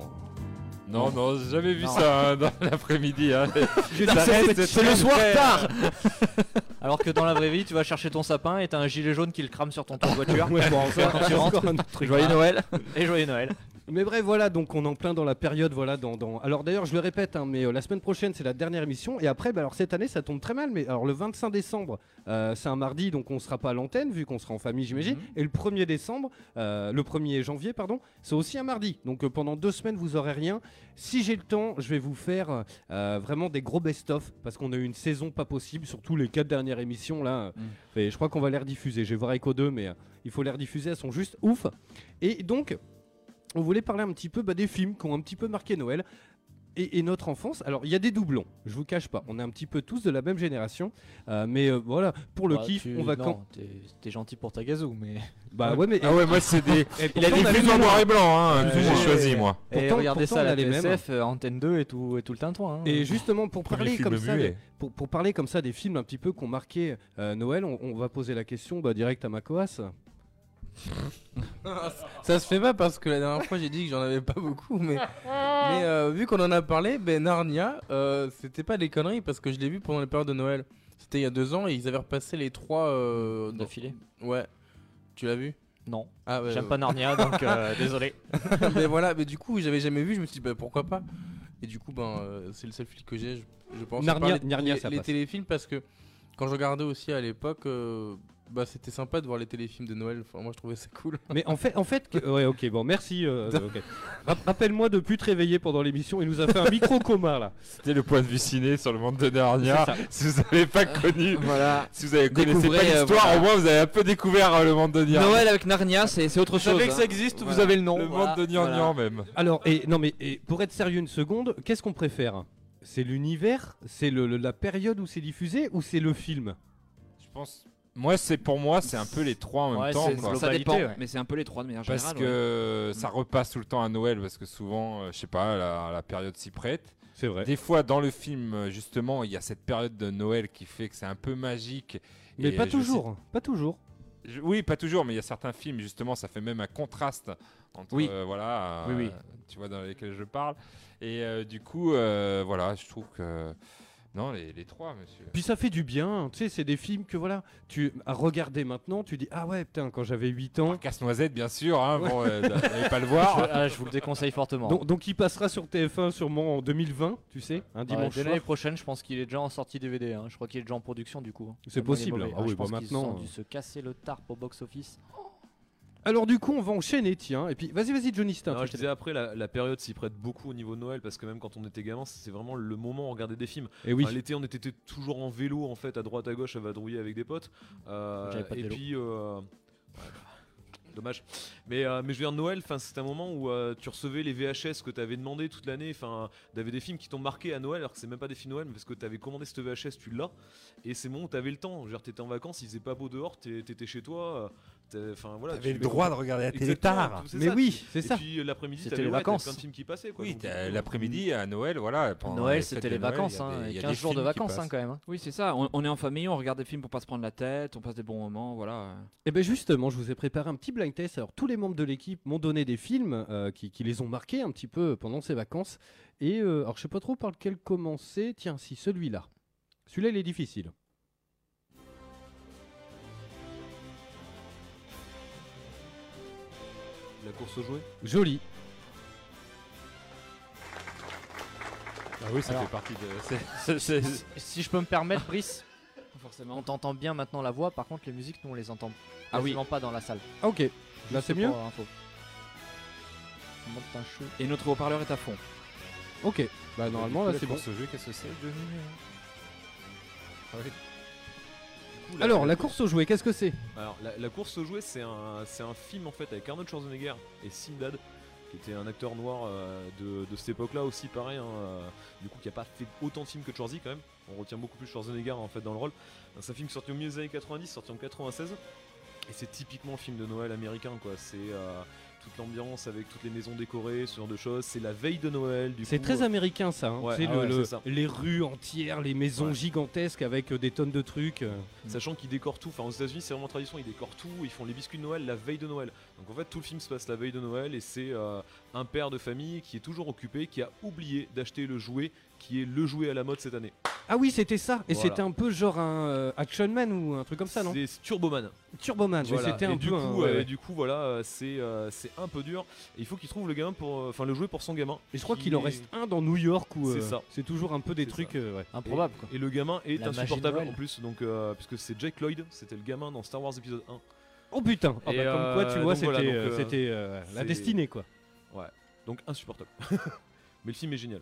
Speaker 5: Non, non, j'ai jamais vu
Speaker 6: Non.
Speaker 5: ça hein, dans l'après-midi. hein.
Speaker 4: Je
Speaker 5: Ça reste
Speaker 3: C'est le
Speaker 5: très
Speaker 3: soir
Speaker 5: clair.
Speaker 3: tard.
Speaker 6: bah, Alors que dans la vraie vie, tu vas chercher ton sapin et t'as un gilet jaune qui le crame sur ton toit de voiture.
Speaker 4: Ouais, bon, ça,
Speaker 6: Quand tu
Speaker 4: c'est
Speaker 6: rentres.
Speaker 4: encore un autre truc.
Speaker 3: Joyeux Noël.
Speaker 6: Et joyeux Noël.
Speaker 4: Mais bref, voilà, donc on est en plein dans la période, voilà, dans... dans- Alors d'ailleurs, je le répète, hein, mais euh, la semaine prochaine, c'est la dernière émission, et après, bah, alors cette année, ça tombe très mal, mais alors le 25 décembre, euh, c'est un mardi, donc on sera pas à l'antenne, vu qu'on sera en famille, j'imagine, et le 1er décembre, euh, le 1er janvier, pardon, c'est aussi un mardi, donc euh, pendant deux semaines, vous aurez rien. Si j'ai le temps, je vais vous faire euh, vraiment des gros best-of, parce qu'on a eu une saison pas possible, surtout les quatre dernières émissions, là, euh, et je crois qu'on va les rediffuser, je vais voir avec O2, mais euh, il faut les rediffuser, elles sont juste ouf. Et donc... On voulait parler un petit peu bah, des films qui ont un petit peu marqué Noël et, et notre enfance. Alors, il y a des doublons, je vous cache pas. On est un petit peu tous de la même génération. euh, mais euh, voilà, pour le
Speaker 6: Bah,
Speaker 4: kiff,
Speaker 6: tu-
Speaker 4: on va
Speaker 6: non,
Speaker 4: quand.
Speaker 6: t'es- T'es gentil pour ta gazou, mais.
Speaker 4: Bah ouais, mais.
Speaker 5: Ah ouais, moi c'est des.
Speaker 4: et
Speaker 5: Il a
Speaker 4: pourtant,
Speaker 5: des
Speaker 4: on avait
Speaker 5: films en
Speaker 4: le
Speaker 5: noir
Speaker 4: même.
Speaker 5: et blanc, hein, que
Speaker 6: Ouais,
Speaker 5: j'ai
Speaker 6: ouais,
Speaker 5: choisi
Speaker 6: ouais.
Speaker 5: moi.
Speaker 6: et
Speaker 4: Pourtant-
Speaker 6: Eh, regardez
Speaker 4: pourtant,
Speaker 6: ça à
Speaker 4: on a
Speaker 6: la
Speaker 4: les mêmes.
Speaker 6: TSF, euh, Antenne 2 et tout, et tout le tintouin. hein.
Speaker 4: Et justement, pour
Speaker 5: Premier
Speaker 4: parler
Speaker 5: film
Speaker 4: comme ça,
Speaker 5: muet.
Speaker 4: de- pour, pour parler comme ça des films un petit peu qui ont marqué euh, Noël, on, on va poser la question bah, direct à Macoas.
Speaker 8: Ça se fait pas parce que la dernière fois j'ai dit que j'en avais pas beaucoup, mais, mais euh, vu qu'on en a parlé, ben Narnia, euh, c'était pas des conneries parce que je l'ai vu pendant les périodes de Noël. C'était il y a deux ans et ils avaient repassé les trois euh, dans-
Speaker 6: D'affilée
Speaker 8: Ouais. Tu l'as vu
Speaker 6: Non.
Speaker 8: Ah ouais,
Speaker 6: J'aime
Speaker 8: ouais.
Speaker 6: pas Narnia, donc, euh, désolé.
Speaker 8: mais voilà, mais du coup j'avais jamais vu, je me suis dit bah, pourquoi pas. Et du coup ben euh, c'est le seul flic que j'ai, je, je pense.
Speaker 4: Narnia-
Speaker 8: Par les-
Speaker 4: Narnia,
Speaker 8: les-
Speaker 4: ça
Speaker 8: les
Speaker 4: passe.
Speaker 8: téléfilms parce que quand je regardais aussi à l'époque, euh, bah c'était sympa de voir les téléfilms de Noël. Enfin, moi je trouvais ça cool.
Speaker 4: Mais en fait, en fait, que- ouais, ok, bon, merci. euh, ok. Ra- Rappelle-moi de plus te réveiller pendant l'émission. Il nous a fait un micro coma là.
Speaker 5: C'était le point de vue ciné sur le monde de Narnia.
Speaker 4: C'est ça.
Speaker 5: Si vous n'avez pas connu,
Speaker 3: voilà.
Speaker 5: si vous avez connaissez
Speaker 3: Découvrez,
Speaker 5: pas
Speaker 3: euh,
Speaker 5: l'histoire,
Speaker 3: voilà.
Speaker 5: au moins vous avez un peu découvert euh, le monde de Narnia.
Speaker 3: Noël avec Narnia, c'est c'est autre chose. hein. Voilà.
Speaker 5: Le monde de Narnia même.
Speaker 4: Alors, et, non, mais et pour être sérieux une seconde, qu'est-ce qu'on préfère C'est l'univers C'est le- le- la période où c'est diffusé Ou c'est le film
Speaker 5: Je pense. Moi, c'est pour moi, c'est un peu les trois en même
Speaker 4: Ouais,
Speaker 5: temps.
Speaker 4: c'est-
Speaker 5: quoi.
Speaker 3: ça dépend, mais c'est un peu les trois de manière
Speaker 5: Parce
Speaker 3: générale. ouais.
Speaker 5: que ça repasse tout le temps à Noël, parce que souvent, euh, je sais pas, la, la période s'y prête.
Speaker 4: C'est vrai.
Speaker 5: Des fois, dans le film, euh, justement, il y a cette période de Noël qui fait que c'est un peu magique.
Speaker 4: Mais
Speaker 5: Et
Speaker 4: pas
Speaker 5: je
Speaker 4: toujours. Pas toujours.
Speaker 5: sais- je- oui, pas toujours, mais il y a certains films, justement, ça fait même un contraste entre,
Speaker 4: Oui.
Speaker 5: euh, voilà, euh,
Speaker 4: Oui, oui.
Speaker 5: tu vois, dans lesquels je parle. Et euh, du coup, euh, voilà, je trouve que. Non, les, les trois, monsieur.
Speaker 4: Puis ça fait du bien, tu sais, c'est des films que voilà, tu à regarder maintenant, tu dis ah ouais, putain, quand j'avais 8
Speaker 5: Hein
Speaker 4: ans.
Speaker 5: Casse-noisette, bien sûr, hein,
Speaker 4: Ouais.
Speaker 5: bon, euh, n'allez pas le voir.
Speaker 4: Je- ah, je vous le
Speaker 6: déconseille fortement.
Speaker 4: Donc, donc il passera sur TF1 sûrement en 2020, tu sais, un
Speaker 6: Ouais,
Speaker 4: dimanche
Speaker 6: dès
Speaker 4: soir.
Speaker 6: l'année prochaine, je pense qu'il est déjà en sortie DVD. hein. Je crois qu'il est déjà en production du coup.
Speaker 4: C'est
Speaker 6: Tellement il est
Speaker 4: possible,
Speaker 6: mauvais.
Speaker 4: hein. Ah oui,
Speaker 6: je
Speaker 4: bah
Speaker 6: pense qu'ils se
Speaker 4: maintenant,
Speaker 6: sont
Speaker 4: euh.
Speaker 6: dû se casser le tarp au box-office.
Speaker 4: Alors du coup, on va enchaîner, tiens. Et puis vas-y, vas-y, Johnny, c'était un
Speaker 9: Non,
Speaker 4: truc.
Speaker 9: je disais après, la, la période s'y prête beaucoup au niveau de Noël parce que même quand on était gamin, c'est vraiment le moment où on regardait des films.
Speaker 4: Eh oui.
Speaker 9: Enfin, Euh, L'été, on était t- toujours en vélo en fait, à droite à gauche, à vadrouiller avec des potes. Euh,
Speaker 6: J'avais pas de
Speaker 9: et
Speaker 6: vélo.
Speaker 9: puis, euh, ouais, dommage. Mais, euh, mais je veux dire, Noël, enfin, c'était un moment où euh, tu recevais les VHS que t'avais demandé toute l'année. Enfin, t'avais des films qui t'ont marqué à Noël alors que c'est même pas des films Noël, mais parce que t'avais commandé cette VHS, tu l'as. Et c'est bon, t'avais le temps. Je veux dire, t'étais en vacances, il faisait pas beau dehors, t'é- t'étais chez toi. euh, t'avais- Enfin voilà.
Speaker 5: T'avais
Speaker 9: tu
Speaker 5: le
Speaker 9: devais-
Speaker 5: droit de regarder la télé
Speaker 9: Exactement,
Speaker 5: tard.
Speaker 9: c'est
Speaker 5: Mais
Speaker 9: ça.
Speaker 5: oui, c'est
Speaker 9: Et
Speaker 5: ça.
Speaker 9: puis, euh, l'après-midi,
Speaker 5: C'était
Speaker 9: t'avais-
Speaker 5: les
Speaker 9: ouais, t'avais
Speaker 5: vacances.
Speaker 9: plein de films qui passaient quoi.
Speaker 5: Oui,
Speaker 9: Donc,
Speaker 5: t'as-
Speaker 9: euh,
Speaker 5: l'après-midi à Noël, voilà. pendant
Speaker 6: Noël,
Speaker 5: Oh, les fêtes
Speaker 6: c'était
Speaker 5: de
Speaker 6: les
Speaker 5: Noël,
Speaker 6: vacances,
Speaker 5: il y a
Speaker 6: hein,
Speaker 5: des- il y a
Speaker 6: 15
Speaker 5: des
Speaker 6: jours de
Speaker 5: films qui
Speaker 6: vacances, hein,
Speaker 5: passent.
Speaker 6: quand même, hein.
Speaker 3: Oui, c'est ça. On, on est en famille, on regarde des films pour pas se prendre la tête, on passe des bons moments, voilà.
Speaker 4: Eh ben justement, je vous ai préparé un petit blind test. Alors tous les membres de l'équipe m'ont donné des films euh, qui, qui les ont marqués un petit peu pendant ces vacances. Et euh, alors je sais pas trop par lequel commencer. Tiens, si celui-là. Celui-là, il est difficile.
Speaker 9: La course au jouet
Speaker 4: Joli.
Speaker 5: Ah oui, ça
Speaker 6: Alors,
Speaker 5: fait partie de.
Speaker 6: si- si- Si je peux me permettre, Brice,
Speaker 3: Forcément.
Speaker 6: on t'entend bien maintenant la voix. Par contre, les musiques, nous, on les entend
Speaker 3: Ah oui.
Speaker 6: quasiment pas dans la salle.
Speaker 4: Ah, ok. Là,
Speaker 6: Juste
Speaker 4: c'est mieux
Speaker 6: pour, euh, info. Monte un chou.
Speaker 3: Et notre haut-parleur est à fond.
Speaker 4: Ok. Bah
Speaker 5: Et
Speaker 4: normalement
Speaker 5: du coup,
Speaker 4: là
Speaker 5: la
Speaker 4: c'est bon.
Speaker 5: course au jeu, qu'est-ce que c'est devenu Ah oui.
Speaker 9: coup,
Speaker 4: Alors la course au jouet, qu'est-ce que c'est
Speaker 9: Alors, la, la course au jouet, c'est un, c'est un film en fait avec Arnold Schwarzenegger et Simdad, qui était un acteur noir euh, de, de cette époque-là aussi, pareil. hein, euh, du coup, qui a pas fait autant de films que Schwarzy quand même. On retient beaucoup plus Schwarzenegger en fait dans le rôle. Euh, C'est un film sorti au milieu des années 90, sorti en 96. Et c'est typiquement un film de Noël américain, quoi. C'est euh, toute l'ambiance avec toutes les maisons décorées, ce genre de choses. C'est la veille de Noël, du
Speaker 4: C'est
Speaker 9: coup,
Speaker 4: très
Speaker 9: euh,
Speaker 4: américain ça. hein.
Speaker 9: Ouais,
Speaker 4: c'est
Speaker 9: ah
Speaker 4: le-
Speaker 9: ouais,
Speaker 4: le-
Speaker 9: c'est ça.
Speaker 4: les rues entières, les maisons
Speaker 9: Ouais.
Speaker 4: gigantesques avec euh, des tonnes de trucs. euh.
Speaker 9: Sachant qu'ils décorent tout, enfin aux États-Unis c'est vraiment tradition, ils décorent tout, ils font les biscuits de Noël la veille de Noël. Donc en fait tout le film se passe la veille de Noël et c'est euh, un père de famille qui est toujours occupé, qui a oublié d'acheter le jouet qui est le jouet à la mode cette année.
Speaker 4: Ah oui, c'était ça. Et
Speaker 9: Voilà.
Speaker 4: c'était un peu genre un euh, Action Man ou un truc comme ça, non
Speaker 9: C'est Turboman.
Speaker 4: Turboman. mais
Speaker 9: Voilà.
Speaker 4: C'était
Speaker 9: Et
Speaker 4: un
Speaker 9: du
Speaker 4: peu un-
Speaker 9: coup,
Speaker 4: ouais,
Speaker 9: euh,
Speaker 4: ouais.
Speaker 9: et du coup voilà euh, c'est euh, c'est un peu dur. Et il faut qu'il trouve le gamin pour, euh, enfin le jouet pour son gamin.
Speaker 4: Et je crois
Speaker 9: qui
Speaker 4: qu'il en
Speaker 9: est-
Speaker 4: reste un dans New York où
Speaker 9: C'est
Speaker 4: euh,
Speaker 9: ça.
Speaker 4: c'est toujours un peu des trucs euh, ouais.
Speaker 9: Et- Et le gamin est
Speaker 4: La magie de
Speaker 9: insupportable
Speaker 4: Noël.
Speaker 9: en plus, donc euh, puisque c'est Jake Lloyd, c'était le gamin dans Star Wars épisode 1.
Speaker 4: Oh putain Ah
Speaker 9: Et,
Speaker 4: bah, Comme quoi, tu
Speaker 9: euh,
Speaker 4: vois,
Speaker 9: donc
Speaker 4: c'était
Speaker 9: voilà, donc,
Speaker 4: euh,
Speaker 9: euh,
Speaker 4: c'était, euh, la
Speaker 9: c'est-
Speaker 4: destinée, quoi.
Speaker 9: Ouais, donc insupportable. Mais le film est génial.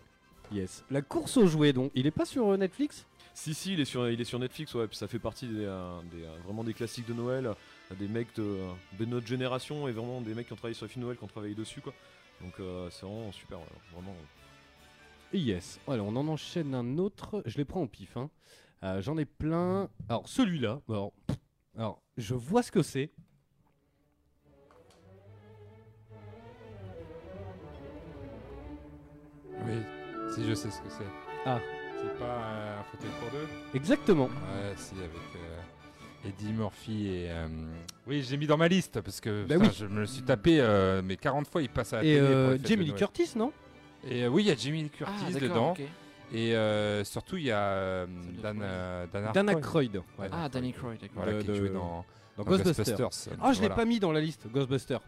Speaker 4: Yes. La course aux jouets, donc. Il est pas sur euh, Netflix
Speaker 9: Si si, il est sur, il est sur Netflix, ouais. Puis ça fait partie des, euh, des, euh, vraiment des classiques de Noël, euh, des mecs de, euh, de notre génération et vraiment des mecs qui ont travaillé sur les films de Noël, qui ont travaillé dessus quoi. Donc euh, c'est vraiment super, ouais, vraiment.
Speaker 4: Yes. Alors, on en enchaîne un autre. Je les prends au pif. hein. Euh, J'en ai plein. Alors, celui-là. Alors, pff, alors, je vois ce que c'est.
Speaker 5: Oui, si je sais ce que c'est.
Speaker 4: Ah.
Speaker 5: C'est pas euh, un fauteuil pour deux
Speaker 4: Exactement.
Speaker 5: Ouais, si, avec. euh, Eddie Murphy et. euh, oui, j'ai mis dans ma liste parce que
Speaker 4: Bah
Speaker 5: putain,
Speaker 4: oui.
Speaker 5: je me le suis tapé, euh, mais 40 fois il passe à la
Speaker 4: Et,
Speaker 5: télé pour les
Speaker 4: euh,
Speaker 5: fêtes de
Speaker 4: Jamie Lee
Speaker 5: Noël.
Speaker 4: Curtis, non
Speaker 5: Et euh, oui, il y a Jamie Lee Curtis
Speaker 4: Ah, d'accord,
Speaker 5: dedans.
Speaker 4: ok.
Speaker 5: Et euh, surtout, il y a euh, Dan, euh,
Speaker 4: Dan Aykroyd.
Speaker 5: Ouais,
Speaker 4: Ah, Dan Aykroyd, d'accord.
Speaker 5: Voilà,
Speaker 4: De-
Speaker 5: qui jouait
Speaker 4: de-
Speaker 5: dans, dans
Speaker 4: dans Ghostbusters.
Speaker 5: Ghostbusters.
Speaker 4: Ah, je l'ai
Speaker 5: Voilà.
Speaker 4: pas mis dans la liste, Ghostbusters.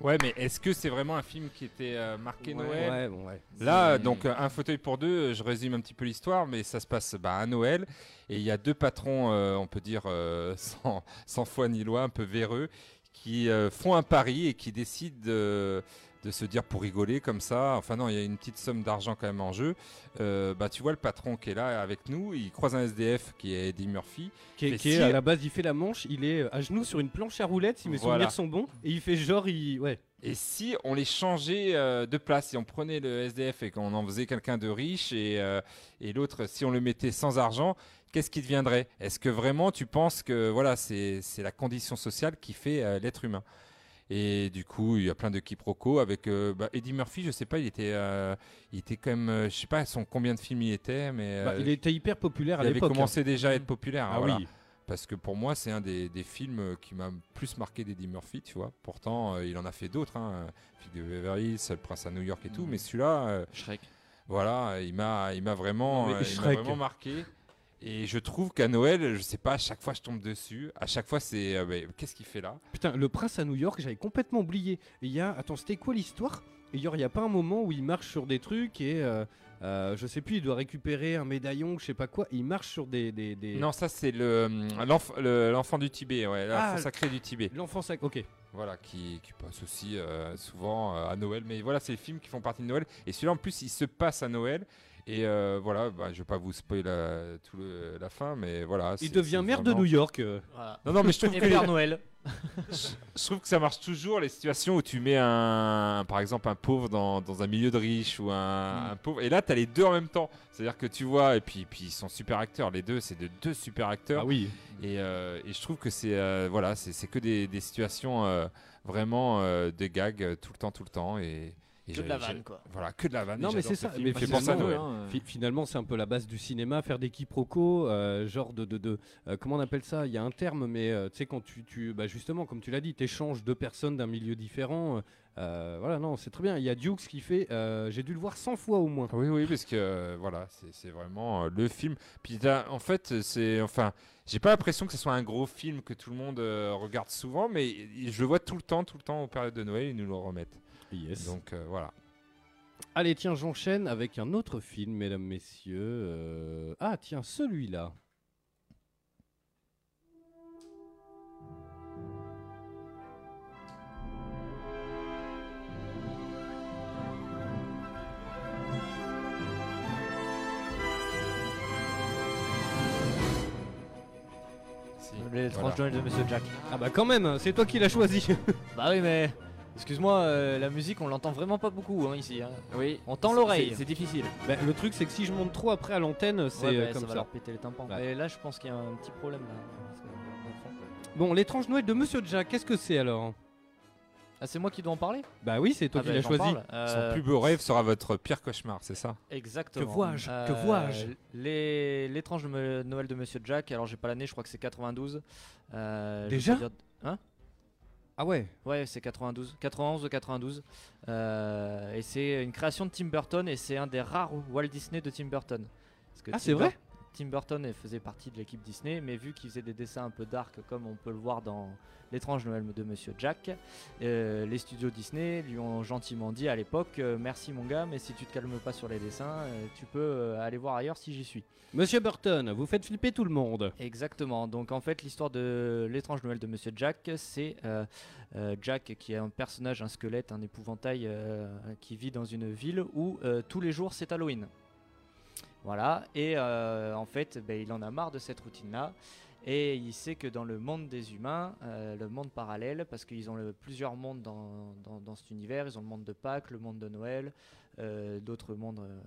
Speaker 5: Ouais, mais est-ce que c'est vraiment un film qui était euh, marqué
Speaker 4: Ouais.
Speaker 5: Noël
Speaker 4: Ouais, bon, ouais.
Speaker 5: Là,
Speaker 4: C'est-
Speaker 5: donc, euh, un fauteuil pour deux, euh, je résume un petit peu l'histoire, mais ça se passe bah, à Noël. Et il y a deux patrons, euh, on peut dire, euh, sans, sans foi ni loi, un peu véreux, qui euh, font un pari et qui décident euh, de se dire pour rigoler comme ça. Enfin, non, il y a une petite somme d'argent quand même en jeu. Euh, bah, tu vois, le patron qui est là avec nous, il croise un SDF qui est Eddie Murphy.
Speaker 4: Qui, est-
Speaker 5: Et
Speaker 4: qui est,
Speaker 5: si- euh,
Speaker 4: à la base, il fait la manche, il est euh, à genoux sur une planche à roulettes, si mes
Speaker 5: Voilà.
Speaker 4: souvenirs sont bons, et il fait genre, il. Ouais.
Speaker 5: Et si on les changeait euh, de place, si on prenait le SDF et qu'on en faisait quelqu'un de riche et, euh, et l'autre, si on le mettait sans argent, qu'est-ce qui deviendrait Est-ce que vraiment tu penses que voilà, c'est c'est la condition sociale qui fait euh, l'être humain et du coup, il y a plein de quiproquos avec euh, bah, Eddie Murphy. Je sais pas, il était, euh, il était quand même, euh, je sais pas, son combien de films il était, mais
Speaker 4: Bah,
Speaker 5: euh,
Speaker 4: il était hyper populaire à
Speaker 5: il avait
Speaker 4: l'époque,
Speaker 5: commencé
Speaker 4: hein.
Speaker 5: déjà à être populaire. hein,
Speaker 4: Ah
Speaker 5: voilà.
Speaker 4: oui.
Speaker 5: Parce que pour moi, c'est un des, des films euh, qui m'a plus marqué d'Eddie Murphy, tu vois. Pourtant, euh, il en a fait d'autres, hein. Flic de Beverly Hills, Le Prince à New York et tout.
Speaker 3: Mm.
Speaker 5: Mais celui-là, euh,
Speaker 3: Shrek.
Speaker 5: Voilà, euh, il m'a, il m'a vraiment,
Speaker 3: Non, mais
Speaker 5: euh, il m'a
Speaker 3: Shrek.
Speaker 5: vraiment marqué. Et je trouve qu'à Noël, je sais pas, à chaque fois je tombe dessus. À chaque fois, c'est euh, mais qu'est-ce qu'il fait là
Speaker 4: Putain, le prince à New York, j'avais complètement oublié. Et Il y a, attends, c'était quoi l'histoire Et Il y a- il y a pas un moment où il marche sur des trucs et euh, euh, je sais plus, il doit récupérer un médaillon, je sais pas quoi. et il marche sur des, des, des-
Speaker 5: Non, ça c'est le, hum, l'enf- le- l'enfant du Tibet, ouais, l'enfant
Speaker 4: Ah,
Speaker 5: sacré du Tibet.
Speaker 4: L'enfant sacré, ok.
Speaker 5: Voilà, qui, qui passe aussi euh, souvent euh, à Noël. Mais voilà, c'est les films qui font partie de Noël. Et celui-là, en plus, il se passe à Noël. Et euh, voilà, bah, je vais pas vous spoiler la, tout le- la fin, mais voilà.
Speaker 4: Il
Speaker 5: c'est-
Speaker 4: devient
Speaker 5: c'est
Speaker 4: maire de New York, euh. Voilà.
Speaker 5: Non, non, mais je trouve
Speaker 4: Et
Speaker 5: que
Speaker 4: Père Noël.
Speaker 5: je, je trouve que ça marche toujours les situations où tu mets un, par exemple, un pauvre dans, dans un milieu de riches ou un,
Speaker 4: Mm.
Speaker 5: un pauvre. Et là, t'as les deux en même temps. C'est-à-dire que tu vois, et puis, puis ils sont super acteurs. Les deux, c'est de deux super acteurs.
Speaker 4: Ah oui.
Speaker 5: Et, euh, et je trouve que c'est euh, voilà, c'est c'est que des, des situations euh, vraiment euh, de gag euh, tout le temps, tout le temps. Et, et
Speaker 6: Que de
Speaker 5: j'ai-
Speaker 6: la
Speaker 5: j'ai-
Speaker 6: vanne, quoi.
Speaker 5: Voilà, que de la vanne.
Speaker 4: Non,
Speaker 5: et
Speaker 4: mais
Speaker 5: j'adore
Speaker 4: c'est
Speaker 5: ce
Speaker 4: ça.
Speaker 5: film. Bah,
Speaker 4: Ah, Mais
Speaker 5: Il fait penser à
Speaker 4: finalement,
Speaker 5: Noël.
Speaker 4: euh, fi- finalement, c'est un peu la base du cinéma, faire des quiproquos, euh, genre de, de, de- euh, comment on appelle ça Il y a un terme, mais euh, tu sais quand tu, tu bah justement, comme tu l'as dit, t'échanges deux personnes d'un milieu différent. euh, euh, voilà, non, c'est très bien. Il y a Dukes qui fait, euh, j'ai dû le voir 100 fois au moins.
Speaker 5: Oui, oui, parce que euh, voilà, c'est- c'est vraiment euh, le film. Puis t'as- en fait, c'est enfin, j'ai pas l'impression que ce soit un gros film que tout le monde euh, regarde souvent, mais i- je le vois tout le temps, tout le temps aux périodes de Noël, ils nous le remettent. Donc euh, voilà.
Speaker 4: Allez, tiens, j'enchaîne avec un autre film, mesdames, messieurs. Euh, Ah, tiens, celui-là.
Speaker 6: L'étrange Noël de Monsieur Jack.
Speaker 4: Ah bah quand même, c'est toi qui l'as choisi.
Speaker 6: bah oui, mais excuse-moi, euh, la musique on l'entend vraiment pas beaucoup hein, ici. hein.
Speaker 3: Oui.
Speaker 6: On tend l'oreille.
Speaker 3: C'est- c'est difficile.
Speaker 4: Bah, le truc, c'est que si je monte trop après à l'antenne, c'est
Speaker 6: Ouais, bah,
Speaker 4: euh,
Speaker 6: ça
Speaker 4: comme
Speaker 6: va
Speaker 4: ça.
Speaker 6: leur péter les tympans.
Speaker 4: Ouais.
Speaker 6: Et là, je pense qu'il y a un petit problème là. parce que, euh, dans le fond.
Speaker 4: Bon, l'étrange Noël de Monsieur Jack, qu'est-ce que c'est alors
Speaker 6: Ah, c'est moi qui dois en parler
Speaker 4: Bah oui, c'est toi
Speaker 6: Ah
Speaker 4: qui
Speaker 6: bah,
Speaker 4: l'as
Speaker 6: j'en
Speaker 4: choisi.
Speaker 6: parle. Euh,
Speaker 5: Son plus beau rêve sera votre pire cauchemar, c'est ça
Speaker 6: Exactement.
Speaker 4: Que vois-je Que
Speaker 6: Euh,
Speaker 4: vois-je
Speaker 6: les- L'étrange me- Noël de Monsieur Jack. Alors, j'ai pas l'année, je crois que c'est 92. Euh, je vais
Speaker 4: Déjà
Speaker 6: pas dire- Hein
Speaker 4: Ah ouais
Speaker 6: Ouais, c'est 92. 91 ou 92. Euh, et c'est une création de Tim Burton et c'est un des rares Walt Disney de Tim Burton. Parce que
Speaker 4: Ah,
Speaker 6: Tim
Speaker 4: c'est vrai
Speaker 6: Bur- Tim Burton elle faisait partie de l'équipe Disney, mais vu qu'il faisait des dessins un peu dark, comme on peut le voir dans L'étrange Noël de Monsieur Jack, euh, les studios Disney lui ont gentiment dit à l'époque euh, Merci mon gars, mais si tu te calmes pas sur les dessins, euh, tu peux euh, aller voir ailleurs si j'y suis.
Speaker 4: Monsieur Burton, vous faites flipper tout le monde.
Speaker 6: Exactement. Donc en fait, l'histoire de l'étrange Noël de Monsieur Jack, c'est euh, euh, Jack qui est un personnage, un squelette, un épouvantail euh, qui vit dans une ville où euh, tous les jours c'est Halloween. Voilà. Et euh, en fait, ben, il en a marre de cette routine-là. Et il sait que dans le monde des humains, euh, le monde parallèle, parce qu'ils ont le- plusieurs mondes dans, dans- dans cet univers, ils ont le monde de Pâques, le monde de Noël, euh, d'autres mondes euh,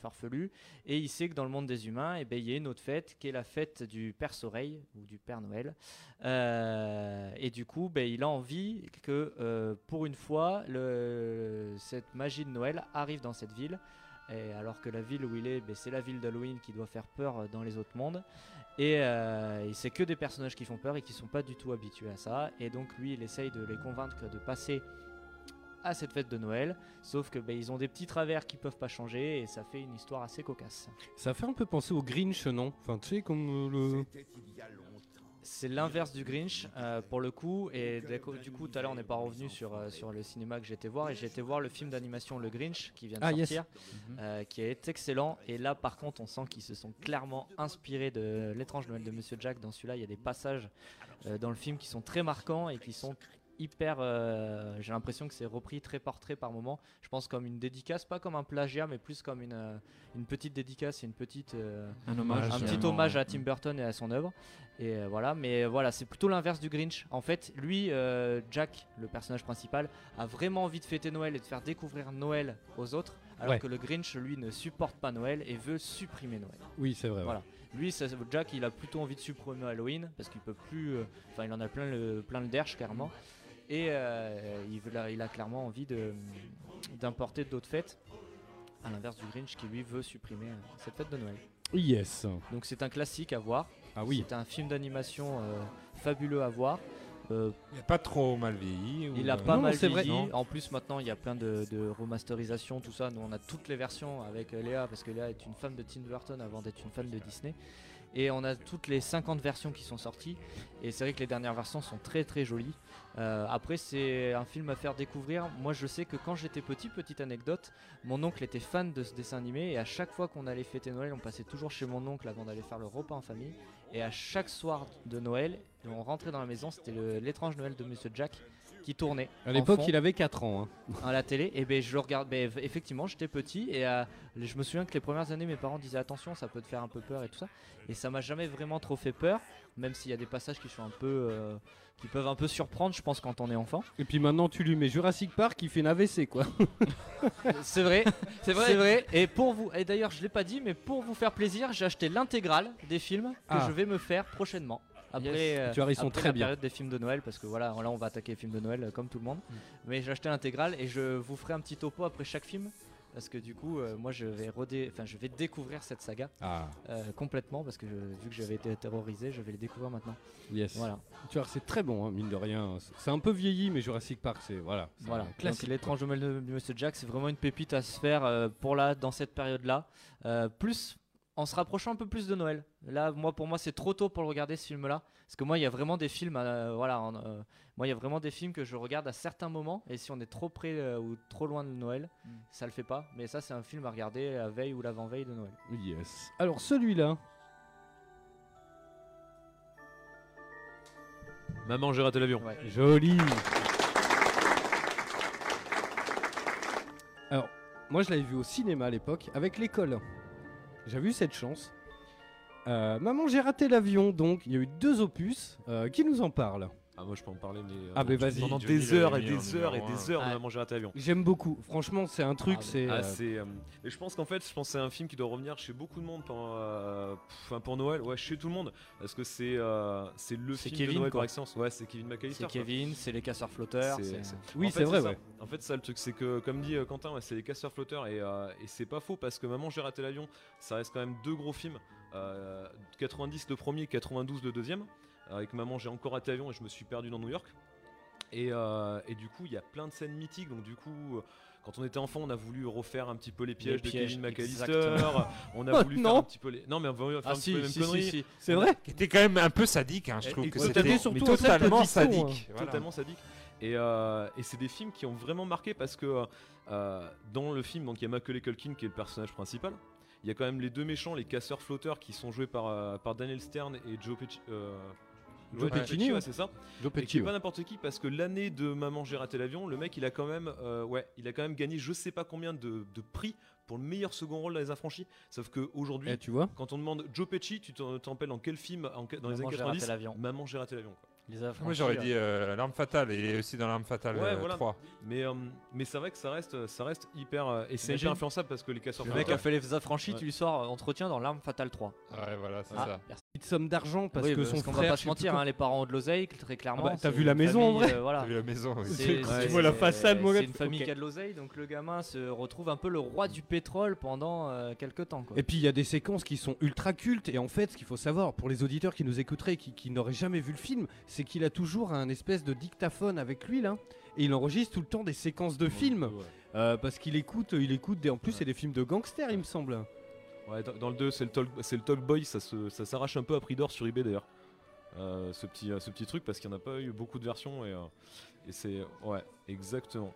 Speaker 6: farfelus, et il sait que dans le monde des humains, eh ben, il y a une autre fête qui est la fête du Père Soleil ou du Père Noël. Euh, et du coup, ben, il a envie que euh, pour une fois, le- cette magie de Noël arrive dans cette ville Et alors que la ville où il est, ben, c'est la ville d'Halloween qui doit faire peur euh, dans les autres mondes. Et, euh, et c'est que des personnages qui font peur et qui sont pas du tout habitués à ça. Et donc lui, il essaye de les convaincre de passer à cette fête de Noël. Sauf que ben, ils ont des petits travers qui peuvent pas changer et ça fait une histoire assez cocasse.
Speaker 4: Ça fait un peu penser au Grinch, non Enfin, tu sais, comme euh, le.
Speaker 6: C'est l'inverse du Grinch euh, pour le coup. Et d'ac- du coup, tout à l'heure, on n'est pas revenu sur, euh, sur le cinéma que j'étais voir. Et j'étais voir le film d'animation Le Grinch qui vient de
Speaker 4: Ah, yes.
Speaker 6: sortir, euh, qui est excellent. Et là, par contre, on sent qu'ils se sont clairement inspirés de L'étrange Noël de Monsieur Jack. Dans celui-là, il y a des passages euh, dans le film qui sont très marquants et qui sont hyper. euh, J'ai l'impression que c'est repris très portrait par moment. Je pense comme une dédicace, pas comme un plagiat, mais plus comme une, euh, une petite dédicace et une petite. euh,
Speaker 3: Un hommage,
Speaker 4: Ah,
Speaker 6: un petit
Speaker 3: finalement,
Speaker 6: hommage
Speaker 3: ouais.
Speaker 6: à Tim Burton et à son œuvre. Et euh, voilà, mais voilà, c'est plutôt l'inverse du Grinch. En fait, lui, euh, Jack, le personnage principal, a vraiment envie de fêter Noël et de faire découvrir Noël aux autres, alors
Speaker 4: Ouais.
Speaker 6: que le Grinch, lui, ne supporte pas Noël et veut supprimer Noël.
Speaker 4: Oui, c'est vrai, ouais.
Speaker 6: Voilà. Lui, ça- Jack, il a plutôt envie de supprimer Halloween parce qu'il peut plus. euh, Enfin, il en a plein le plein le derche carrément. Et euh, il, veut la- il a clairement envie de d'importer d'autres fêtes, à l'inverse du Grinch qui lui veut supprimer euh, cette fête de Noël.
Speaker 4: Yes.
Speaker 6: Donc c'est un classique à voir.
Speaker 4: Ah oui.
Speaker 6: C'est un film d'animation euh, fabuleux à voir. Euh,
Speaker 5: il n'a pas trop mal vieilli. euh,
Speaker 6: Il a pas
Speaker 4: Mmh. Non,
Speaker 6: mal
Speaker 4: c'est vrai.
Speaker 6: vieilli.
Speaker 4: Non.
Speaker 6: En plus maintenant il y a plein de, de remasterisations, tout ça. Nous on a toutes les versions avec euh, Léa parce que Léa est une fan de Tim Burton avant d'être une fan de Disney. Et on a toutes les 50 versions qui sont sorties. Et c'est vrai que les dernières versions sont très très jolies. Euh, après c'est un film à faire découvrir. Moi je sais que quand j'étais petit, petite anecdote, mon oncle était fan de ce dessin animé et à chaque fois qu'on allait fêter Noël, on passait toujours chez mon oncle avant d'aller faire le repas en famille. Et à chaque soir de Noël, on rentrait dans la maison, c'était le- l'étrange Noël de Monsieur Jack qui tournait.
Speaker 4: À
Speaker 6: en
Speaker 4: l'époque,
Speaker 6: fond
Speaker 4: il avait 4 ans. hein.
Speaker 6: à la télé et ben je le regarde ben, eff- effectivement j'étais petit et euh, je me souviens que les premières années mes parents disaient attention ça peut te faire un peu peur et tout ça et ça m'a jamais vraiment trop fait peur même s'il y a des passages qui sont un peu euh, qui peuvent un peu surprendre je pense quand on est enfant
Speaker 4: Et puis maintenant, tu lui mets Jurassic Park, il fait une AVC, quoi.
Speaker 6: c'est vrai c'est vrai et pour vous et d'ailleurs je l'ai pas dit mais pour vous faire plaisir j'ai acheté l'intégrale des films que
Speaker 4: Ah.
Speaker 6: je vais me faire prochainement après,
Speaker 4: Yes.
Speaker 6: euh,
Speaker 4: Tu vois, ils sont
Speaker 6: après
Speaker 4: très
Speaker 6: la
Speaker 4: bien.
Speaker 6: période des films de Noël parce que voilà là on va attaquer les films de Noël euh, comme tout le monde
Speaker 4: Mm.
Speaker 6: mais j'ai acheté l'intégrale et je vous ferai un petit topo après chaque film parce que du coup euh, moi je vais redé... enfin je vais découvrir cette saga
Speaker 5: Ah.
Speaker 6: euh, complètement parce que je- vu que j'avais été terrorisé je vais le découvrir maintenant
Speaker 4: Yes.
Speaker 6: voilà
Speaker 4: Tu vois, c'est très bon, hein, mine de rien. C'est un peu vieilli, mais Jurassic Park, c'est voilà. c'est
Speaker 6: Voilà,
Speaker 4: un
Speaker 6: classique.
Speaker 4: classique.
Speaker 6: L'étrange Noël de Monsieur Jack, c'est vraiment une pépite à se faire euh, pour là, dans cette période-là. Euh, plus en se rapprochant un peu plus de Noël. Là, moi, pour moi, c'est trop tôt pour le regarder ce film-là, parce que moi, il y a vraiment des films, euh, voilà, en, euh, moi, il y a vraiment des films que je regarde à certains moments, et si on est trop près euh, ou trop loin de Noël, ça le fait pas. Mais ça, c'est un film à regarder la veille ou l'avant-veille de Noël.
Speaker 4: Yes. Alors, celui-là.
Speaker 9: Maman, j'ai raté l'avion.
Speaker 4: Joli. Alors, moi je l'avais vu au cinéma à l'époque avec l'école. J'avais eu cette chance. Euh, Maman, j'ai raté l'avion, donc il y a eu deux opus euh, qui nous en parlent.
Speaker 9: Ah, moi je peux en parler, mais. euh,
Speaker 4: Ah, mais
Speaker 9: pendant-
Speaker 4: vas-y.
Speaker 9: Pendant
Speaker 4: Johnny
Speaker 9: des heures et
Speaker 4: l'avait mis
Speaker 9: des
Speaker 4: en
Speaker 9: heures et
Speaker 4: numéro
Speaker 9: des
Speaker 4: un.
Speaker 9: heures, on
Speaker 4: Ouais.
Speaker 9: a mangé raté l'avion.
Speaker 4: J'aime beaucoup. Franchement, c'est un truc, c'est.
Speaker 9: Ah,
Speaker 4: euh,
Speaker 9: c'est, euh, et je pense qu'en fait, je pense que c'est un film qui doit revenir chez beaucoup de monde pendant, euh, pff, enfin, pour Noël, ouais, chez tout le monde, parce que c'est euh, c'est le
Speaker 6: C'est
Speaker 9: film
Speaker 6: Kevin,
Speaker 9: de Noël
Speaker 6: quoi.
Speaker 9: par excellence. Ouais, c'est Kevin McAllister.
Speaker 6: C'est Kevin, c'est les casseurs flotteurs.
Speaker 9: C'est-
Speaker 6: c'est-
Speaker 9: c'est-
Speaker 4: Oui,
Speaker 9: En
Speaker 4: c'est
Speaker 9: fait,
Speaker 4: vrai,
Speaker 9: ça.
Speaker 4: ouais.
Speaker 9: En fait, ça, le truc, c'est que, comme dit euh, Quentin, ouais, c'est les casseurs flotteurs, et, euh, et c'est pas faux parce que Maman, j'ai raté l'avion, ça reste quand même deux gros films euh, 90 le premier, 92 le deuxième. Euh, Avec Maman, j'ai encore raté l'avion et je me suis perdu dans New York. Et, euh, et du coup, il y a plein de scènes mythiques. Donc, du coup, euh, quand on était enfant, on a voulu refaire un petit peu les pièges,
Speaker 6: pièges,
Speaker 9: de Kevin McAllister.
Speaker 6: exactement.
Speaker 9: On
Speaker 4: Oh,
Speaker 9: a voulu
Speaker 4: non.
Speaker 9: faire un petit peu les. Non, mais on va faire
Speaker 6: Ah,
Speaker 9: un
Speaker 6: si,
Speaker 9: petit peu les mêmes
Speaker 6: si, si,
Speaker 9: conneries.
Speaker 6: si.
Speaker 4: C'est vrai
Speaker 5: Qui était quand même un peu sadique, hein, je
Speaker 9: Et-
Speaker 5: trouve
Speaker 9: et
Speaker 5: que
Speaker 9: totalement-
Speaker 5: c'était
Speaker 4: surtout
Speaker 5: mais
Speaker 4: en fait, le
Speaker 5: totalement
Speaker 4: discours, hein.
Speaker 5: sadique. voilà.
Speaker 9: totalement sadique. Et, euh, et c'est des films qui ont vraiment marqué parce que euh, dans le film, donc il y a Macaulay Culkin qui est le personnage principal. Il y a quand même les deux méchants, les casseurs flotteurs qui sont joués par, euh, par Daniel Stern et Joe Pesci. euh,
Speaker 4: Joe
Speaker 9: ouais,
Speaker 4: Pesci,
Speaker 9: ouais,
Speaker 4: ouais.
Speaker 9: c'est ça.
Speaker 4: Joe
Speaker 9: et qui
Speaker 4: Pesci,
Speaker 9: est pas
Speaker 4: ouais.
Speaker 9: n'importe qui parce que l'année de Maman j'ai raté l'avion, le mec il a quand même, euh, ouais, il a quand même gagné je sais pas combien de, de prix pour le meilleur second rôle dans les affranchis. Sauf que aujourd'hui,
Speaker 4: Eh, tu vois
Speaker 9: quand on demande Joe Pesci, tu t'en t'en rappelles dans quel film en- dans les
Speaker 6: Maman,
Speaker 9: années
Speaker 6: j'ai raté
Speaker 9: 90
Speaker 6: l'avion.
Speaker 9: Maman j'ai raté l'avion. quoi.
Speaker 6: Les
Speaker 5: Moi
Speaker 6: affranchis,
Speaker 5: j'aurais
Speaker 6: euh,
Speaker 5: dit euh, l'arme fatale, il est aussi dans l'arme fatale
Speaker 9: Ouais,
Speaker 5: euh,
Speaker 9: voilà.
Speaker 5: 3.
Speaker 9: Mais, euh, mais c'est vrai que ça reste, ça reste hyper. euh, et c'est
Speaker 6: Imagine.
Speaker 9: hyper influençable parce que les casseurs
Speaker 6: Le mec a
Speaker 9: flotteurs-
Speaker 6: fait les affranchis,
Speaker 9: Ouais.
Speaker 6: tu lui sors euh, entretien dans l'arme fatale 3.
Speaker 5: Ouais, voilà, c'est
Speaker 6: Ah,
Speaker 5: ça.
Speaker 6: merci.
Speaker 4: petite somme d'argent parce
Speaker 6: Oui,
Speaker 4: que son
Speaker 6: qu'on va
Speaker 4: frère.
Speaker 6: pas
Speaker 4: je
Speaker 6: se
Speaker 4: sais
Speaker 6: mentir,
Speaker 4: plus
Speaker 6: hein, les parents ont de l'oseille, très clairement.
Speaker 4: Ah bah, t'as
Speaker 6: c'est
Speaker 4: vu la
Speaker 6: une
Speaker 4: maison, en
Speaker 6: famille,
Speaker 4: vrai
Speaker 6: euh, voilà.
Speaker 4: T'as vu la maison, oui.
Speaker 6: C'est-
Speaker 4: C'est-
Speaker 6: c'est-
Speaker 4: tu vois la
Speaker 6: c'est-
Speaker 4: façade, mon gars,
Speaker 6: C'est une famille
Speaker 4: ok.
Speaker 6: qui a de l'oseille, donc le gamin se retrouve un peu le roi du pétrole pendant euh, quelques temps. Quoi.
Speaker 4: Et puis il y a des séquences qui sont ultra cultes et en fait ce qu'il faut savoir pour les auditeurs qui nous écouteraient qui, qui n'auraient jamais vu le film c'est qu'il a toujours un espèce de dictaphone avec lui là et il enregistre tout le temps des séquences de films Euh, parce qu'il écoute il écoute des, en plus c'est des films de gangsters il me semble
Speaker 9: Ouais, dans, dans le 2, c'est le, talk, c'est le Talk Boy, ça, se- ça s'arrache un peu à prix d'or sur eBay d'ailleurs. Euh, ce, petit, euh, ce petit truc, parce qu'il n'y en a pas eu beaucoup de versions et, euh, et c'est. Ouais, exactement.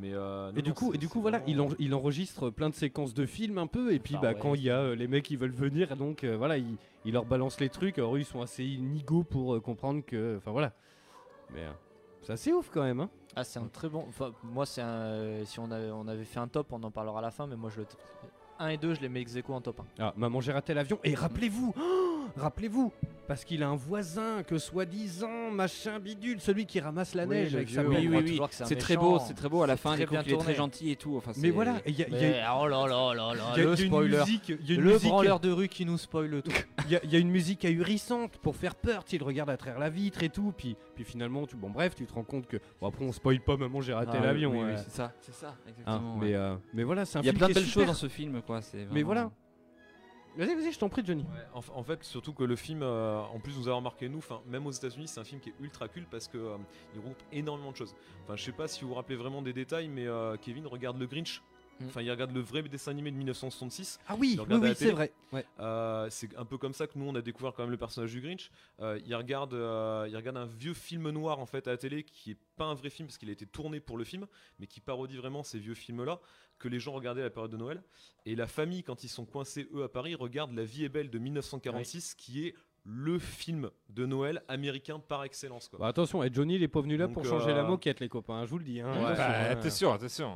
Speaker 9: Mais, euh, non,
Speaker 4: et du
Speaker 9: non,
Speaker 4: coup, et
Speaker 9: c'est-
Speaker 4: du coup
Speaker 9: c'est
Speaker 4: voilà,
Speaker 9: vraiment-
Speaker 4: il, en- il enregistre plein de séquences de films un peu, et puis bah,
Speaker 9: Far
Speaker 4: quand il y a euh, les mecs qui veulent venir, donc euh, voilà, il, il leur balance les trucs. Alors eux, ils sont assez inégaux pour euh, comprendre que, enfin voilà. Mais euh, c'est assez ouf quand même. Hein.
Speaker 6: Ah, c'est un très bon. Enfin, moi, c'est un. euh, Si on avait, on avait fait un top, on en parlera à la fin, mais moi, je le. 1 et 2, je les mets ex aequo en top 1.
Speaker 4: Ah, maman, j'ai raté l'avion. Et rappelez-vous, oh, rappelez-vous, parce qu'il a un voisin que soi-disant machin bidule, celui qui ramasse la
Speaker 6: Oui,
Speaker 4: neige
Speaker 6: le
Speaker 4: avec sa
Speaker 6: vieux,
Speaker 4: maman.
Speaker 6: on croit toujours que c'est un
Speaker 3: C'est très
Speaker 6: méchant.
Speaker 3: beau, c'est très beau. À la
Speaker 6: C'est
Speaker 3: fin,
Speaker 6: très
Speaker 3: il
Speaker 6: bien
Speaker 3: est
Speaker 6: tourné.
Speaker 3: très gentil et tout. Enfin,
Speaker 4: Mais
Speaker 3: c'est-
Speaker 4: voilà, il y a- il y a-
Speaker 6: Mais, ah, oh là là là là,
Speaker 4: Il y a-
Speaker 6: le
Speaker 4: il y a une
Speaker 6: spoiler.
Speaker 4: musique- il y a une
Speaker 6: le
Speaker 4: musique-
Speaker 6: branleur de rue qui nous spoil tout.
Speaker 4: Il y, a- il y a une musique ahurissante pour faire peur, tu sais, il regarde à travers la vitre et tout, puis, puis finalement, tu, bon bref, tu te rends compte que, bon après on spoil pas, maman j'ai raté
Speaker 3: Ah, oui,
Speaker 4: l'avion.
Speaker 3: oui, oui,
Speaker 4: ouais.
Speaker 3: c'est ça, c'est ça,
Speaker 4: Hein,
Speaker 3: exactement,
Speaker 4: mais,
Speaker 3: ouais.
Speaker 4: euh, mais voilà, c'est un
Speaker 3: Il y a
Speaker 4: film
Speaker 3: plein
Speaker 4: qui
Speaker 3: de
Speaker 4: est
Speaker 3: belles choses hein.
Speaker 4: super.
Speaker 3: dans ce film, quoi, c'est
Speaker 4: Mais
Speaker 3: vraiment-
Speaker 4: voilà. Vas-y, vas-y, je t'en prie, Johnny.
Speaker 9: En, f- en fait, surtout que le film, euh, en plus de nous avoir marqué nous, enfin, même aux États-Unis, c'est un film qui est ultra culte parce que euh, il regroupe énormément de choses. Enfin, je sais pas si vous vous rappelez vraiment des détails, mais euh, Kevin regarde le Grinch.
Speaker 4: Mm.
Speaker 9: Enfin, il regarde le vrai dessin animé de 1966.
Speaker 4: Ah oui,
Speaker 9: Il le regarde
Speaker 4: oui, oui,
Speaker 9: à la
Speaker 4: c'est
Speaker 9: télé.
Speaker 4: vrai. Ouais.
Speaker 9: Euh, c'est un peu comme ça que nous on a découvert quand même le personnage du Grinch. Euh, il regarde, euh, il regarde un vieux film noir en fait à la télé qui est pas un vrai film parce qu'il a été tourné pour le film, mais qui parodie vraiment ces vieux films là que les gens regardaient à la période de Noël. Et la famille quand ils sont coincés eux à Paris regarde La Vie est belle de 1946 qui est le film de Noël américain par excellence. Quoi.
Speaker 4: Bah, attention, et Johnny il est pas venu là
Speaker 9: Donc,
Speaker 4: pour changer la
Speaker 9: euh,
Speaker 4: moquette, les copains, hein, je vous le dis. Hein,
Speaker 9: Ouais,
Speaker 4: Attention,
Speaker 9: bah,
Speaker 4: hein.
Speaker 9: attention, attention.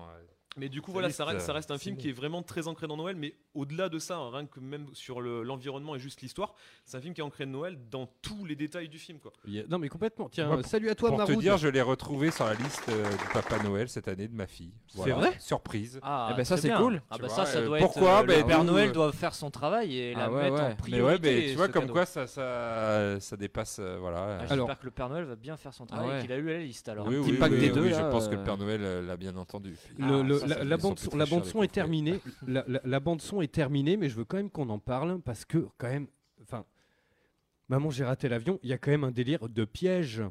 Speaker 9: Mais du coup,
Speaker 4: Ça
Speaker 9: voilà,
Speaker 4: liste,
Speaker 9: ça reste,
Speaker 4: euh,
Speaker 9: ça reste un
Speaker 4: c'est
Speaker 9: film
Speaker 4: bon.
Speaker 9: qui est vraiment très ancré dans Noël, mais au-delà de ça, hein, rien que même sur le- l'environnement et juste l'histoire, c'est un film qui est ancré de Noël dans tous les détails du film. Quoi.
Speaker 4: Il y a- Non mais complètement. Tiens,
Speaker 5: Moi,
Speaker 4: euh,
Speaker 5: pour-
Speaker 4: salut à toi
Speaker 5: Pour
Speaker 4: Maroud.
Speaker 5: te dire, je l'ai retrouvé sur la liste euh, du Papa Noël cette année de ma fille. Voilà.
Speaker 6: vrai
Speaker 5: Surprise.
Speaker 6: Ah, Eh ben, ça, très c'est bien. cool. Ah,
Speaker 5: Tu
Speaker 6: bah,
Speaker 5: vois,
Speaker 6: ça, ça
Speaker 5: euh,
Speaker 6: doit être,
Speaker 5: pourquoi
Speaker 6: euh, le
Speaker 5: Ben,
Speaker 6: Père
Speaker 5: nous,
Speaker 6: Noël
Speaker 5: euh,
Speaker 6: doit faire son travail et la
Speaker 5: Ah ouais,
Speaker 6: mettre en
Speaker 5: ouais. Mais ouais,
Speaker 6: priorité,
Speaker 5: mais tu vois,
Speaker 6: ce
Speaker 5: comme
Speaker 6: cadeau.
Speaker 5: quoi ça, ça, ça dépasse. euh, voilà.
Speaker 6: Ah, J'espère que le Père Noël va bien faire son travail et qu'il a eu la liste alors.
Speaker 5: Oui,
Speaker 6: Un
Speaker 5: oui,
Speaker 6: petit pack
Speaker 5: oui,
Speaker 6: des
Speaker 5: oui,
Speaker 6: deux,
Speaker 5: oui,
Speaker 6: là,
Speaker 5: je pense
Speaker 6: euh,
Speaker 5: que le Père Noël euh, l'a bien entendu. Ah,
Speaker 4: Le- le- la, la bande
Speaker 5: son,
Speaker 4: son, la bande son est terminée. la, la- la bande son est terminée, mais je veux quand même qu'on en parle parce que quand même, enfin, maman j'ai raté l'avion. Il y a quand même un délire de piège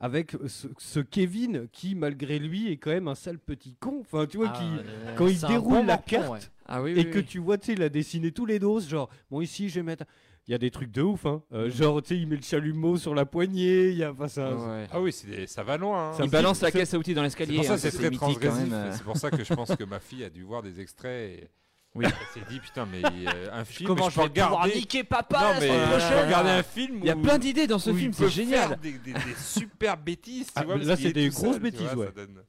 Speaker 4: avec ce, ce Kevin qui malgré lui est quand même un sale petit con. Enfin, tu vois
Speaker 6: Ah,
Speaker 4: qui
Speaker 6: euh,
Speaker 4: quand il
Speaker 6: c'est un
Speaker 4: déroule
Speaker 6: bon
Speaker 4: la
Speaker 6: lapin,
Speaker 4: carte
Speaker 6: ouais. Ah oui,
Speaker 4: et
Speaker 6: oui,
Speaker 4: que
Speaker 6: oui.
Speaker 4: tu vois, tu sais, il a dessiné tous les doses. Genre, bon ici je vais mettre. Il y a des trucs de ouf, hein. Euh, genre, tu sais, il met le chalumeau sur la poignée. Il y a, enfin, ça-
Speaker 5: Ah oui, c'est des- ça va loin. hein.
Speaker 4: Ça Il me- balance la caisse à outils dans l'escalier,
Speaker 5: C'est pour ça
Speaker 4: hein,
Speaker 5: que c'est
Speaker 4: ça,
Speaker 5: très
Speaker 4: c'est mythique quand
Speaker 5: transgressif.
Speaker 4: même, euh.
Speaker 5: C'est pour ça que je pense que ma fille a dû voir des extraits. Et...
Speaker 3: Oui.
Speaker 5: Elle s'est dit putain mais euh, un film.
Speaker 3: Comment
Speaker 5: je
Speaker 3: je
Speaker 5: peux
Speaker 3: vais pouvoir
Speaker 5: regarder-
Speaker 3: niquer papa
Speaker 5: Non, mais,
Speaker 3: la semaine
Speaker 5: euh, je peux
Speaker 3: prochaine
Speaker 5: regarder un film.
Speaker 3: Il y a
Speaker 5: où-
Speaker 3: plein d'idées dans ce
Speaker 5: où il
Speaker 3: film,
Speaker 5: peut
Speaker 3: c'est génial.
Speaker 5: faire Des, des- des super bêtises. tu
Speaker 4: Ah,
Speaker 5: vois,
Speaker 4: mais
Speaker 5: parce
Speaker 4: là,
Speaker 5: qu'il
Speaker 4: c'est
Speaker 5: est
Speaker 4: des
Speaker 5: tout
Speaker 4: grosses
Speaker 5: seul, tu vois,
Speaker 4: bêtises,
Speaker 5: ça
Speaker 4: ouais.
Speaker 5: donne-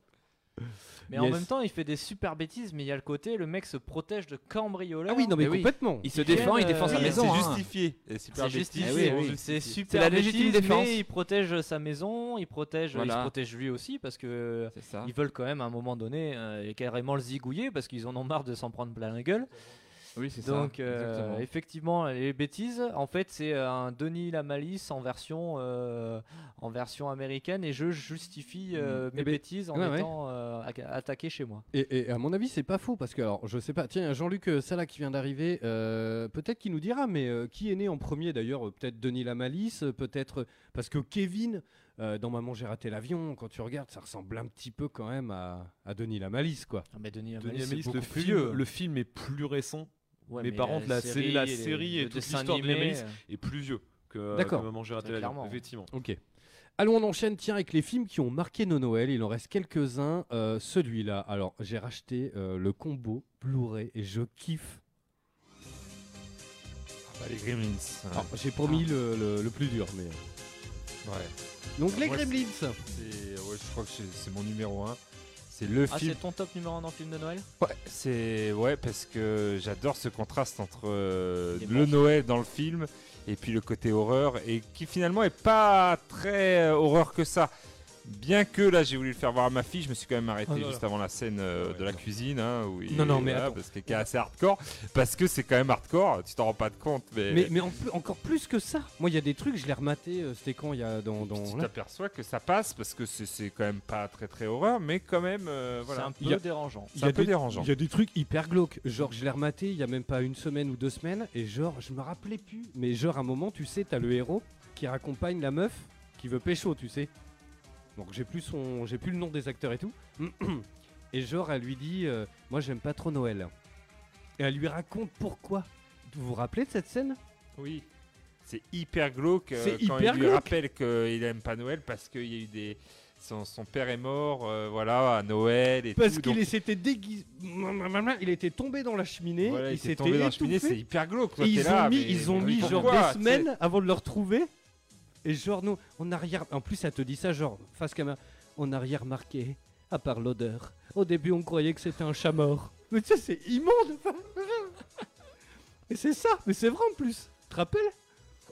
Speaker 6: Mais en
Speaker 4: Yes.
Speaker 6: même temps, il fait des super bêtises, mais il y a le côté, le mec se protège de cambrioleurs.
Speaker 4: Ah oui, non, mais
Speaker 6: Eh
Speaker 4: complètement.
Speaker 6: Il se défend, il défend sa maison. hein.
Speaker 5: Et
Speaker 6: C'est
Speaker 5: super bêtise,
Speaker 6: justifié. hein.
Speaker 5: c'est justifié. C'est
Speaker 6: C'est super
Speaker 3: la
Speaker 6: bêtise,
Speaker 3: légitime défense.
Speaker 6: Mais il protège sa maison, il protège, il
Speaker 3: Voilà.
Speaker 6: se protège lui aussi parce que
Speaker 3: ça.
Speaker 6: ils veulent quand même à un moment donné euh, carrément le zigouiller parce qu'ils en ont marre de s'en prendre plein la gueule.
Speaker 3: Oui, c'est ça,
Speaker 6: Donc euh,
Speaker 3: exactement.
Speaker 6: effectivement, les bêtises, en fait, c'est euh, un Denis la malice en version euh, en version américaine et je justifie euh,
Speaker 4: Mm.
Speaker 6: mes
Speaker 4: Eh ben,
Speaker 6: bêtises en
Speaker 4: ouais, ouais.
Speaker 6: étant euh, atta- attaqué chez moi.
Speaker 4: Et, et à mon avis, c'est pas faux parce que, alors, je sais pas, tiens, Jean-Luc euh, Sala qui vient d'arriver, euh, peut-être qu'il nous dira, mais euh, qui est né en premier d'ailleurs euh, Peut-être Denis la Malice, euh, peut-être euh, parce que Kevin, euh, dans Maman, j'ai raté l'avion, quand tu regardes, ça ressemble un petit peu quand même à, à Denis la Malice, quoi.
Speaker 6: Ah, mais Denis
Speaker 9: Denis Amélis, le, film, le film est plus récent,
Speaker 6: Ouais,
Speaker 9: mais
Speaker 6: mais
Speaker 9: par
Speaker 6: la
Speaker 9: contre la
Speaker 6: série,
Speaker 9: série, la
Speaker 6: les-
Speaker 9: série et
Speaker 6: le
Speaker 9: toute
Speaker 6: dessin
Speaker 9: l'histoire de
Speaker 6: animé,
Speaker 9: Amélis
Speaker 6: euh.
Speaker 9: est plus vieux que, euh,
Speaker 4: D'accord.
Speaker 9: que Maman j'ai raté
Speaker 4: Très
Speaker 9: l'avion,
Speaker 4: clairement.
Speaker 9: effectivement.
Speaker 4: Ok. Allons, on enchaîne, tiens, avec les films qui ont marqué nos Noël. Il en reste quelques-uns. Euh, Celui-là, alors, j'ai racheté euh, le combo Blu-ray et je kiffe.
Speaker 5: Bah, les Gremlins. ouais.
Speaker 4: Alors, j'ai promis le, le- le plus dur, mais. euh.
Speaker 5: Ouais.
Speaker 4: Donc,
Speaker 5: Alors,
Speaker 4: les
Speaker 5: Ah, moi,
Speaker 4: Gremlins
Speaker 5: c'est- c'est- ouais, je crois que c'est- c'est mon numéro 1. C'est le
Speaker 6: Ah,
Speaker 5: film.
Speaker 6: c'est ton top numéro 1 en film de Noël
Speaker 5: Ouais, c'est ouais parce que j'adore ce contraste entre euh,
Speaker 6: Les
Speaker 5: le Noël dans le film et puis le côté horreur et qui finalement est pas très euh, horreur que ça. Bien que là, j'ai voulu le faire voir à ma fille, je me suis quand même arrêté
Speaker 7: Ah, non,
Speaker 5: juste
Speaker 7: non.
Speaker 5: avant la scène euh, de la cuisine. hein, où il-
Speaker 7: Non, non, mais
Speaker 5: voilà,
Speaker 7: attends.
Speaker 5: parce que- qui est assez hardcore. Parce que c'est quand même hardcore, tu t'en rends pas de compte. Mais,
Speaker 4: Mais, mais en plus- encore plus que ça. Moi, il y a des trucs, je l'ai rematé. euh, C'était quand il y a dans. dans
Speaker 5: tu
Speaker 4: là.
Speaker 5: t'aperçois que ça passe parce que c'est- c'est quand même pas très très horreur, mais quand même. euh, voilà.
Speaker 4: Il y a- il
Speaker 5: C'est un
Speaker 4: y a
Speaker 5: peu
Speaker 4: des-
Speaker 5: dérangeant.
Speaker 4: Il y a des trucs hyper glauques. Genre, je l'ai rematé il y a même pas une semaine ou deux semaines. Et genre, je me rappelais plus. Mais genre, à un moment, tu sais, t'as le héros qui raccompagne la meuf qui veut pécho, tu sais. Donc, j'ai plus, son... j'ai plus le nom des acteurs et tout. Et genre, elle lui dit euh, Moi, j'aime pas trop Noël. Et elle lui raconte pourquoi. Vous vous rappelez de cette scène
Speaker 5: Oui. C'est hyper glauque euh,
Speaker 4: C'est
Speaker 5: quand
Speaker 4: hyper
Speaker 5: il lui
Speaker 4: glauque.
Speaker 5: rappelle qu'il aime pas Noël parce qu'il y a eu des. Son, son père est mort, euh, voilà, à Noël et
Speaker 4: Parce
Speaker 5: tout.
Speaker 4: qu'il
Speaker 5: donc-
Speaker 4: est- s'était déguisé. Il était tombé dans la cheminée.
Speaker 5: Voilà, il
Speaker 4: il
Speaker 5: était
Speaker 4: s'était
Speaker 5: tombé dans la cheminée,
Speaker 4: étouffé.
Speaker 5: c'est hyper glauque, toi,
Speaker 4: Et
Speaker 5: t'es
Speaker 4: ils
Speaker 5: là,
Speaker 4: ont mis,
Speaker 5: mais-
Speaker 4: ils ont
Speaker 5: mais
Speaker 4: mis genre
Speaker 5: pourquoi,
Speaker 4: des semaines avant de le retrouver. Et genre, nous, on n'a rien. En plus, ça te dit ça, genre, face caméra. On n'a rien remarqué, à part l'odeur. Au début, on croyait que c'était un chat mort. Mais tu sais, c'est immonde. Et c'est ça, mais c'est vrai en plus. Tu te rappelles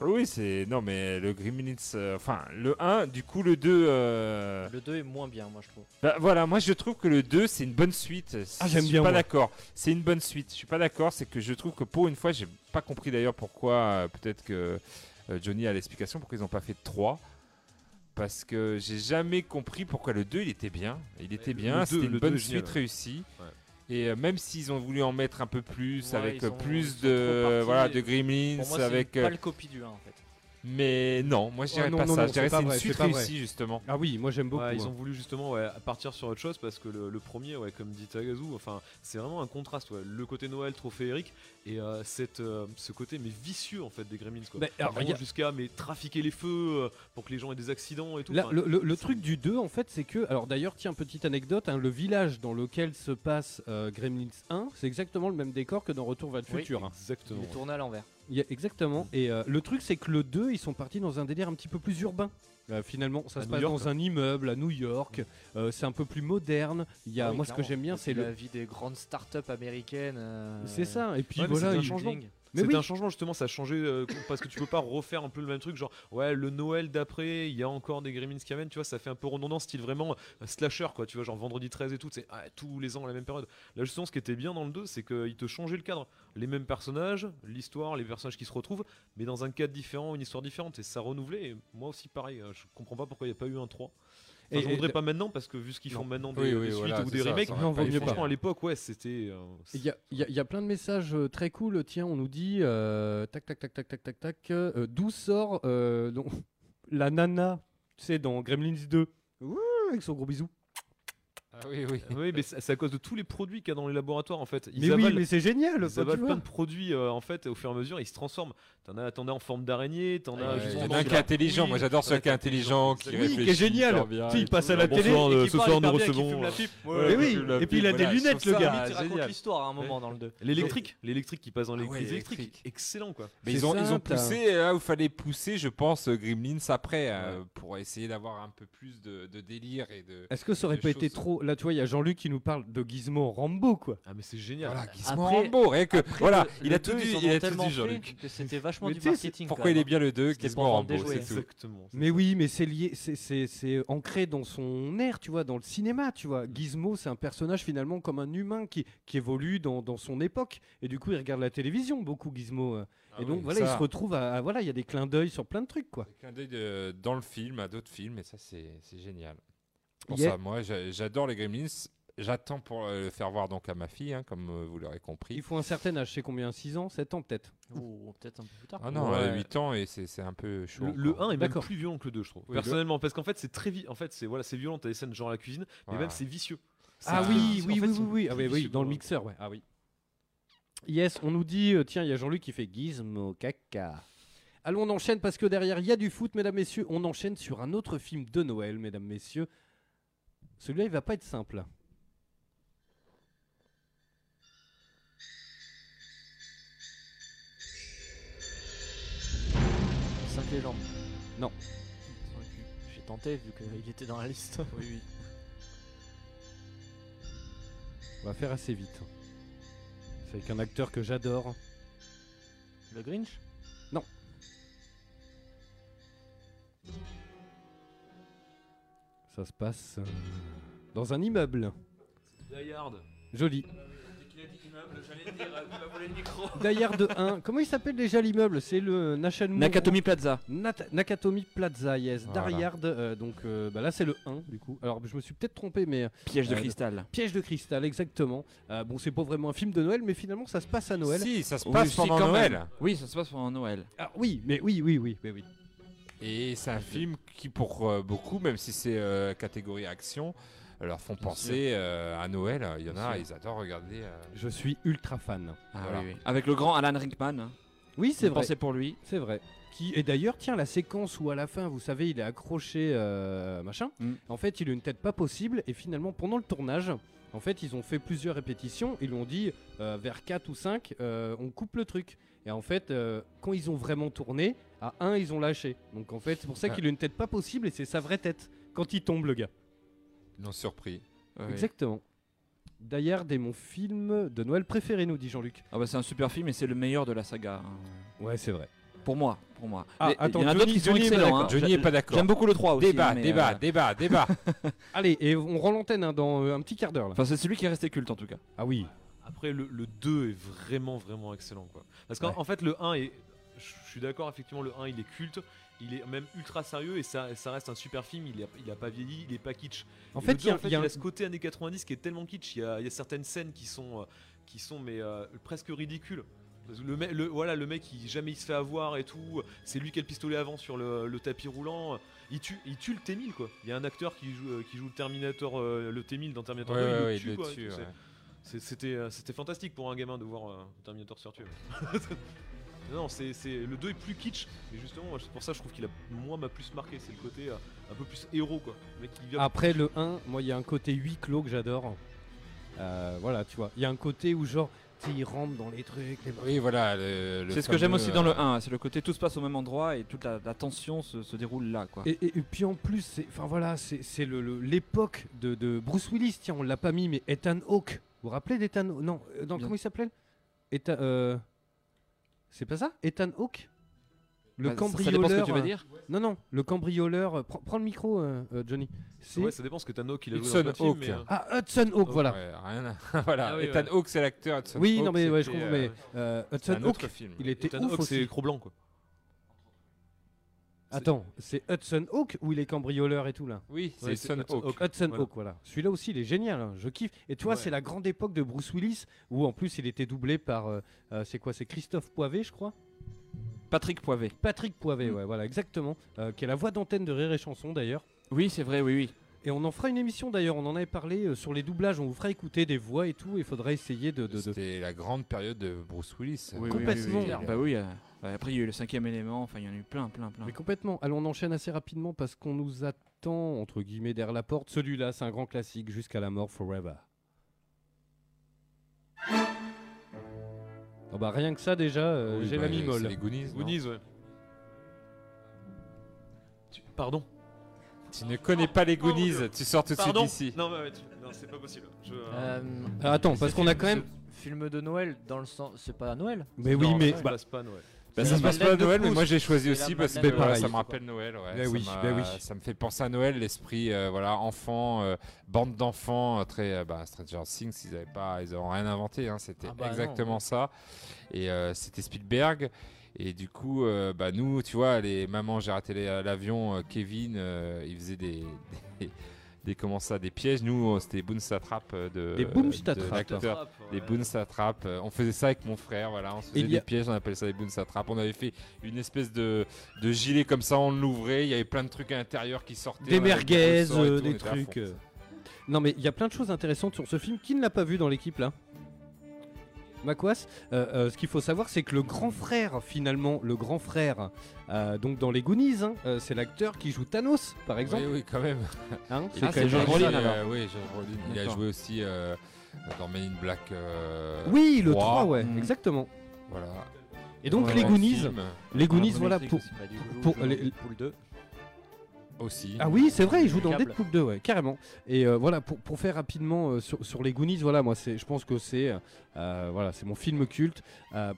Speaker 5: Oui, c'est. Non, mais le Gremlins. euh, Enfin, le 1, du coup, le 2. euh,
Speaker 6: Le 2 est moins bien, moi je trouve.
Speaker 5: Bah, voilà, moi je trouve que le 2 c'est une bonne suite.
Speaker 6: Ah,
Speaker 5: je
Speaker 6: j'aime
Speaker 5: suis
Speaker 6: bien,
Speaker 5: pas
Speaker 6: moi.
Speaker 5: d'accord. C'est une bonne suite. Je suis pas d'accord. C'est que je trouve que pour une fois, j'ai pas compris d'ailleurs pourquoi. euh, Peut-être que euh, Johnny a l'explication pourquoi ils ont pas fait 3. Parce que j'ai jamais compris pourquoi le 2 il était bien. Il était
Speaker 9: le-
Speaker 5: bien,
Speaker 9: le
Speaker 5: c'était
Speaker 9: deux-
Speaker 5: une
Speaker 9: le
Speaker 5: bonne
Speaker 9: deux est
Speaker 5: suite
Speaker 9: génial, ouais.
Speaker 5: réussie.
Speaker 9: Ouais.
Speaker 5: Et euh, même s'ils ont voulu en mettre un peu plus,
Speaker 6: Ouais,
Speaker 5: avec
Speaker 6: ils
Speaker 5: euh,
Speaker 6: sont- ils
Speaker 5: plus
Speaker 6: sont trop
Speaker 5: de,
Speaker 6: partis.
Speaker 5: voilà, de gremlins,
Speaker 6: Pour moi, c'est
Speaker 5: avec.
Speaker 6: pas
Speaker 5: euh,
Speaker 6: le copie du 1 en fait.
Speaker 5: Mais non, moi je dirais
Speaker 4: Oh, non,
Speaker 5: pas
Speaker 4: non,
Speaker 5: ça.
Speaker 4: non,
Speaker 5: je dirais que
Speaker 4: c'est pas
Speaker 5: c'est une
Speaker 4: vrai,
Speaker 5: suite
Speaker 4: c'est pas vrai.
Speaker 5: réussie justement.
Speaker 4: Ah oui, moi j'aime beaucoup.
Speaker 9: Ouais, ils
Speaker 4: hein.
Speaker 9: ont voulu justement ouais, partir sur autre chose parce que le, le premier, ouais, comme dit Tagazu, enfin, c'est vraiment un contraste. ouais. Le côté Noël trop féerique et euh, cette, euh, ce côté mais vicieux en fait des Gremlins. Quoi.
Speaker 4: Bah, alors,
Speaker 9: hein. Vraiment
Speaker 4: y a-
Speaker 9: jusqu'à mais trafiquer les feux euh, pour que les gens aient des accidents et tout. hein.
Speaker 4: Là,
Speaker 9: enfin,
Speaker 4: le, le- le truc du 2, en fait, c'est que. Alors, d'ailleurs, tiens, petite anecdote hein, le village dans lequel se passe euh, Gremlins 1, c'est exactement le même décor que dans Retour vers le
Speaker 6: Oui,
Speaker 4: futur. hein.
Speaker 9: Exactement.
Speaker 6: Il est tourné à l'envers.
Speaker 4: Il y a- exactement. Et euh, le truc, c'est que le 2, ils sont partis dans un délire un petit peu plus urbain. Euh, finalement, ça
Speaker 9: À
Speaker 4: se
Speaker 9: New
Speaker 4: passe
Speaker 9: York,
Speaker 4: dans un immeuble à New York. Euh, c'est un peu plus moderne. Il y a,
Speaker 9: Ah
Speaker 6: Ah Oui,
Speaker 4: moi, ce que
Speaker 6: clairement.
Speaker 4: j'aime bien,
Speaker 6: Et
Speaker 4: c'est
Speaker 6: puis
Speaker 4: le.
Speaker 6: La vie des grandes startups américaines. euh,
Speaker 4: C'est ça. Et puis
Speaker 9: Ouais, mais
Speaker 4: voilà,
Speaker 9: c'est un
Speaker 4: il-
Speaker 9: changement.
Speaker 4: Mais
Speaker 9: C'est
Speaker 4: oui.
Speaker 9: un changement justement, ça a changé euh, parce que tu peux pas refaire un peu le même truc, genre ouais le Noël d'après, il y a encore des Gremlins qui amènent, tu vois, ça fait un peu redondant, style vraiment euh, slasher quoi, tu vois, genre vendredi 13 et tout, c'est ah, tous les ans à la même période. Là justement, ce qui était bien dans le 2, c'est qu'il te changeait le cadre, les mêmes personnages, l'histoire, les personnages qui se retrouvent, mais dans un cadre différent, une histoire différente, et ça renouvelait. Et moi aussi pareil, euh, je comprends pas pourquoi il y a pas eu un 3. Enfin,
Speaker 4: Et-
Speaker 9: je
Speaker 4: et
Speaker 9: voudrais
Speaker 4: d-
Speaker 9: pas maintenant parce que vu ce qu'ils font maintenant des, euh,
Speaker 5: Oui,
Speaker 9: des
Speaker 5: oui,
Speaker 9: suites
Speaker 5: voilà,
Speaker 9: ou
Speaker 5: c'est
Speaker 9: des
Speaker 5: ça, ça
Speaker 9: remakes,
Speaker 5: aurait Non, pas vaut été mieux
Speaker 9: franchement
Speaker 5: fait.
Speaker 9: à l'époque ouais c'était euh,
Speaker 4: Il y a, il y a- il y a plein de messages euh, très cool. Tiens, on nous dit euh, tac tac tac tac tac tac tac. euh, D'où sort euh, donc, la nana Tu sais, dans Gremlins 2, Ouh, avec son gros bisou.
Speaker 5: oui, oui.
Speaker 9: Ah bah oui, mais c'est c'est à cause de tous les produits qu'il y a dans les laboratoires en fait. Ils
Speaker 4: Mais oui,
Speaker 9: avalent-
Speaker 4: mais c'est génial,
Speaker 9: Ils
Speaker 4: enfin, tu
Speaker 9: avalent
Speaker 4: vois.
Speaker 9: plein de produits euh, en fait, et au fur et à mesure, ils se transforment. T'en as, t'en as en forme d'araignée, t'en
Speaker 4: Ah,
Speaker 5: Ouais, il
Speaker 9: as.
Speaker 5: y
Speaker 9: justement
Speaker 5: en a
Speaker 9: dans
Speaker 5: un
Speaker 9: de
Speaker 5: qui est
Speaker 9: la-
Speaker 5: intelligent,
Speaker 9: oui,
Speaker 5: moi j'adore
Speaker 9: t'en
Speaker 5: celui
Speaker 9: as
Speaker 5: qui est intelligent, qui
Speaker 4: Oui,
Speaker 5: réfléchit.
Speaker 4: qui est génial.
Speaker 5: hyper bien
Speaker 4: Tu sais,
Speaker 5: et
Speaker 9: Ah,
Speaker 4: il passe
Speaker 5: tout.
Speaker 4: à la
Speaker 5: Bon,
Speaker 4: télé.
Speaker 5: soir,
Speaker 4: et
Speaker 5: euh,
Speaker 4: qui
Speaker 5: ce
Speaker 4: parle
Speaker 5: soir,
Speaker 4: hyper
Speaker 5: nous
Speaker 4: bien, qui
Speaker 5: recevons.
Speaker 4: fume la pipe.
Speaker 5: Ouais,
Speaker 4: Mais
Speaker 5: qui
Speaker 4: oui,
Speaker 5: fume la
Speaker 4: et
Speaker 5: pipe,
Speaker 4: puis il a des
Speaker 5: voilà, je
Speaker 4: lunettes,
Speaker 5: trouve
Speaker 4: le
Speaker 5: ça
Speaker 4: gars.
Speaker 6: Il te raconte
Speaker 5: génial.
Speaker 6: l'histoire à un moment dans le 2.
Speaker 9: L'électrique, l'électrique qui passe dans les
Speaker 5: Ah ouais,
Speaker 9: les électriques,
Speaker 5: l'électrique.
Speaker 9: excellent quoi.
Speaker 5: Mais ils ont, ils ont poussé euh, là où fallait pousser, je pense, euh, Gremlins après euh, pour essayer d'avoir un peu plus de, de délire et de.
Speaker 4: Est-ce que ça
Speaker 5: et
Speaker 4: aurait
Speaker 5: de
Speaker 4: pas été
Speaker 5: choses.
Speaker 4: trop Là, tu vois, il y a Jean-Luc qui nous parle de Gizmo en Rambo, quoi.
Speaker 9: Ah, mais c'est génial.
Speaker 5: Voilà, Gizmo Rambo, rien que.
Speaker 6: Après,
Speaker 5: voilà,
Speaker 6: le-
Speaker 5: il
Speaker 6: le
Speaker 5: a tout
Speaker 6: deux,
Speaker 5: dit,
Speaker 6: ils en
Speaker 5: il
Speaker 6: ont
Speaker 5: a tout
Speaker 6: tellement
Speaker 5: dit,
Speaker 6: fait
Speaker 5: Jean-Luc.
Speaker 6: que C'était vachement
Speaker 5: Mais
Speaker 6: du
Speaker 5: tu sais,
Speaker 6: marketing.
Speaker 5: pourquoi
Speaker 6: quand
Speaker 5: il
Speaker 6: même,
Speaker 5: est bien
Speaker 6: hein.
Speaker 5: le deux,
Speaker 6: C'était
Speaker 5: Gizmo
Speaker 6: pour vendre
Speaker 5: Rambo,
Speaker 6: des jouets.
Speaker 5: c'est tout.
Speaker 9: Exactement.
Speaker 4: Mais oui, mais c'est lié, c'est- c'est c'est ancré dans son air, tu vois, dans le cinéma, tu vois. Gizmo, c'est un personnage finalement comme un humain qui, qui évolue dans, dans son époque. Et du coup, il regarde la télévision beaucoup, Gizmo. euh.
Speaker 5: Ah
Speaker 4: et donc
Speaker 5: oui,
Speaker 4: voilà, il
Speaker 5: ça.
Speaker 4: se retrouve à, à- voilà, il y a des clins d'œil sur plein de trucs, quoi.
Speaker 5: Clin d'œil de- dans le film, à d'autres films, et ça c'est c'est génial. C'est Pour
Speaker 4: Yeah.
Speaker 5: ça, moi j'a- j'adore les Gremlins. J'attends pour euh, le faire voir donc à ma fille, hein, comme euh, vous l'aurez compris.
Speaker 4: Il faut un certain âge, c'est combien 6 ans, 7 ans peut-être.
Speaker 6: Ou peut-être un peu plus tard.
Speaker 5: Ah non, elle a
Speaker 4: Ouais.
Speaker 5: 8 ans et c'est c'est un peu chaud.
Speaker 9: Le, le
Speaker 5: encore.
Speaker 9: 1 est même
Speaker 4: D'accord.
Speaker 9: plus violent que le 2, je trouve.
Speaker 5: Oui, le-
Speaker 9: Personnellement, parce qu'en fait, c'est très vi- En fait, c'est voilà, c'est violent. T'as des scènes genre à la cuisine, mais
Speaker 5: Voilà.
Speaker 9: même c'est vicieux. C'est
Speaker 4: Ah
Speaker 9: très
Speaker 4: oui,
Speaker 9: vicieux. En
Speaker 4: oui,
Speaker 9: fait,
Speaker 4: oui,
Speaker 9: ils sont
Speaker 4: oui, oui. Ah
Speaker 9: très
Speaker 4: oui, oui,
Speaker 9: vicieux
Speaker 4: dans le
Speaker 9: pour-
Speaker 4: mixeur, ouais. Ah oui. Yes, on nous dit, euh, tiens, il y a Jean-Luc qui fait Gizmo caca. Allons, on enchaîne parce que derrière, il y a du foot, mesdames, messieurs. On enchaîne sur un autre film de Noël, mesdames, messieurs. Celui-là, il va pas être simple.
Speaker 6: Cinq légendes.
Speaker 4: Non.
Speaker 6: J'ai tenté vu qu'il était dans la liste. Oui, oui.
Speaker 4: On va faire assez vite. C'est avec un acteur que j'adore.
Speaker 6: Le Grinch
Speaker 4: Ça se passe euh, dans un immeuble.
Speaker 9: Die Hard.
Speaker 4: Joli.
Speaker 9: Il a Ah, dit immeuble, j'allais le dire, il m'a volé le micro.
Speaker 4: D'ailleurs de 1. Comment il s'appelle déjà l'immeuble C'est le National
Speaker 3: Nakatomi Plaza.
Speaker 4: Nat- Nakatomi Plaza, yes.
Speaker 3: Voilà.
Speaker 4: Dariard, euh, donc euh, bah là c'est le 1 du coup. Alors je me suis peut-être trompé, mais. euh,
Speaker 3: Piège de cristal.
Speaker 4: Piège de cristal, exactement. Euh, bon, c'est pas vraiment un film de Noël, mais finalement ça se passe à Noël.
Speaker 5: Si, ça se
Speaker 3: Oui, si, quand même. Oui, ça se passe pendant Noël.
Speaker 4: Ah oui, mais oui, oui, oui, oui.
Speaker 5: Et c'est un film qui, pour euh, beaucoup, même si c'est euh, catégorie action, leur font penser euh, à Noël. Il y en
Speaker 4: Bien
Speaker 5: a,
Speaker 4: sûr.
Speaker 5: ils adorent regarder. euh,
Speaker 4: Je suis ultra fan.
Speaker 5: voilà.
Speaker 3: Ah Avec le grand Alan Rickman. hein.
Speaker 4: Oui, c'est
Speaker 3: Une
Speaker 4: vrai.
Speaker 3: pensée pour lui.
Speaker 4: C'est vrai. Qui et d'ailleurs tiens la séquence où à la fin vous savez il est accroché euh, machin.
Speaker 3: Mm.
Speaker 4: En fait il a une tête pas possible et finalement pendant le tournage en fait ils ont fait plusieurs répétitions ils lui ont dit euh, vers 4 ou 5 euh, on coupe le truc et en fait euh, quand ils ont vraiment tourné à 1 ils ont lâché donc en fait c'est pour ça
Speaker 5: Ah.
Speaker 4: qu'il a une tête pas possible et c'est sa vraie tête quand il tombe le gars.
Speaker 5: Ils l'ont surpris.
Speaker 4: Exactement. D'ailleurs est mon film de Noël préféré nous dit Jean-Luc.
Speaker 3: Ah bah c'est un super film et c'est le meilleur de la saga. hein.
Speaker 4: Ouais c'est vrai.
Speaker 3: Pour moi, pour moi.
Speaker 4: Ah,
Speaker 3: Les-
Speaker 4: attends,
Speaker 3: il y en a
Speaker 4: Johnny-
Speaker 3: d'autres qui sont
Speaker 4: Johnny est pas
Speaker 3: excellents.
Speaker 4: d'accord.
Speaker 3: hein.
Speaker 5: Johnny
Speaker 3: J'a-
Speaker 5: est pas d'accord.
Speaker 3: J'aime beaucoup le 3 aussi.
Speaker 5: Débat,
Speaker 3: hein, mais,
Speaker 5: débat,
Speaker 3: euh,
Speaker 5: débat, débat.
Speaker 4: Allez et on rend l'antenne hein, dans euh, un petit quart d'heure là.
Speaker 3: Enfin, c'est celui qui est resté culte en tout cas.
Speaker 4: Ah oui.
Speaker 9: Après, le, le 2 est vraiment, vraiment excellent. quoi. Parce qu'en
Speaker 4: Ouais.
Speaker 9: en fait, le 1 est. Je je suis d'accord, effectivement, le 1 il est culte, il est même ultra sérieux et ça, ça reste un super film. Il a, il a pas vieilli, il est pas kitsch.
Speaker 4: En
Speaker 9: Et
Speaker 4: fait,
Speaker 9: le deux,
Speaker 4: il y a-
Speaker 9: en fait,
Speaker 4: il y a un-
Speaker 9: ce côté années 90 qui est tellement kitsch. Il y a, il y a certaines scènes qui sont, euh, qui sont mais euh, presque ridicules. Parce que Le, mec- le- voilà, le mec, il, jamais il se fait avoir et tout. C'est lui qui a le pistolet avant sur le, le tapis roulant. Il tue, il tue le T-1000 quoi. Il y a un acteur qui joue, euh, qui joue le Terminator, euh, le T-1000 dans Terminator
Speaker 5: Ouais,
Speaker 9: 2. il
Speaker 5: ouais,
Speaker 9: le
Speaker 5: il
Speaker 9: tue,
Speaker 5: le
Speaker 3: hein,
Speaker 9: quoi, et
Speaker 5: tue,
Speaker 9: tout, c'est-
Speaker 5: ouais.
Speaker 9: c'est- C'était euh, c'était fantastique pour un gamin de voir euh, Terminator se faire tuer. non, c'est c'est- le 2 est plus kitsch, mais justement, moi, c'est pour ça que je trouve qu'il a, moi, m'a plus marqué. C'est le côté euh, un peu plus héros, quoi. Le mec qui vient.
Speaker 4: Après le 1, moi il y a un côté huis clos que j'adore. Euh, voilà, tu vois. Il y a un côté où genre, tu sais, il rampe dans les trucs. les-
Speaker 5: Oui, voilà. le- le
Speaker 3: C'est ce que j'aime
Speaker 5: fameux,
Speaker 3: aussi dans le
Speaker 5: euh,
Speaker 3: 1, hein, c'est le côté tout se passe au même endroit et toute la, la tension se, se déroule là quoi.
Speaker 4: Et, et- et puis en plus, c'est, enfin voilà, c'est, c'est le- le- l'époque de, de Bruce Willis. Tiens, on l'a pas mis, mais Ethan Hawke. Vous vous rappelez d'Ethan Hawke Non, euh, non,
Speaker 3: Bien.
Speaker 4: comment il s'appelait Ethan, euh, C'est pas ça Ethan Hawke
Speaker 3: Bah,
Speaker 4: Le
Speaker 3: ça- ça
Speaker 4: cambrioleur.
Speaker 3: dépend ce que tu vas
Speaker 4: euh,
Speaker 3: dire.
Speaker 4: Non, non, le cambrioleur. euh, prends, prends le micro, euh, euh, Johnny. C'est-
Speaker 9: Ouais, ça dépend ce que Tano qu'il a joué
Speaker 5: Hudson
Speaker 9: dans le film,
Speaker 5: Hawk.
Speaker 9: mais, euh,
Speaker 4: Ah, Hudson Hawke, voilà.
Speaker 5: ouais, rien à- voilà.
Speaker 9: Ah oui,
Speaker 5: Ethan
Speaker 9: ouais.
Speaker 5: Hawke, c'est l'acteur. Hudson
Speaker 4: Oui,
Speaker 5: Hawke,
Speaker 4: non, mais ouais, je
Speaker 5: c'était,
Speaker 4: comprends,
Speaker 5: euh,
Speaker 4: mais euh,
Speaker 5: c'est
Speaker 4: Hudson
Speaker 5: un
Speaker 4: Hawke,
Speaker 5: autre film.
Speaker 4: il était
Speaker 9: Ethan
Speaker 4: ouf
Speaker 9: Hawke,
Speaker 4: aussi.
Speaker 9: c'est gros blanc, quoi.
Speaker 4: Attends, c'est Hudson Hawk ou il est cambrioleur et tout là
Speaker 5: Oui, c'est
Speaker 9: Ouais, c'est
Speaker 5: Hudson
Speaker 9: Hudson
Speaker 5: Hawk.
Speaker 9: Hawke. Ah,
Speaker 4: Hudson
Speaker 9: Voilà.
Speaker 4: Hawk, voilà. Celui-là aussi, il est génial, hein, je kiffe. Et tu vois,
Speaker 9: Ouais.
Speaker 4: c'est la grande époque de Bruce Willis où en plus il était doublé par, euh, euh, c'est quoi C'est Christophe Poivet, je crois
Speaker 3: Patrick Poivet.
Speaker 4: Patrick Poivet,
Speaker 3: Mm.
Speaker 4: ouais, voilà, exactement. euh, qui est la voix d'antenne de Rire et Chanson d'ailleurs.
Speaker 3: Oui, c'est vrai, oui, oui.
Speaker 4: Et on en fera une émission d'ailleurs, on en avait parlé euh, sur les doublages, on vous fera écouter des voix et tout, il faudra essayer de. de- de-
Speaker 5: C'était la grande période de Bruce Willis.
Speaker 3: Oui, oui,
Speaker 4: Complètement.
Speaker 3: oui, oui. Bah oui, euh, ouais, après il y a eu le cinquième élément, enfin il y en a eu plein, plein, plein.
Speaker 4: Mais complètement. Allons, on enchaîne assez rapidement parce qu'on nous attend, entre guillemets, derrière la porte. Celui-là, c'est un grand classique, jusqu'à la mort, forever. Ah bah rien que ça déjà, euh,
Speaker 5: Oui,
Speaker 4: j'ai
Speaker 5: bah,
Speaker 4: la mimole.
Speaker 5: C'est les Goonies. non
Speaker 9: Goonies, ouais. Tu- Pardon.
Speaker 5: Tu ne connais pas les Goonies. tu sors tout de suite
Speaker 9: Pardon.
Speaker 5: d'ici.
Speaker 9: Non, mais ouais, tu- non, c'est pas possible. Je-
Speaker 6: Euh,
Speaker 4: Alors, Ah, attends,
Speaker 6: ce
Speaker 4: parce qu'on a quand
Speaker 6: film-
Speaker 4: même-
Speaker 6: ce Film de Noël, dans le sens. C'est pas à Noël
Speaker 4: Mais
Speaker 9: Non,
Speaker 4: oui, mais
Speaker 9: ça se
Speaker 4: bah,
Speaker 9: passe pas, Noël.
Speaker 5: Bah,
Speaker 6: C'est
Speaker 5: ça
Speaker 6: la
Speaker 5: se passe pas à
Speaker 6: Madeleine de
Speaker 5: Noël, mais
Speaker 6: Proust.
Speaker 5: moi j'ai choisi
Speaker 6: C'est
Speaker 5: aussi
Speaker 6: la
Speaker 5: parce que
Speaker 6: Madeleine Eh
Speaker 4: de
Speaker 5: ouais,
Speaker 4: Proust.
Speaker 5: ça me rappelle Noël. Ouais,
Speaker 4: Bah
Speaker 5: ça
Speaker 4: oui,
Speaker 5: m'a-
Speaker 4: bah oui.
Speaker 5: Ça me fait penser à Noël, l'esprit euh, voilà enfant, euh, bande d'enfants, euh, très euh, bah, Stranger Things, ils avaient pas, ils ont rien inventé, hein, c'était
Speaker 6: Ah bah non.
Speaker 5: exactement ça. Et euh, c'était Spielberg. Et du coup, euh, bah nous, tu vois, les mamans, j'ai raté les- l'avion, euh, Kevin, euh, il faisait des, des, des- comment ça, des pièges. Nous, euh, c'était Boone Satrap euh, de
Speaker 4: Des Boone Satrap.
Speaker 5: de l'acteur. Des Boone Satrap. euh, On faisait ça avec mon frère, voilà. On se faisait
Speaker 4: il y
Speaker 5: des
Speaker 4: a-
Speaker 5: pièges, on appelait ça des Boone Satrap. On avait fait une espèce de, de gilet comme ça, on l'ouvrait, il y avait plein de trucs à l'intérieur qui sortaient.
Speaker 4: des
Speaker 5: on avait
Speaker 4: merguez,
Speaker 5: ressorts et tout,
Speaker 4: euh,
Speaker 5: on
Speaker 4: des
Speaker 5: était à fond.
Speaker 4: trucs. euh. Non mais il y a plein de choses intéressantes sur ce film qui ne l'a pas vu dans l'équipe là. Macquas, euh, euh, ce qu'il faut savoir, c'est que le grand frère, finalement, le grand frère, euh, donc dans les Goonies, hein, euh, c'est l'acteur qui joue Thanos, par exemple.
Speaker 5: Oui, oui, quand même.
Speaker 4: hein.
Speaker 5: Il
Speaker 3: Ah,
Speaker 5: a
Speaker 3: c'est
Speaker 5: quand même
Speaker 3: Josh
Speaker 5: joué,
Speaker 3: Brolin,
Speaker 5: euh, Oui, Josh Brolin. Il a
Speaker 3: D'accord.
Speaker 5: joué aussi euh, dans Men in Black. euh,
Speaker 4: Oui, le 3,
Speaker 5: trois.
Speaker 4: ouais,
Speaker 3: Mm.
Speaker 4: exactement.
Speaker 5: Voilà.
Speaker 4: Et donc
Speaker 5: Dans
Speaker 4: les
Speaker 5: le
Speaker 4: Goonies,
Speaker 5: film
Speaker 4: les Goonies,
Speaker 6: Dans
Speaker 4: voilà
Speaker 6: Netflix
Speaker 4: pour.
Speaker 6: aussi. Bah, du coup,
Speaker 4: pour-
Speaker 6: je-
Speaker 4: les-
Speaker 6: Deadpool 2.
Speaker 5: Aussi.
Speaker 4: Ah oui, c'est vrai, il joue dans
Speaker 6: Câble.
Speaker 4: Deadpool 2, ouais, carrément. Et euh, voilà, pour, pour faire rapidement euh, sur, sur les Goonies, voilà, moi, c'est, je pense que c'est, euh, voilà, c'est mon film culte. euh,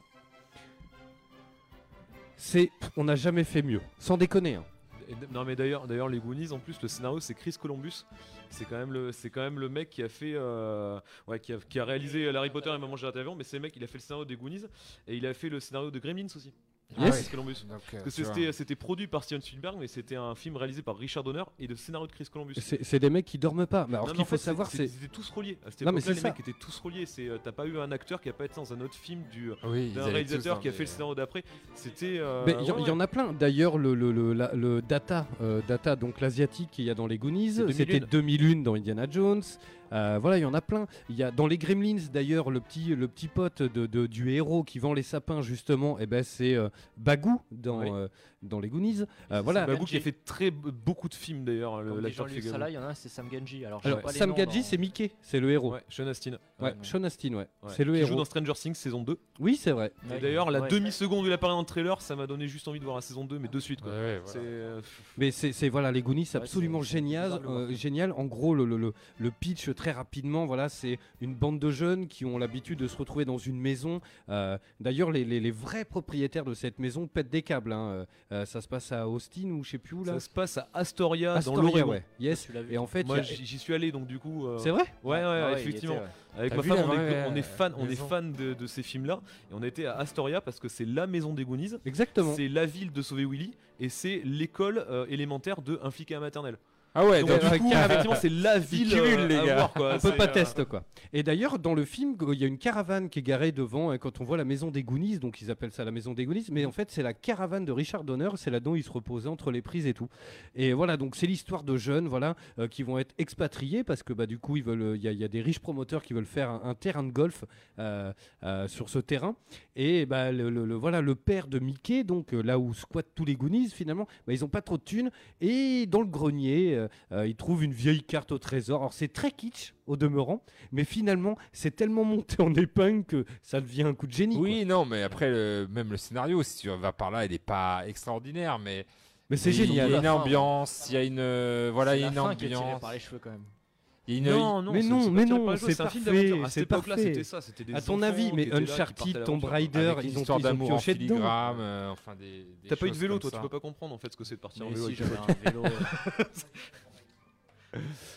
Speaker 4: c'est, on n'a jamais fait mieux, sans déconner. hein.
Speaker 9: Et d- non mais d'ailleurs, d'ailleurs les Goonies en plus le scénario c'est Chris Columbus. C'est quand même le, c'est quand même le mec qui a fait, euh, ouais, qui a, qui a réalisé Harry Potter et Maman j'ai raté l'avion, mais c'est le mec il a fait le scénario des Goonies et il a fait le scénario de Gremlins aussi.
Speaker 5: Ah
Speaker 9: Chris
Speaker 5: ouais.
Speaker 9: Columbus.
Speaker 5: Donc, euh,
Speaker 9: Parce que
Speaker 5: tu vois.
Speaker 9: c'était, c'était produit par Steven Spielberg, mais c'était un film réalisé par Richard Donner et le scénario de Chris Columbus.
Speaker 4: C'est c'est des mecs qui dorment pas. Mais alors
Speaker 9: Non, mais
Speaker 4: qu'il
Speaker 9: en
Speaker 4: faut
Speaker 9: fait,
Speaker 4: savoir,
Speaker 9: c'est.
Speaker 4: c'est.
Speaker 9: Ils étaient tous reliés. À cette
Speaker 4: Non, mais
Speaker 9: époque-là,
Speaker 4: c'est
Speaker 9: les
Speaker 4: ça.
Speaker 9: mecs étaient tous reliés. C'est, euh, t'as pas eu un acteur qui a pas été dans un autre film du,
Speaker 5: Oui, ils
Speaker 9: d'un
Speaker 5: allaient
Speaker 9: réalisateur
Speaker 5: tous
Speaker 9: qui a
Speaker 5: dans
Speaker 9: fait le
Speaker 5: des-
Speaker 9: scénario d'après. C'était. euh,
Speaker 4: Mais il y, en-
Speaker 9: ouais,
Speaker 4: il y en a plein. D'ailleurs, le, le, le, la- le Data, euh, Data, donc l'asiatique qu'il y a dans les Goonies,
Speaker 9: C'est 2001.
Speaker 4: c'était 2001 dans Indiana Jones. Euh, voilà, il y en a plein. Il y a dans les Gremlins, d'ailleurs, le petit, le petit pote de, de- du héros qui vend les sapins justement. Et ben, c'est euh, Bagou dans
Speaker 9: Oui.
Speaker 4: euh, dans les Goonies. Euh, voilà.
Speaker 9: C'est Bagou qui a fait très b- beaucoup de films d'ailleurs, le-
Speaker 6: Comme dit
Speaker 9: l'acteur qui
Speaker 6: Jean-Luc
Speaker 9: fait
Speaker 6: Sala,
Speaker 9: Bagou.
Speaker 6: il y en a un, c'est Sam Ganji. Alors, je sais
Speaker 4: Alors,
Speaker 6: pas les
Speaker 4: Sam
Speaker 6: noms
Speaker 4: Gadji,
Speaker 6: dans-
Speaker 4: c'est Mickey, c'est le héros.
Speaker 9: Ouais, Sean Astin. Ouais,
Speaker 4: Ouais, Sean Astin, ouais. C'est le
Speaker 9: Qui joue
Speaker 4: héros.
Speaker 9: dans Stranger Things saison 2.
Speaker 4: Oui, c'est vrai.
Speaker 9: Et d'ailleurs, la
Speaker 4: Ouais.
Speaker 9: demi-seconde où il apparaît dans le trailer, ça m'a donné juste envie de voir la saison 2, mais de suite quoi. C'est, euh,
Speaker 4: Mais c'est c'est- voilà les Goonies, c'est
Speaker 9: Ouais,
Speaker 4: absolument
Speaker 9: c'est- c'est
Speaker 4: génial,
Speaker 9: bizarre de le voir
Speaker 4: euh, génial. En gros, le, le- le- le pitch très rapidement, voilà, c'est une bande de jeunes qui ont l'habitude de se retrouver dans une maison. Euh, D'ailleurs, les, les- les vrais propriétaires de cette maison pètent des câbles. hein. Euh, euh, ça se passe à Austin ou je sais plus où là.
Speaker 9: Ça se passe à Astoria,
Speaker 4: Astoria,
Speaker 9: dans l'Oregon.
Speaker 4: ouais.
Speaker 9: Ah,
Speaker 4: Yes. Et en fait,
Speaker 9: moi
Speaker 4: il y a-
Speaker 9: j'y j'y suis allé donc du coup. euh,
Speaker 4: C'est vrai
Speaker 9: Ouais, ouais,
Speaker 4: Ah ouais, il y
Speaker 9: effectivement.
Speaker 4: était, ouais.
Speaker 9: Avec
Speaker 4: T'as
Speaker 9: ma
Speaker 4: vu
Speaker 9: femme,
Speaker 4: la
Speaker 9: on est,
Speaker 4: vraie, euh,
Speaker 9: on est fan, on est
Speaker 4: maison
Speaker 9: fan de, de ces films-là et on était à Astoria parce que c'est la maison des Goonies.
Speaker 4: Exactement.
Speaker 9: C'est la ville de Sauver Willy et c'est l'école euh, élémentaire de un flic à la maternelle.
Speaker 4: Ah ouais,
Speaker 9: donc
Speaker 4: donc,
Speaker 9: du coup,
Speaker 4: carrément.
Speaker 9: effectivement, c'est la
Speaker 4: Ils
Speaker 9: ville
Speaker 4: cumulent,
Speaker 9: euh,
Speaker 4: les
Speaker 9: à
Speaker 4: gars.
Speaker 9: voir, quoi.
Speaker 4: On peut
Speaker 9: C'est,
Speaker 4: pas
Speaker 9: euh,
Speaker 4: test quoi. Et d'ailleurs, dans le film, il y a une caravane qui est garée devant hein, quand on voit la maison des Goonies, donc ils appellent ça la maison des Goonies, mais en fait, c'est la caravane de Richard Donner, c'est là-dedans il se reposait entre les prises et tout. Et voilà, donc c'est l'histoire de jeunes, voilà, euh, qui vont être expatriés parce que bah du coup, ils veulent euh, il y, a- il y a des riches promoteurs qui veulent faire un, un terrain de golf euh, euh, sur ce terrain et bah le, le- le- voilà, le père de Mickey, donc euh, là où squattent tous les Goonies finalement, bah, ils ont pas trop de thunes et dans le grenier, euh, euh, ils trouvent une vieille carte au trésor. Alors c'est très kitsch au demeurant, mais finalement c'est tellement monté en épingle que ça devient un coup de génie.
Speaker 5: Oui, non, mais après, le- même le scénario, si tu vas par là, il n'est pas extraordinaire, mais.
Speaker 4: Mais c'est
Speaker 5: il y a-
Speaker 4: génial.
Speaker 5: Il y a une
Speaker 4: La fin,
Speaker 5: ambiance, il y a une. euh, Voilà,
Speaker 6: C'est
Speaker 5: il y a
Speaker 6: la
Speaker 5: une
Speaker 6: fin qui est tirée
Speaker 5: ambiance.
Speaker 6: par les cheveux, quand même.
Speaker 5: Il y a une-
Speaker 4: Non,
Speaker 5: il-
Speaker 4: mais non, mais
Speaker 9: par
Speaker 4: non,
Speaker 9: les cheveux,
Speaker 4: c'est
Speaker 9: c'est un film
Speaker 4: parfait,
Speaker 9: d'aventure. À cette
Speaker 4: c'est
Speaker 9: époque-là,
Speaker 4: parfait.
Speaker 9: c'était ça, c'était des
Speaker 4: à ton
Speaker 9: enfants
Speaker 4: avis,
Speaker 9: qui
Speaker 4: mais
Speaker 9: étaient là, qui
Speaker 4: Uncharted,
Speaker 9: partaient à
Speaker 4: Tomb
Speaker 9: l'aventure.
Speaker 4: Raider,
Speaker 5: avec
Speaker 4: ils
Speaker 5: une
Speaker 4: ont,
Speaker 5: histoire
Speaker 4: ils ont
Speaker 5: d'amour en
Speaker 4: pioché dedans.
Speaker 5: filigrane, euh, enfin des. des
Speaker 9: T'as pas eu de
Speaker 5: choses
Speaker 9: vélo,
Speaker 5: comme
Speaker 9: toi, tu
Speaker 5: ça.
Speaker 9: peux pas comprendre en fait ce que c'est de partir en
Speaker 5: Mais
Speaker 9: vélo.
Speaker 5: si,
Speaker 9: avec tes
Speaker 5: j'avais
Speaker 9: potes.
Speaker 5: un
Speaker 6: euh,
Speaker 5: vélo,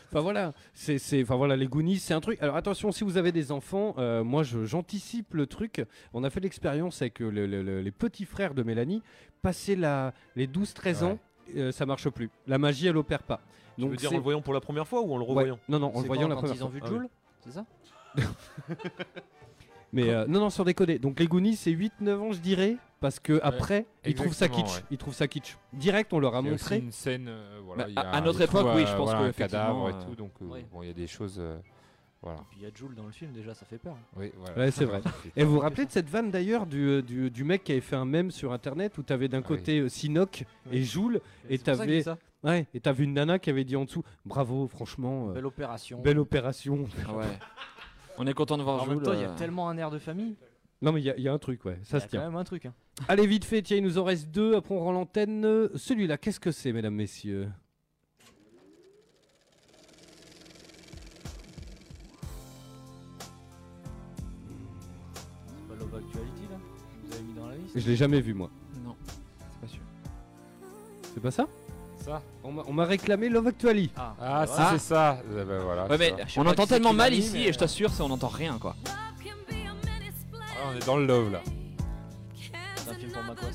Speaker 4: Enfin voilà, c'est, c'est, enfin voilà, les Goonies, c'est un truc. Alors attention, si vous avez des enfants, euh, moi je, j'anticipe le truc. On a fait l'expérience avec euh, le- le- le- les petits frères de Mélanie. Passer la, les 12-13 ans, euh, ça marche plus. La magie, elle opère pas.
Speaker 9: Tu veux dire en
Speaker 4: c'est-
Speaker 9: le voyant pour la première fois ou en le
Speaker 4: Ouais.
Speaker 9: revoyant
Speaker 4: Non, non, en
Speaker 6: C'est
Speaker 4: le voyant
Speaker 6: quand-
Speaker 4: la
Speaker 6: quand
Speaker 4: première
Speaker 6: ils ont vu
Speaker 4: fois. Ah
Speaker 6: Joule, c'est ça
Speaker 4: Mais euh, non, non, sans déconner. Donc les Goonies, c'est 8-9 ans, je dirais. Parce que après, ils trouvent ça
Speaker 5: exactement,
Speaker 4: kitsch.
Speaker 5: ouais.
Speaker 4: Ils trouvent ça kitsch. Direct, on leur a
Speaker 5: Il y a aussi
Speaker 4: montré.
Speaker 5: une scène, euh, voilà,
Speaker 3: Bah,
Speaker 5: il y a
Speaker 3: à- à notre
Speaker 5: il
Speaker 3: époque,
Speaker 5: trouve,
Speaker 3: oui,
Speaker 5: euh,
Speaker 3: je pense
Speaker 5: voilà,
Speaker 3: que,
Speaker 5: un cadavre et
Speaker 3: effectivement,
Speaker 5: tout,
Speaker 3: euh,
Speaker 5: donc euh,
Speaker 6: ouais.
Speaker 5: bon, il y a des choses, euh, voilà.
Speaker 6: Puis il y a Joule dans le film, déjà, ça fait peur.
Speaker 5: Oui, voilà.
Speaker 4: Ouais, c'est vrai. Et vous vous rappelez de cette vanne d'ailleurs du, euh, du, du mec qui avait fait un mème sur internet où t'avais
Speaker 6: Ah
Speaker 4: d'un côté euh, Sinoc et Joule
Speaker 6: C'est
Speaker 4: et
Speaker 6: pour ça que je
Speaker 4: t'avais
Speaker 6: dis ça.
Speaker 4: ouais, et t'avais une nana qui avait dit en dessous bravo franchement euh,
Speaker 6: Belle opération.
Speaker 4: belle opération.
Speaker 3: Ah ouais. On est content de voir
Speaker 6: En
Speaker 3: Jules.
Speaker 6: même temps, il y a
Speaker 3: euh,
Speaker 6: tellement un air de famille.
Speaker 4: Non mais il y a- il y, a un truc ouais,
Speaker 6: Il
Speaker 4: ça
Speaker 6: y
Speaker 4: se
Speaker 6: a quand
Speaker 4: tient.
Speaker 6: même un truc. hein.
Speaker 4: Allez vite fait, tiens, il nous en reste deux, après on rend l'antenne. Euh, Celui-là, qu'est-ce que c'est mesdames messieurs
Speaker 6: C'est pas Bah, Love Actuality, là Vous avez mis dans la liste
Speaker 4: Je l'ai jamais vu moi.
Speaker 3: Non, c'est pas sûr.
Speaker 4: C'est pas ça
Speaker 5: Ça.
Speaker 4: On m'a- on m'a réclamé Love Actually.
Speaker 6: Ah,
Speaker 5: Ah, si
Speaker 3: Ah.
Speaker 5: c'est ça. Eh ben, voilà, tu
Speaker 3: Ouais, mais
Speaker 5: vois.
Speaker 6: sais
Speaker 3: on
Speaker 6: pas
Speaker 3: entend
Speaker 6: qui c'est
Speaker 3: tellement
Speaker 6: qui l'a
Speaker 3: mal
Speaker 6: mis,
Speaker 3: ici
Speaker 6: mais- euh,
Speaker 3: et je t'assure, ça, on n'entend rien quoi.
Speaker 5: Ah, on est dans le love là.
Speaker 6: C'est un film pour Macos.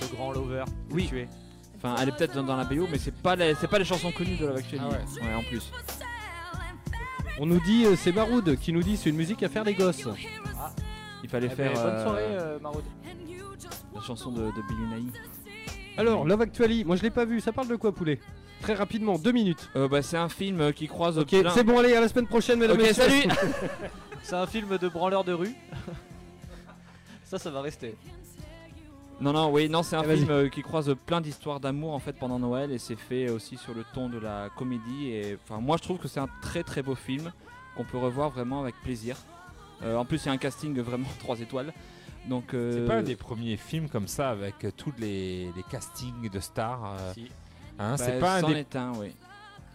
Speaker 6: Ce grand lover.
Speaker 3: Oui.
Speaker 6: Tu es.
Speaker 3: Enfin, elle est peut-être dans- dans la BO, mais c'est pas, les- c'est pas les chansons connues de la Actually.
Speaker 5: Ah
Speaker 3: ouais. en plus.
Speaker 4: On nous dit euh, c'est Baroud qui nous dit c'est une musique à faire des gosses.
Speaker 3: Il fallait
Speaker 6: Eh
Speaker 3: faire
Speaker 6: ben, Bonne
Speaker 3: euh,
Speaker 6: soirée, euh, Maraud.
Speaker 3: la chanson de, de Billy Naï.
Speaker 4: Alors Love Actually, moi je l'ai pas vu, ça parle de quoi poulet Très rapidement, deux minutes.
Speaker 3: Euh, bah, c'est un film euh, qui croise.
Speaker 4: Ok,
Speaker 3: plein-
Speaker 4: c'est bon, allez, à la semaine prochaine, mesdames
Speaker 3: Ok,
Speaker 4: messieurs.
Speaker 3: salut
Speaker 6: C'est un film de branleur de rue. ça, ça va rester.
Speaker 3: Non, non, oui, non, c'est un
Speaker 4: Eh, vas-y.
Speaker 3: film euh, qui croise plein d'histoires d'amour en fait pendant Noël et c'est fait aussi sur le ton de la comédie. Et enfin, moi je trouve que c'est un très très beau film qu'on peut revoir vraiment avec plaisir. Euh, en plus, il y a un casting vraiment 3 étoiles. Donc,
Speaker 5: C'est
Speaker 3: euh,
Speaker 5: pas un des premiers films comme ça avec euh, tous les, les castings de stars. euh,
Speaker 6: Si.
Speaker 5: hein,
Speaker 3: bah,
Speaker 5: c'est pas un
Speaker 3: c'en
Speaker 5: des.
Speaker 3: est un, oui.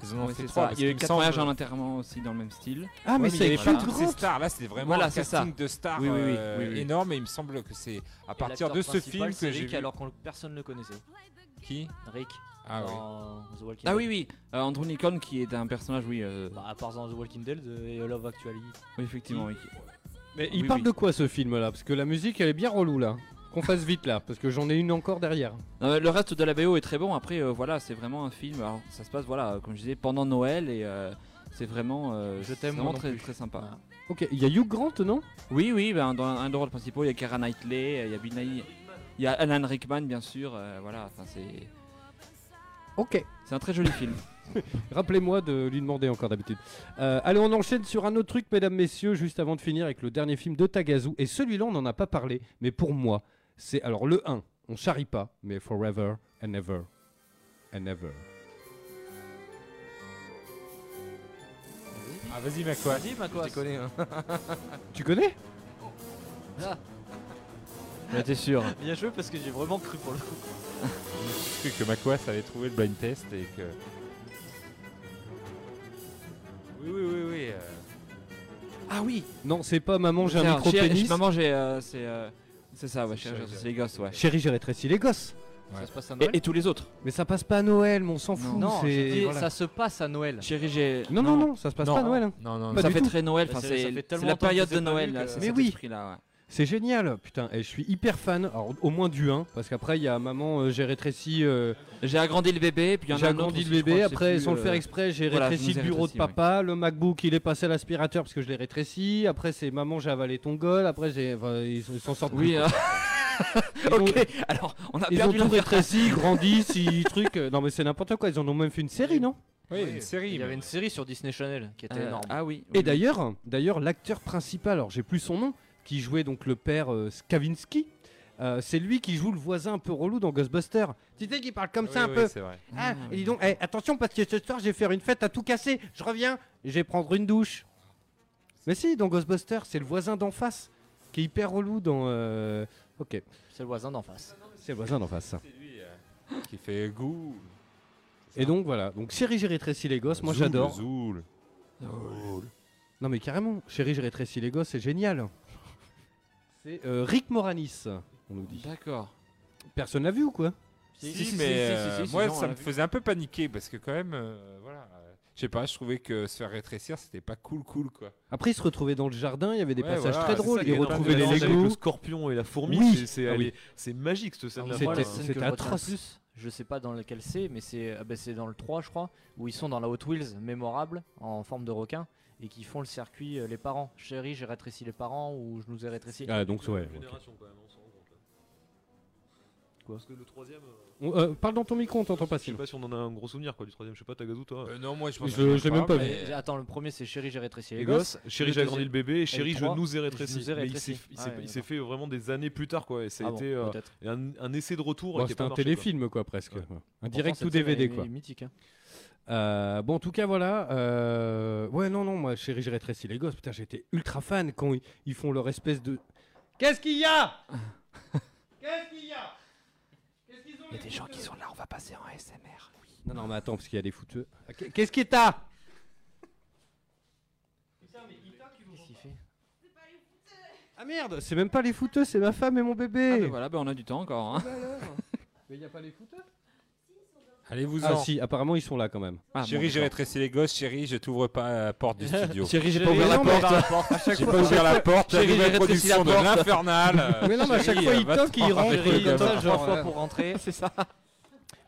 Speaker 5: Ils en ont
Speaker 3: Oui,
Speaker 5: fait
Speaker 3: c'est
Speaker 5: trois.
Speaker 3: ça.
Speaker 5: parce
Speaker 3: Il y a eu
Speaker 5: qu'il me
Speaker 3: 4
Speaker 5: semble-
Speaker 3: voyages à l'enterrement aussi dans le même style.
Speaker 4: Ah, mais
Speaker 5: Ouais,
Speaker 4: c'est
Speaker 5: il y avait
Speaker 4: Hugh
Speaker 5: pas toutes ces
Speaker 4: Grant.
Speaker 5: stars là, c'était vraiment
Speaker 3: Voilà,
Speaker 5: un
Speaker 3: c'est ça.
Speaker 5: casting de stars
Speaker 3: Oui, oui, oui,
Speaker 5: euh,
Speaker 3: oui, oui.
Speaker 5: énorme et il me semble que c'est à
Speaker 6: Et
Speaker 5: partir
Speaker 6: l'acteur
Speaker 5: de ce
Speaker 6: principal,
Speaker 5: film
Speaker 6: c'est
Speaker 5: que j'ai
Speaker 6: Rick,
Speaker 5: vu.
Speaker 6: alors que personne ne le connaissait.
Speaker 5: Qui
Speaker 6: Rick.
Speaker 5: Ah oui.
Speaker 6: dans The Walking
Speaker 3: Ah
Speaker 6: Dead.
Speaker 3: oui, oui, euh, Andrew Nikon qui est un personnage, oui. euh,
Speaker 6: Bah, à part dans The Walking Dead euh, et Love Actually.
Speaker 3: Oui, effectivement, oui.
Speaker 4: Mais
Speaker 3: Oui,
Speaker 4: il
Speaker 3: oui.
Speaker 4: parle de quoi ce film là Parce que la musique elle est bien relou là. Qu'on fasse vite là, parce que j'en ai une encore derrière.
Speaker 3: Non, mais le reste de la BO est très bon. Après, euh, voilà, c'est vraiment un film. Alors, ça se passe, voilà, comme je disais, pendant Noël et euh, c'est vraiment, euh,
Speaker 4: Je
Speaker 3: c'est
Speaker 4: t'aime, moi
Speaker 3: vraiment
Speaker 4: non
Speaker 3: très,
Speaker 4: plus.
Speaker 3: très sympa.
Speaker 4: Ok, il y a Hugh Grant non
Speaker 3: Oui, oui, ben, dans un des rôles principaux, il y a Kara Knightley, euh, il y a Binay, il y a Alan Rickman, bien sûr. euh, voilà, enfin, c'est.
Speaker 4: Ok.
Speaker 3: C'est un très joli film.
Speaker 4: Rappelez-moi de lui demander encore d'habitude. Euh, allez, on enchaîne sur un autre truc, mesdames, messieurs, juste avant de finir avec le dernier film de Tagazu. Et celui-là, on n'en a pas parlé, mais pour moi, c'est alors le 1, on charrie pas, mais Forever and Ever and Ever.
Speaker 5: Ah, vas-y, Macquas.
Speaker 6: Vas-y, Macquas.
Speaker 8: Je connais. Hein.
Speaker 4: Tu connais
Speaker 3: Mais t'es sûr
Speaker 6: Bien joué parce que j'ai vraiment cru pour le coup.
Speaker 5: J'ai cru que Macquas avait trouvé le blind test et que. Oui, oui, oui, oui. euh,
Speaker 3: Ah oui
Speaker 4: Non, c'est pas Maman, j'ai
Speaker 3: Tiens,
Speaker 4: un micro
Speaker 3: chérie-
Speaker 4: pénis.
Speaker 3: Maman, j'ai. euh, c'est, euh, c'est ça, ouais, chérie, j'ai les gosses, ouais.
Speaker 4: Chérie, j'ai rétréci les gosses.
Speaker 6: Ça se passe à
Speaker 3: Et,
Speaker 6: Noël
Speaker 3: et tous les autres.
Speaker 4: Mais ça passe pas à Noël, mais on s'en fout.
Speaker 6: Non,
Speaker 4: c'est-
Speaker 6: je dis,
Speaker 4: voilà.
Speaker 6: ça se passe à Noël.
Speaker 3: Chérie, j'ai.
Speaker 4: non, non, non, ça se passe
Speaker 3: Non.
Speaker 4: pas à Noël. hein.
Speaker 5: Non, non,
Speaker 4: Pas
Speaker 3: ça
Speaker 4: du
Speaker 3: fait
Speaker 4: tout.
Speaker 3: très Noël,
Speaker 6: Bah,
Speaker 3: enfin,
Speaker 6: c'est-
Speaker 3: c'est,
Speaker 6: ça fait
Speaker 3: c'est
Speaker 6: tellement
Speaker 3: la
Speaker 6: longtemps que
Speaker 3: période
Speaker 6: c'est
Speaker 3: de
Speaker 6: pas vu
Speaker 3: Noël,
Speaker 6: que-
Speaker 3: là, c'est
Speaker 4: Mais
Speaker 3: cet
Speaker 4: oui.
Speaker 3: esprit-là. ouais.
Speaker 4: C'est génial, putain, et je suis hyper fan, alors, au moins du 1, parce qu'après il y a Maman, euh, j'ai rétréci, euh,
Speaker 3: J'ai agrandi le bébé, puis il y en a
Speaker 4: j'ai
Speaker 3: un autre
Speaker 4: agrandi
Speaker 3: aussi,
Speaker 4: le
Speaker 3: je crois,
Speaker 4: bébé,
Speaker 3: je sais
Speaker 4: après
Speaker 3: plus,
Speaker 4: sans le faire
Speaker 3: euh,
Speaker 4: exprès, j'ai
Speaker 3: voilà, je
Speaker 4: rétréci
Speaker 3: vous ai
Speaker 4: le bureau de
Speaker 3: rétréci, ouais.
Speaker 4: papa, le MacBook il est passé à l'aspirateur parce que je l'ai rétréci, après c'est Maman, j'ai avalé ton gol, après j'ai. Enfin, ils ils s'en sortent
Speaker 3: Oui,
Speaker 4: plus,
Speaker 3: euh,
Speaker 4: quoi. Ils ont-
Speaker 3: ok, alors on a
Speaker 4: Ils ont
Speaker 3: perdu
Speaker 4: tout
Speaker 3: l'intérêt.
Speaker 4: rétréci, grandissent, ils truc. euh, Non mais c'est n'importe quoi, ils en ont même fait une série, non
Speaker 5: Oui, une série.
Speaker 6: Il y
Speaker 5: mais-
Speaker 6: avait une série sur Disney Channel qui était
Speaker 3: Euh,
Speaker 6: énorme.
Speaker 3: Ah oui.
Speaker 4: Et
Speaker 3: oui.
Speaker 4: d'ailleurs, d'ailleurs, l'acteur principal, alors j'ai plus son nom, qui jouait donc le père euh, Skavinsky, euh, c'est lui qui joue le voisin un peu relou dans Ghostbusters. Tu sais qu'il parle comme
Speaker 5: Oui,
Speaker 4: ça un
Speaker 5: oui,
Speaker 4: peu.
Speaker 5: c'est vrai.
Speaker 4: Ah, et dis donc, eh, attention parce que ce soir je vais faire une fête à tout casser. Je reviens, je vais prendre une douche. Mais si, dans Ghostbusters, c'est le voisin d'en face qui est hyper relou dans. euh, Ok,
Speaker 6: C'est le voisin d'en face.
Speaker 4: c'est le voisin d'en face. ça.
Speaker 5: C'est lui euh, qui fait goût.
Speaker 4: Et donc voilà, donc chérie, j'ai rétréci les gosses, moi
Speaker 5: Zoul,
Speaker 4: j'adore.
Speaker 5: Zoul.
Speaker 4: Non mais carrément, chérie, j'ai rétréci les gosses, c'est génial. C'est euh, Rick Moranis, on nous dit.
Speaker 3: D'accord.
Speaker 4: Personne l'a vu ou quoi
Speaker 5: Si,
Speaker 3: si, si, si,
Speaker 5: mais
Speaker 3: si, si,
Speaker 5: euh,
Speaker 3: si,
Speaker 5: moi,
Speaker 3: sinon, on
Speaker 5: ça
Speaker 3: l'a
Speaker 5: me
Speaker 3: vu.
Speaker 5: faisait un peu paniquer parce que quand même, euh, voilà. euh, Je sais pas, je trouvais que se faire rétrécir, c'était pas cool, cool, quoi.
Speaker 4: Après, ils se retrouvaient dans le jardin, il y avait des
Speaker 5: Ouais,
Speaker 4: passages
Speaker 5: voilà,
Speaker 4: très
Speaker 5: c'est
Speaker 4: drôles,
Speaker 5: ça qui
Speaker 4: ils
Speaker 5: est énorme,
Speaker 4: retrouvaient les
Speaker 5: mélange
Speaker 9: avec
Speaker 4: Legos.
Speaker 9: le scorpion et la fourmi,
Speaker 4: Oui.
Speaker 9: c'est- c'est
Speaker 4: Ah oui.
Speaker 9: elle est- c'est magique cette scène-là.
Speaker 4: C'était-
Speaker 6: Moi, la
Speaker 9: Enfin,
Speaker 6: scène
Speaker 4: c'était
Speaker 6: que je retiens le
Speaker 4: atroce.
Speaker 6: plus, Je sais pas dans lequel c'est, mais c'est ah bah, c'est dans le 3, je crois, où ils sont dans la Hot Wheels mémorable en forme de requin et qui font le circuit euh, les parents. Chérie, j'ai rétréci les parents ou je nous ai rétréci.
Speaker 4: Ah, donc ouais.
Speaker 9: Génération, quand même, on s'en rend compte, là.
Speaker 4: Quoi
Speaker 9: Parce que le troisième. euh,
Speaker 4: On- euh, parle dans ton micro, on t'entend pas,
Speaker 9: Je sais
Speaker 4: Sylvain.
Speaker 9: pas si on en a un gros souvenir quoi du troisième. Je sais pas, t'as gazou toi.
Speaker 5: Euh, non, moi, je pense
Speaker 4: Je-
Speaker 5: que
Speaker 4: je l'ai même pas vu.
Speaker 5: mais-
Speaker 6: Et- Euh, Attends, le premier c'est Chérie, j'ai rétréci les
Speaker 9: Les
Speaker 6: gosses.
Speaker 9: gosses, chérie,
Speaker 6: le
Speaker 9: j'ai agrandi le
Speaker 6: deuxième,
Speaker 9: bébé, et chérie, je
Speaker 6: trois,
Speaker 9: nous ai
Speaker 6: je
Speaker 9: rétréci.
Speaker 6: nous ai
Speaker 9: Mais il s'est
Speaker 6: rétréci.
Speaker 9: il
Speaker 6: Ah
Speaker 9: s'est-
Speaker 6: ouais,
Speaker 9: il s'est
Speaker 6: d'accord.
Speaker 9: fait vraiment des années plus tard quoi. Et ça a
Speaker 6: Ah bon,
Speaker 9: été euh,
Speaker 6: peut-être.
Speaker 9: un, un essai de retour.
Speaker 4: Bon,
Speaker 9: qui est
Speaker 4: C'était
Speaker 9: pas
Speaker 4: un
Speaker 9: marché, quoi.
Speaker 4: téléfilm, quoi, presque.
Speaker 9: Ouais.
Speaker 4: Un
Speaker 6: Pourtant,
Speaker 4: direct
Speaker 6: cette
Speaker 4: ou
Speaker 6: scène, elle
Speaker 4: DVD,
Speaker 6: est
Speaker 4: quoi.
Speaker 6: Mythique. hein.
Speaker 4: Euh, bon, en tout cas, voilà. euh, Ouais, non, non, moi, chérie, j'ai rétréci les gosses. Putain, j'étais ultra fan quand ils, ils font leur espèce de. Qu'est-ce qu'il y a Qu'est-ce qu'il y a Qu'est-ce qu'ils ont
Speaker 3: Il y a des gens qui sont là, on va passer en ASMR.
Speaker 4: Non, non, mais attends, parce qu'il y a des fouteux. Ah, qu'est- Qu'est-ce qui t'a
Speaker 6: Qu'est-ce qu'il fait
Speaker 4: Ah merde, c'est même pas les fouteux, c'est ma femme et mon
Speaker 3: Ah, ben
Speaker 4: bébé.
Speaker 3: voilà, ben on a du temps encore. hein.
Speaker 4: Mais il a pas les fouteux Ah,
Speaker 5: Allez-vous-en.
Speaker 4: si, apparemment, ils sont là quand même.
Speaker 3: Ah, bon,
Speaker 5: chérie, j'ai
Speaker 3: d'accord.
Speaker 5: rétréci les gosses, chérie, je t'ouvre pas la porte du studio.
Speaker 3: Chérie, j'ai
Speaker 4: J'ai-
Speaker 3: pas ouvert la
Speaker 4: non, mais-
Speaker 3: porte.
Speaker 5: J'ai pas ouvert la porte, la
Speaker 3: Chérie,
Speaker 5: nouvelle
Speaker 3: j'ai rétréci la
Speaker 5: production de
Speaker 3: porte.
Speaker 5: l'Infernal.
Speaker 4: Mais non, mais à chaque fois, il toque et il rentre.
Speaker 6: Chérie,
Speaker 4: comme ça,
Speaker 6: trois
Speaker 4: genre,
Speaker 6: fois
Speaker 4: euh,
Speaker 6: pour rentrer.
Speaker 3: C'est ça.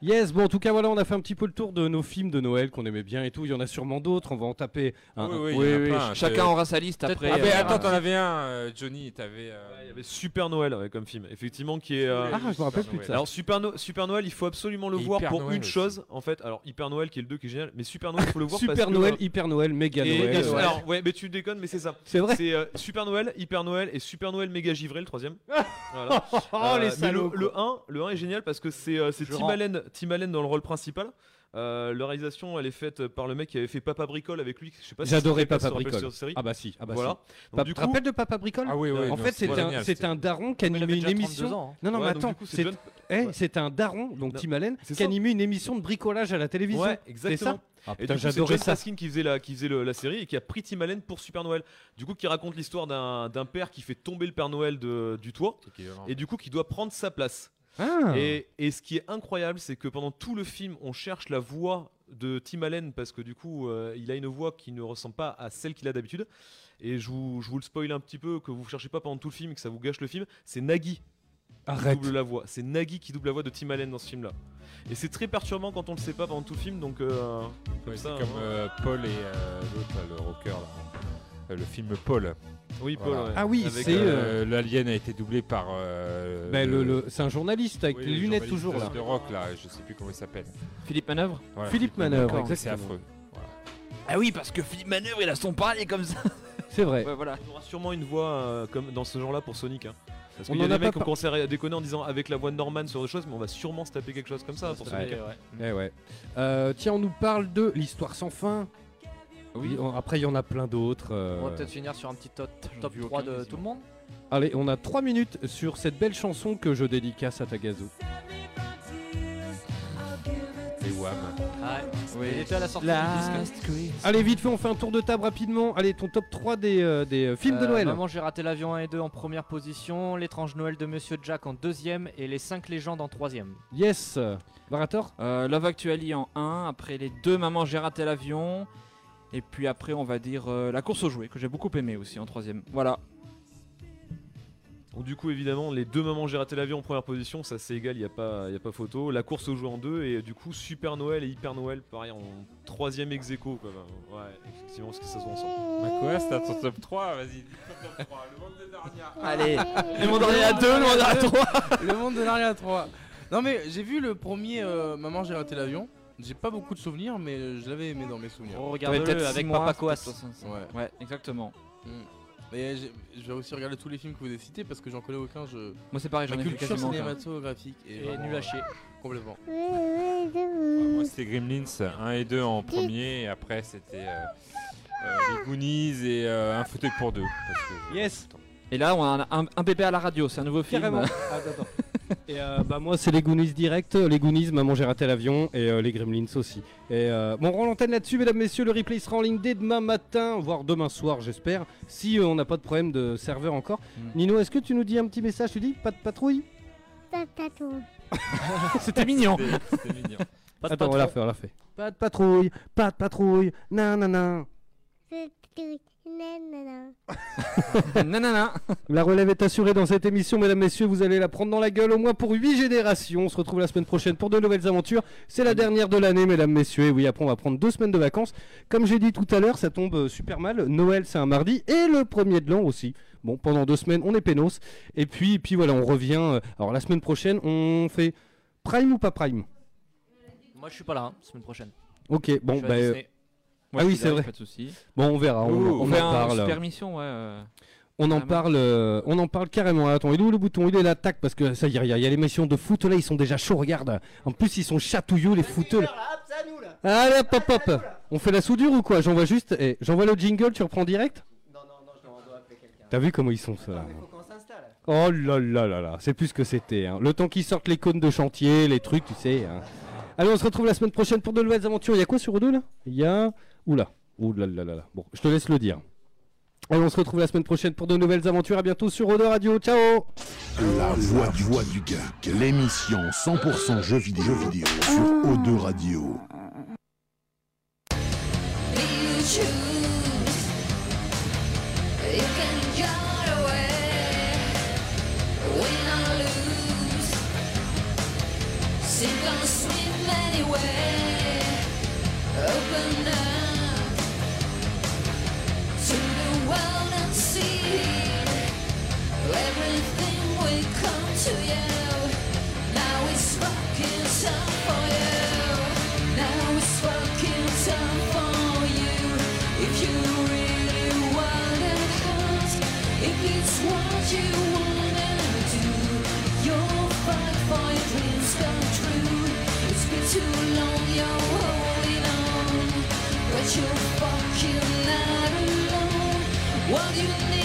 Speaker 4: Yes, bon, en tout cas, voilà, on a fait un petit peu le tour de nos films de Noël qu'on aimait bien et tout. Il y en a sûrement d'autres, on va en taper. un-
Speaker 5: Oui,
Speaker 4: un-
Speaker 5: oui, il y
Speaker 3: Oui,
Speaker 5: en a
Speaker 3: oui,
Speaker 5: plein, c'est-
Speaker 3: chacun aura sa liste après.
Speaker 5: Ah, mais
Speaker 3: euh,
Speaker 5: attends, t'en avais un, euh, Johnny, t'avais. euh,
Speaker 9: Ouais, Il y avait Super Noël ouais, comme film, effectivement, qui est. euh,
Speaker 4: Ah, je me rappelle
Speaker 5: Super
Speaker 4: plus de ça.
Speaker 9: Alors Super, No- Super Noël, il faut absolument le
Speaker 5: Et
Speaker 9: voir
Speaker 5: Hyper
Speaker 9: pour
Speaker 5: Noël
Speaker 9: une
Speaker 5: aussi.
Speaker 9: chose en fait. Alors Hyper Noël qui est le 2 qui est génial, mais Super Noël il faut le voir parce
Speaker 4: Super
Speaker 9: que,
Speaker 4: Noël,
Speaker 9: euh,
Speaker 4: hyper Noël, méga
Speaker 9: et-
Speaker 4: Noël. euh,
Speaker 9: Alors, ouais, mais tu déconnes, mais c'est ça.
Speaker 4: C'est vrai.
Speaker 9: C'est euh, Super Noël, Hyper Noël et Super Noël méga givré le troisième. Voilà.
Speaker 4: Oh,
Speaker 9: Euh,
Speaker 4: les
Speaker 9: mais
Speaker 4: salauds.
Speaker 9: le, le 1, le 1 est génial parce que c'est euh, c'est
Speaker 6: Je
Speaker 9: Tim
Speaker 6: rends.
Speaker 9: Allen, Tim Allen dans le rôle principal. Euh, la réalisation, elle est faite par le mec qui avait fait Papa Bricole avec lui. Je sais pas si
Speaker 4: J'adorais
Speaker 9: quelqu'un se
Speaker 4: Papa
Speaker 9: rappelle
Speaker 4: Bricole.
Speaker 9: sur cette série.
Speaker 4: Ah bah si, ah bah
Speaker 9: voilà.
Speaker 4: si.
Speaker 9: Donc,
Speaker 4: Papa-
Speaker 9: du
Speaker 4: te
Speaker 9: coup,
Speaker 4: rappelles de Papa Bricole
Speaker 5: Ah oui, oui.
Speaker 4: En
Speaker 5: non,
Speaker 4: fait, c'est
Speaker 5: c'était
Speaker 4: un,
Speaker 5: génial,
Speaker 4: c'est
Speaker 5: c'était-
Speaker 4: un daron qui
Speaker 6: Mais il
Speaker 4: animait
Speaker 6: avait
Speaker 4: une
Speaker 6: déjà 32
Speaker 4: émission.
Speaker 6: ans, hein.
Speaker 4: Non, non,
Speaker 9: Ouais,
Speaker 4: mais
Speaker 9: donc,
Speaker 4: attends,
Speaker 9: du coup, c'est
Speaker 4: c'est
Speaker 9: John-
Speaker 4: eh,
Speaker 9: ouais.
Speaker 4: c'est un daron, donc
Speaker 9: Non,
Speaker 4: Tim Allen,
Speaker 9: c'est
Speaker 4: qui
Speaker 9: ça.
Speaker 4: animait une émission de bricolage à la télévision.
Speaker 9: ouais,
Speaker 4: c'est
Speaker 9: exactement.
Speaker 4: ça Ah
Speaker 9: Et du
Speaker 4: putain,
Speaker 9: coup, c'est
Speaker 4: j'adorais
Speaker 9: John
Speaker 4: ça.
Speaker 9: Paskin qui faisait, la, qui faisait le- la série et qui a pris Tim Allen pour Super Noël. Du coup, qui raconte l'histoire d'un d'un père qui fait tomber le Père Noël de- du toit
Speaker 5: c'est équivalent.
Speaker 9: et du coup qui doit prendre sa place.
Speaker 4: Ah.
Speaker 9: Et, et ce qui est incroyable, c'est que pendant tout le film, on cherche la voix de Tim Allen parce que du coup, euh, il a une voix qui ne ressemble pas à celle qu'il a d'habitude. Et je vous, je vous le spoil un petit peu, que vous ne cherchez pas pendant tout le film et que ça vous gâche le film, c'est Nagui. qui
Speaker 4: Arrête.
Speaker 9: Double la voix. C'est Nagui qui double la voix de Tim Allen dans ce film-là. Et c'est très perturbant quand on le sait pas pendant tout le film, donc. euh, comme
Speaker 5: Ouais, c'est
Speaker 9: ça,
Speaker 5: comme
Speaker 9: hein.
Speaker 5: euh, Paul et euh, l'autre, là, le rocker, là. Euh, le film Paul.
Speaker 9: Oui, Paul, ouais.
Speaker 4: Ah oui,
Speaker 5: Avec,
Speaker 4: c'est,
Speaker 5: euh, l'alien a été doublé par. euh,
Speaker 4: Ben, le- le- c'est un journaliste avec
Speaker 5: Oui,
Speaker 4: les
Speaker 5: le
Speaker 4: lunettes
Speaker 5: journaliste
Speaker 4: toujours là.
Speaker 5: De rock là, je sais plus comment il s'appelle.
Speaker 3: Philippe Manœuvre
Speaker 5: Voilà,
Speaker 4: Philippe Manœuvre,
Speaker 5: Manœuvre, C'est
Speaker 4: exactement.
Speaker 5: affreux.
Speaker 3: Ah oui, parce que Philippe Manœuvre, il a son parler comme ça.
Speaker 4: C'est vrai.
Speaker 3: Ouais, voilà.
Speaker 9: On aura sûrement une voix euh, comme dans ce genre-là pour Sonic. Hein. Parce
Speaker 4: On
Speaker 9: qu'il y a
Speaker 4: en
Speaker 9: des
Speaker 4: a pas
Speaker 9: mecs qui ont
Speaker 4: par-
Speaker 9: commencé à déconner en disant avec la voix de Norman sur des choses, mais on va sûrement se taper quelque chose comme ça pour Sonic. hein.
Speaker 4: Eh ouais. Euh, tiens, on nous parle de l'histoire sans fin.
Speaker 9: Ah
Speaker 4: Oui. on- après, il y en a plein d'autres. euh.
Speaker 6: On va peut-être finir sur un petit top, top 3 de tout le monde.
Speaker 4: Allez, on a 3 minutes sur cette belle chanson que je dédicace à Tagazu.
Speaker 5: Les Wham.
Speaker 3: Ah.
Speaker 6: Oui. Il était à la sortie du disque.
Speaker 4: Allez, vite fait, on fait un tour de table rapidement. Allez, ton top 3 des, euh, des euh, films de
Speaker 6: Euh,
Speaker 4: Noël.
Speaker 6: Maman, j'ai raté l'avion 1 et 2 en première position, L'étrange Noël de Monsieur Jack en deuxième et Les 5 légendes en troisième.
Speaker 4: Yes. Barator
Speaker 3: Euh, Love Actually en 1, après les deux mamans j'ai raté l'avion. Et puis après, on va dire euh, la course aux jouets, que j'ai beaucoup aimé aussi en troisième. Voilà.
Speaker 9: Donc, du coup, évidemment, les deux moments j'ai raté l'avion en première position, ça c'est égal, il n'y a, pas- y a pas photo. La course au jeu en deux, et du coup, Super Noël et Hyper Noël, pareil, en troisième ex aequo, quoi. Ben, ouais, effectivement, parce que ça se voit ensemble.
Speaker 5: Bah quoi, c'est ton top 3, vas-y. Top 3, le monde de Narnia.
Speaker 8: Allez.
Speaker 3: Le monde de Narnia 2, le monde de Narnia 3.
Speaker 8: Le monde de Narnia 3. Non mais j'ai vu le premier euh, Maman j'ai raté l'avion. J'ai pas beaucoup de souvenirs mais je l'avais aimé dans mes souvenirs.
Speaker 6: Oh, regarde-le T'avais peut-être avec six mois, Papa Coas. c'était peut-être
Speaker 8: Ouais.
Speaker 3: ouais, exactement.
Speaker 8: Mais j'ai- je vais aussi regarder tous les films que vous avez cités parce que j'en connais aucun. Je...
Speaker 3: Moi, c'est pareil,
Speaker 8: Ma
Speaker 3: j'en ai vu
Speaker 8: culture
Speaker 3: quasiment aucun.
Speaker 8: cinématographique est
Speaker 6: Et
Speaker 8: vraiment,
Speaker 6: nul
Speaker 8: euh,
Speaker 6: à chier.
Speaker 8: Complètement.
Speaker 5: Moi, c'était Gremlins 1 et 2 en premier, et après, c'était euh, euh, les Goonies et euh, un fauteuil pour deux. parce que-
Speaker 4: Yes.
Speaker 3: Et là, on a un, un bébé à la radio, c'est un nouveau film.
Speaker 4: Carrément. Ah, Et euh, bah moi c'est les Goonies direct, euh, les Goonies, maman j'ai raté l'avion et euh, les Gremlins aussi. Et euh, bon, on rend l'antenne là-dessus mesdames messieurs, le replay sera en ligne dès demain matin, voire demain soir j'espère, si euh, on n'a pas de problème de serveur encore. Nino, est-ce que tu nous dis un petit message, tu dis pas de patrouille
Speaker 3: C'était mignon.
Speaker 5: C'était mignon.
Speaker 4: Attends, on l'a fait, on l'a fait. Pas de patrouille, pas de patrouille, nanana.
Speaker 3: nanana.
Speaker 4: La relève est assurée dans cette émission, mesdames, messieurs. Vous allez la prendre dans la gueule au moins pour 8 générations. On se retrouve la semaine prochaine pour de nouvelles aventures. C'est la dernière de l'année, mesdames, messieurs. Et oui, après, on va prendre deux semaines de vacances. Comme j'ai dit tout à l'heure, ça tombe euh, super mal. Noël, c'est un mardi et le premier de l'an aussi. Bon, pendant deux semaines, on est pénos. Et puis, puis voilà, on revient. euh, Alors, la semaine prochaine, on fait prime ou pas prime
Speaker 6: Moi je suis pas là, hein, semaine prochaine.
Speaker 4: Ok, bon,
Speaker 6: Je vais à
Speaker 4: bah. euh,
Speaker 6: Disney.
Speaker 3: Moi,
Speaker 4: ah
Speaker 3: je
Speaker 4: oui,
Speaker 3: suis
Speaker 4: c'est
Speaker 3: là,
Speaker 4: vrai.
Speaker 3: pas de souci.
Speaker 4: Bon, on verra. On,
Speaker 3: Ouh,
Speaker 4: on
Speaker 3: fait
Speaker 4: en
Speaker 3: un-
Speaker 4: parle.
Speaker 3: Super mission, ouais. euh.
Speaker 4: On en
Speaker 3: Carrément.
Speaker 4: parle, euh, on en parle carrément. Attends, il est où le bouton Il est là, tac, parce que ça y est, regarde, il y a les missions de foot là, ils sont déjà chauds, regarde. En plus, ils sont chatouilleux les footeux. là. Allez, hop, hop, hop. On fait la soudure ou quoi J'envoie juste, eh, j'envoie le jingle, tu reprends direct T'as vu comment ils sont ceux-là Oh là là là là, c'est plus ce que c'était. hein. Le temps qu'ils sortent les cônes de chantier, les trucs, tu sais. hein. Allez, on se retrouve la semaine prochaine pour de nouvelles aventures. Il y a quoi sur O2 là Il y a. Oula. Oula là là là. Bon, je te laisse le dire. Allez, on se retrouve la semaine prochaine pour de nouvelles aventures. À bientôt sur Odeur Radio. Ciao
Speaker 2: La voix du, voix du geek, l'émission 100% jeux vidéo, jeux vidéo sur O2 Radio.
Speaker 13: You choose. You can get away. Win or lose. Sink or swim anyway. Open up to the world and see everything will come to you. Now it's fucking time for you. Now it's fucking time for you. If you really want it hurt, if it's what you wanna do, you'll fight for your dreams come true. It's been too long you're holding on, but you're fucking not alone. What you need.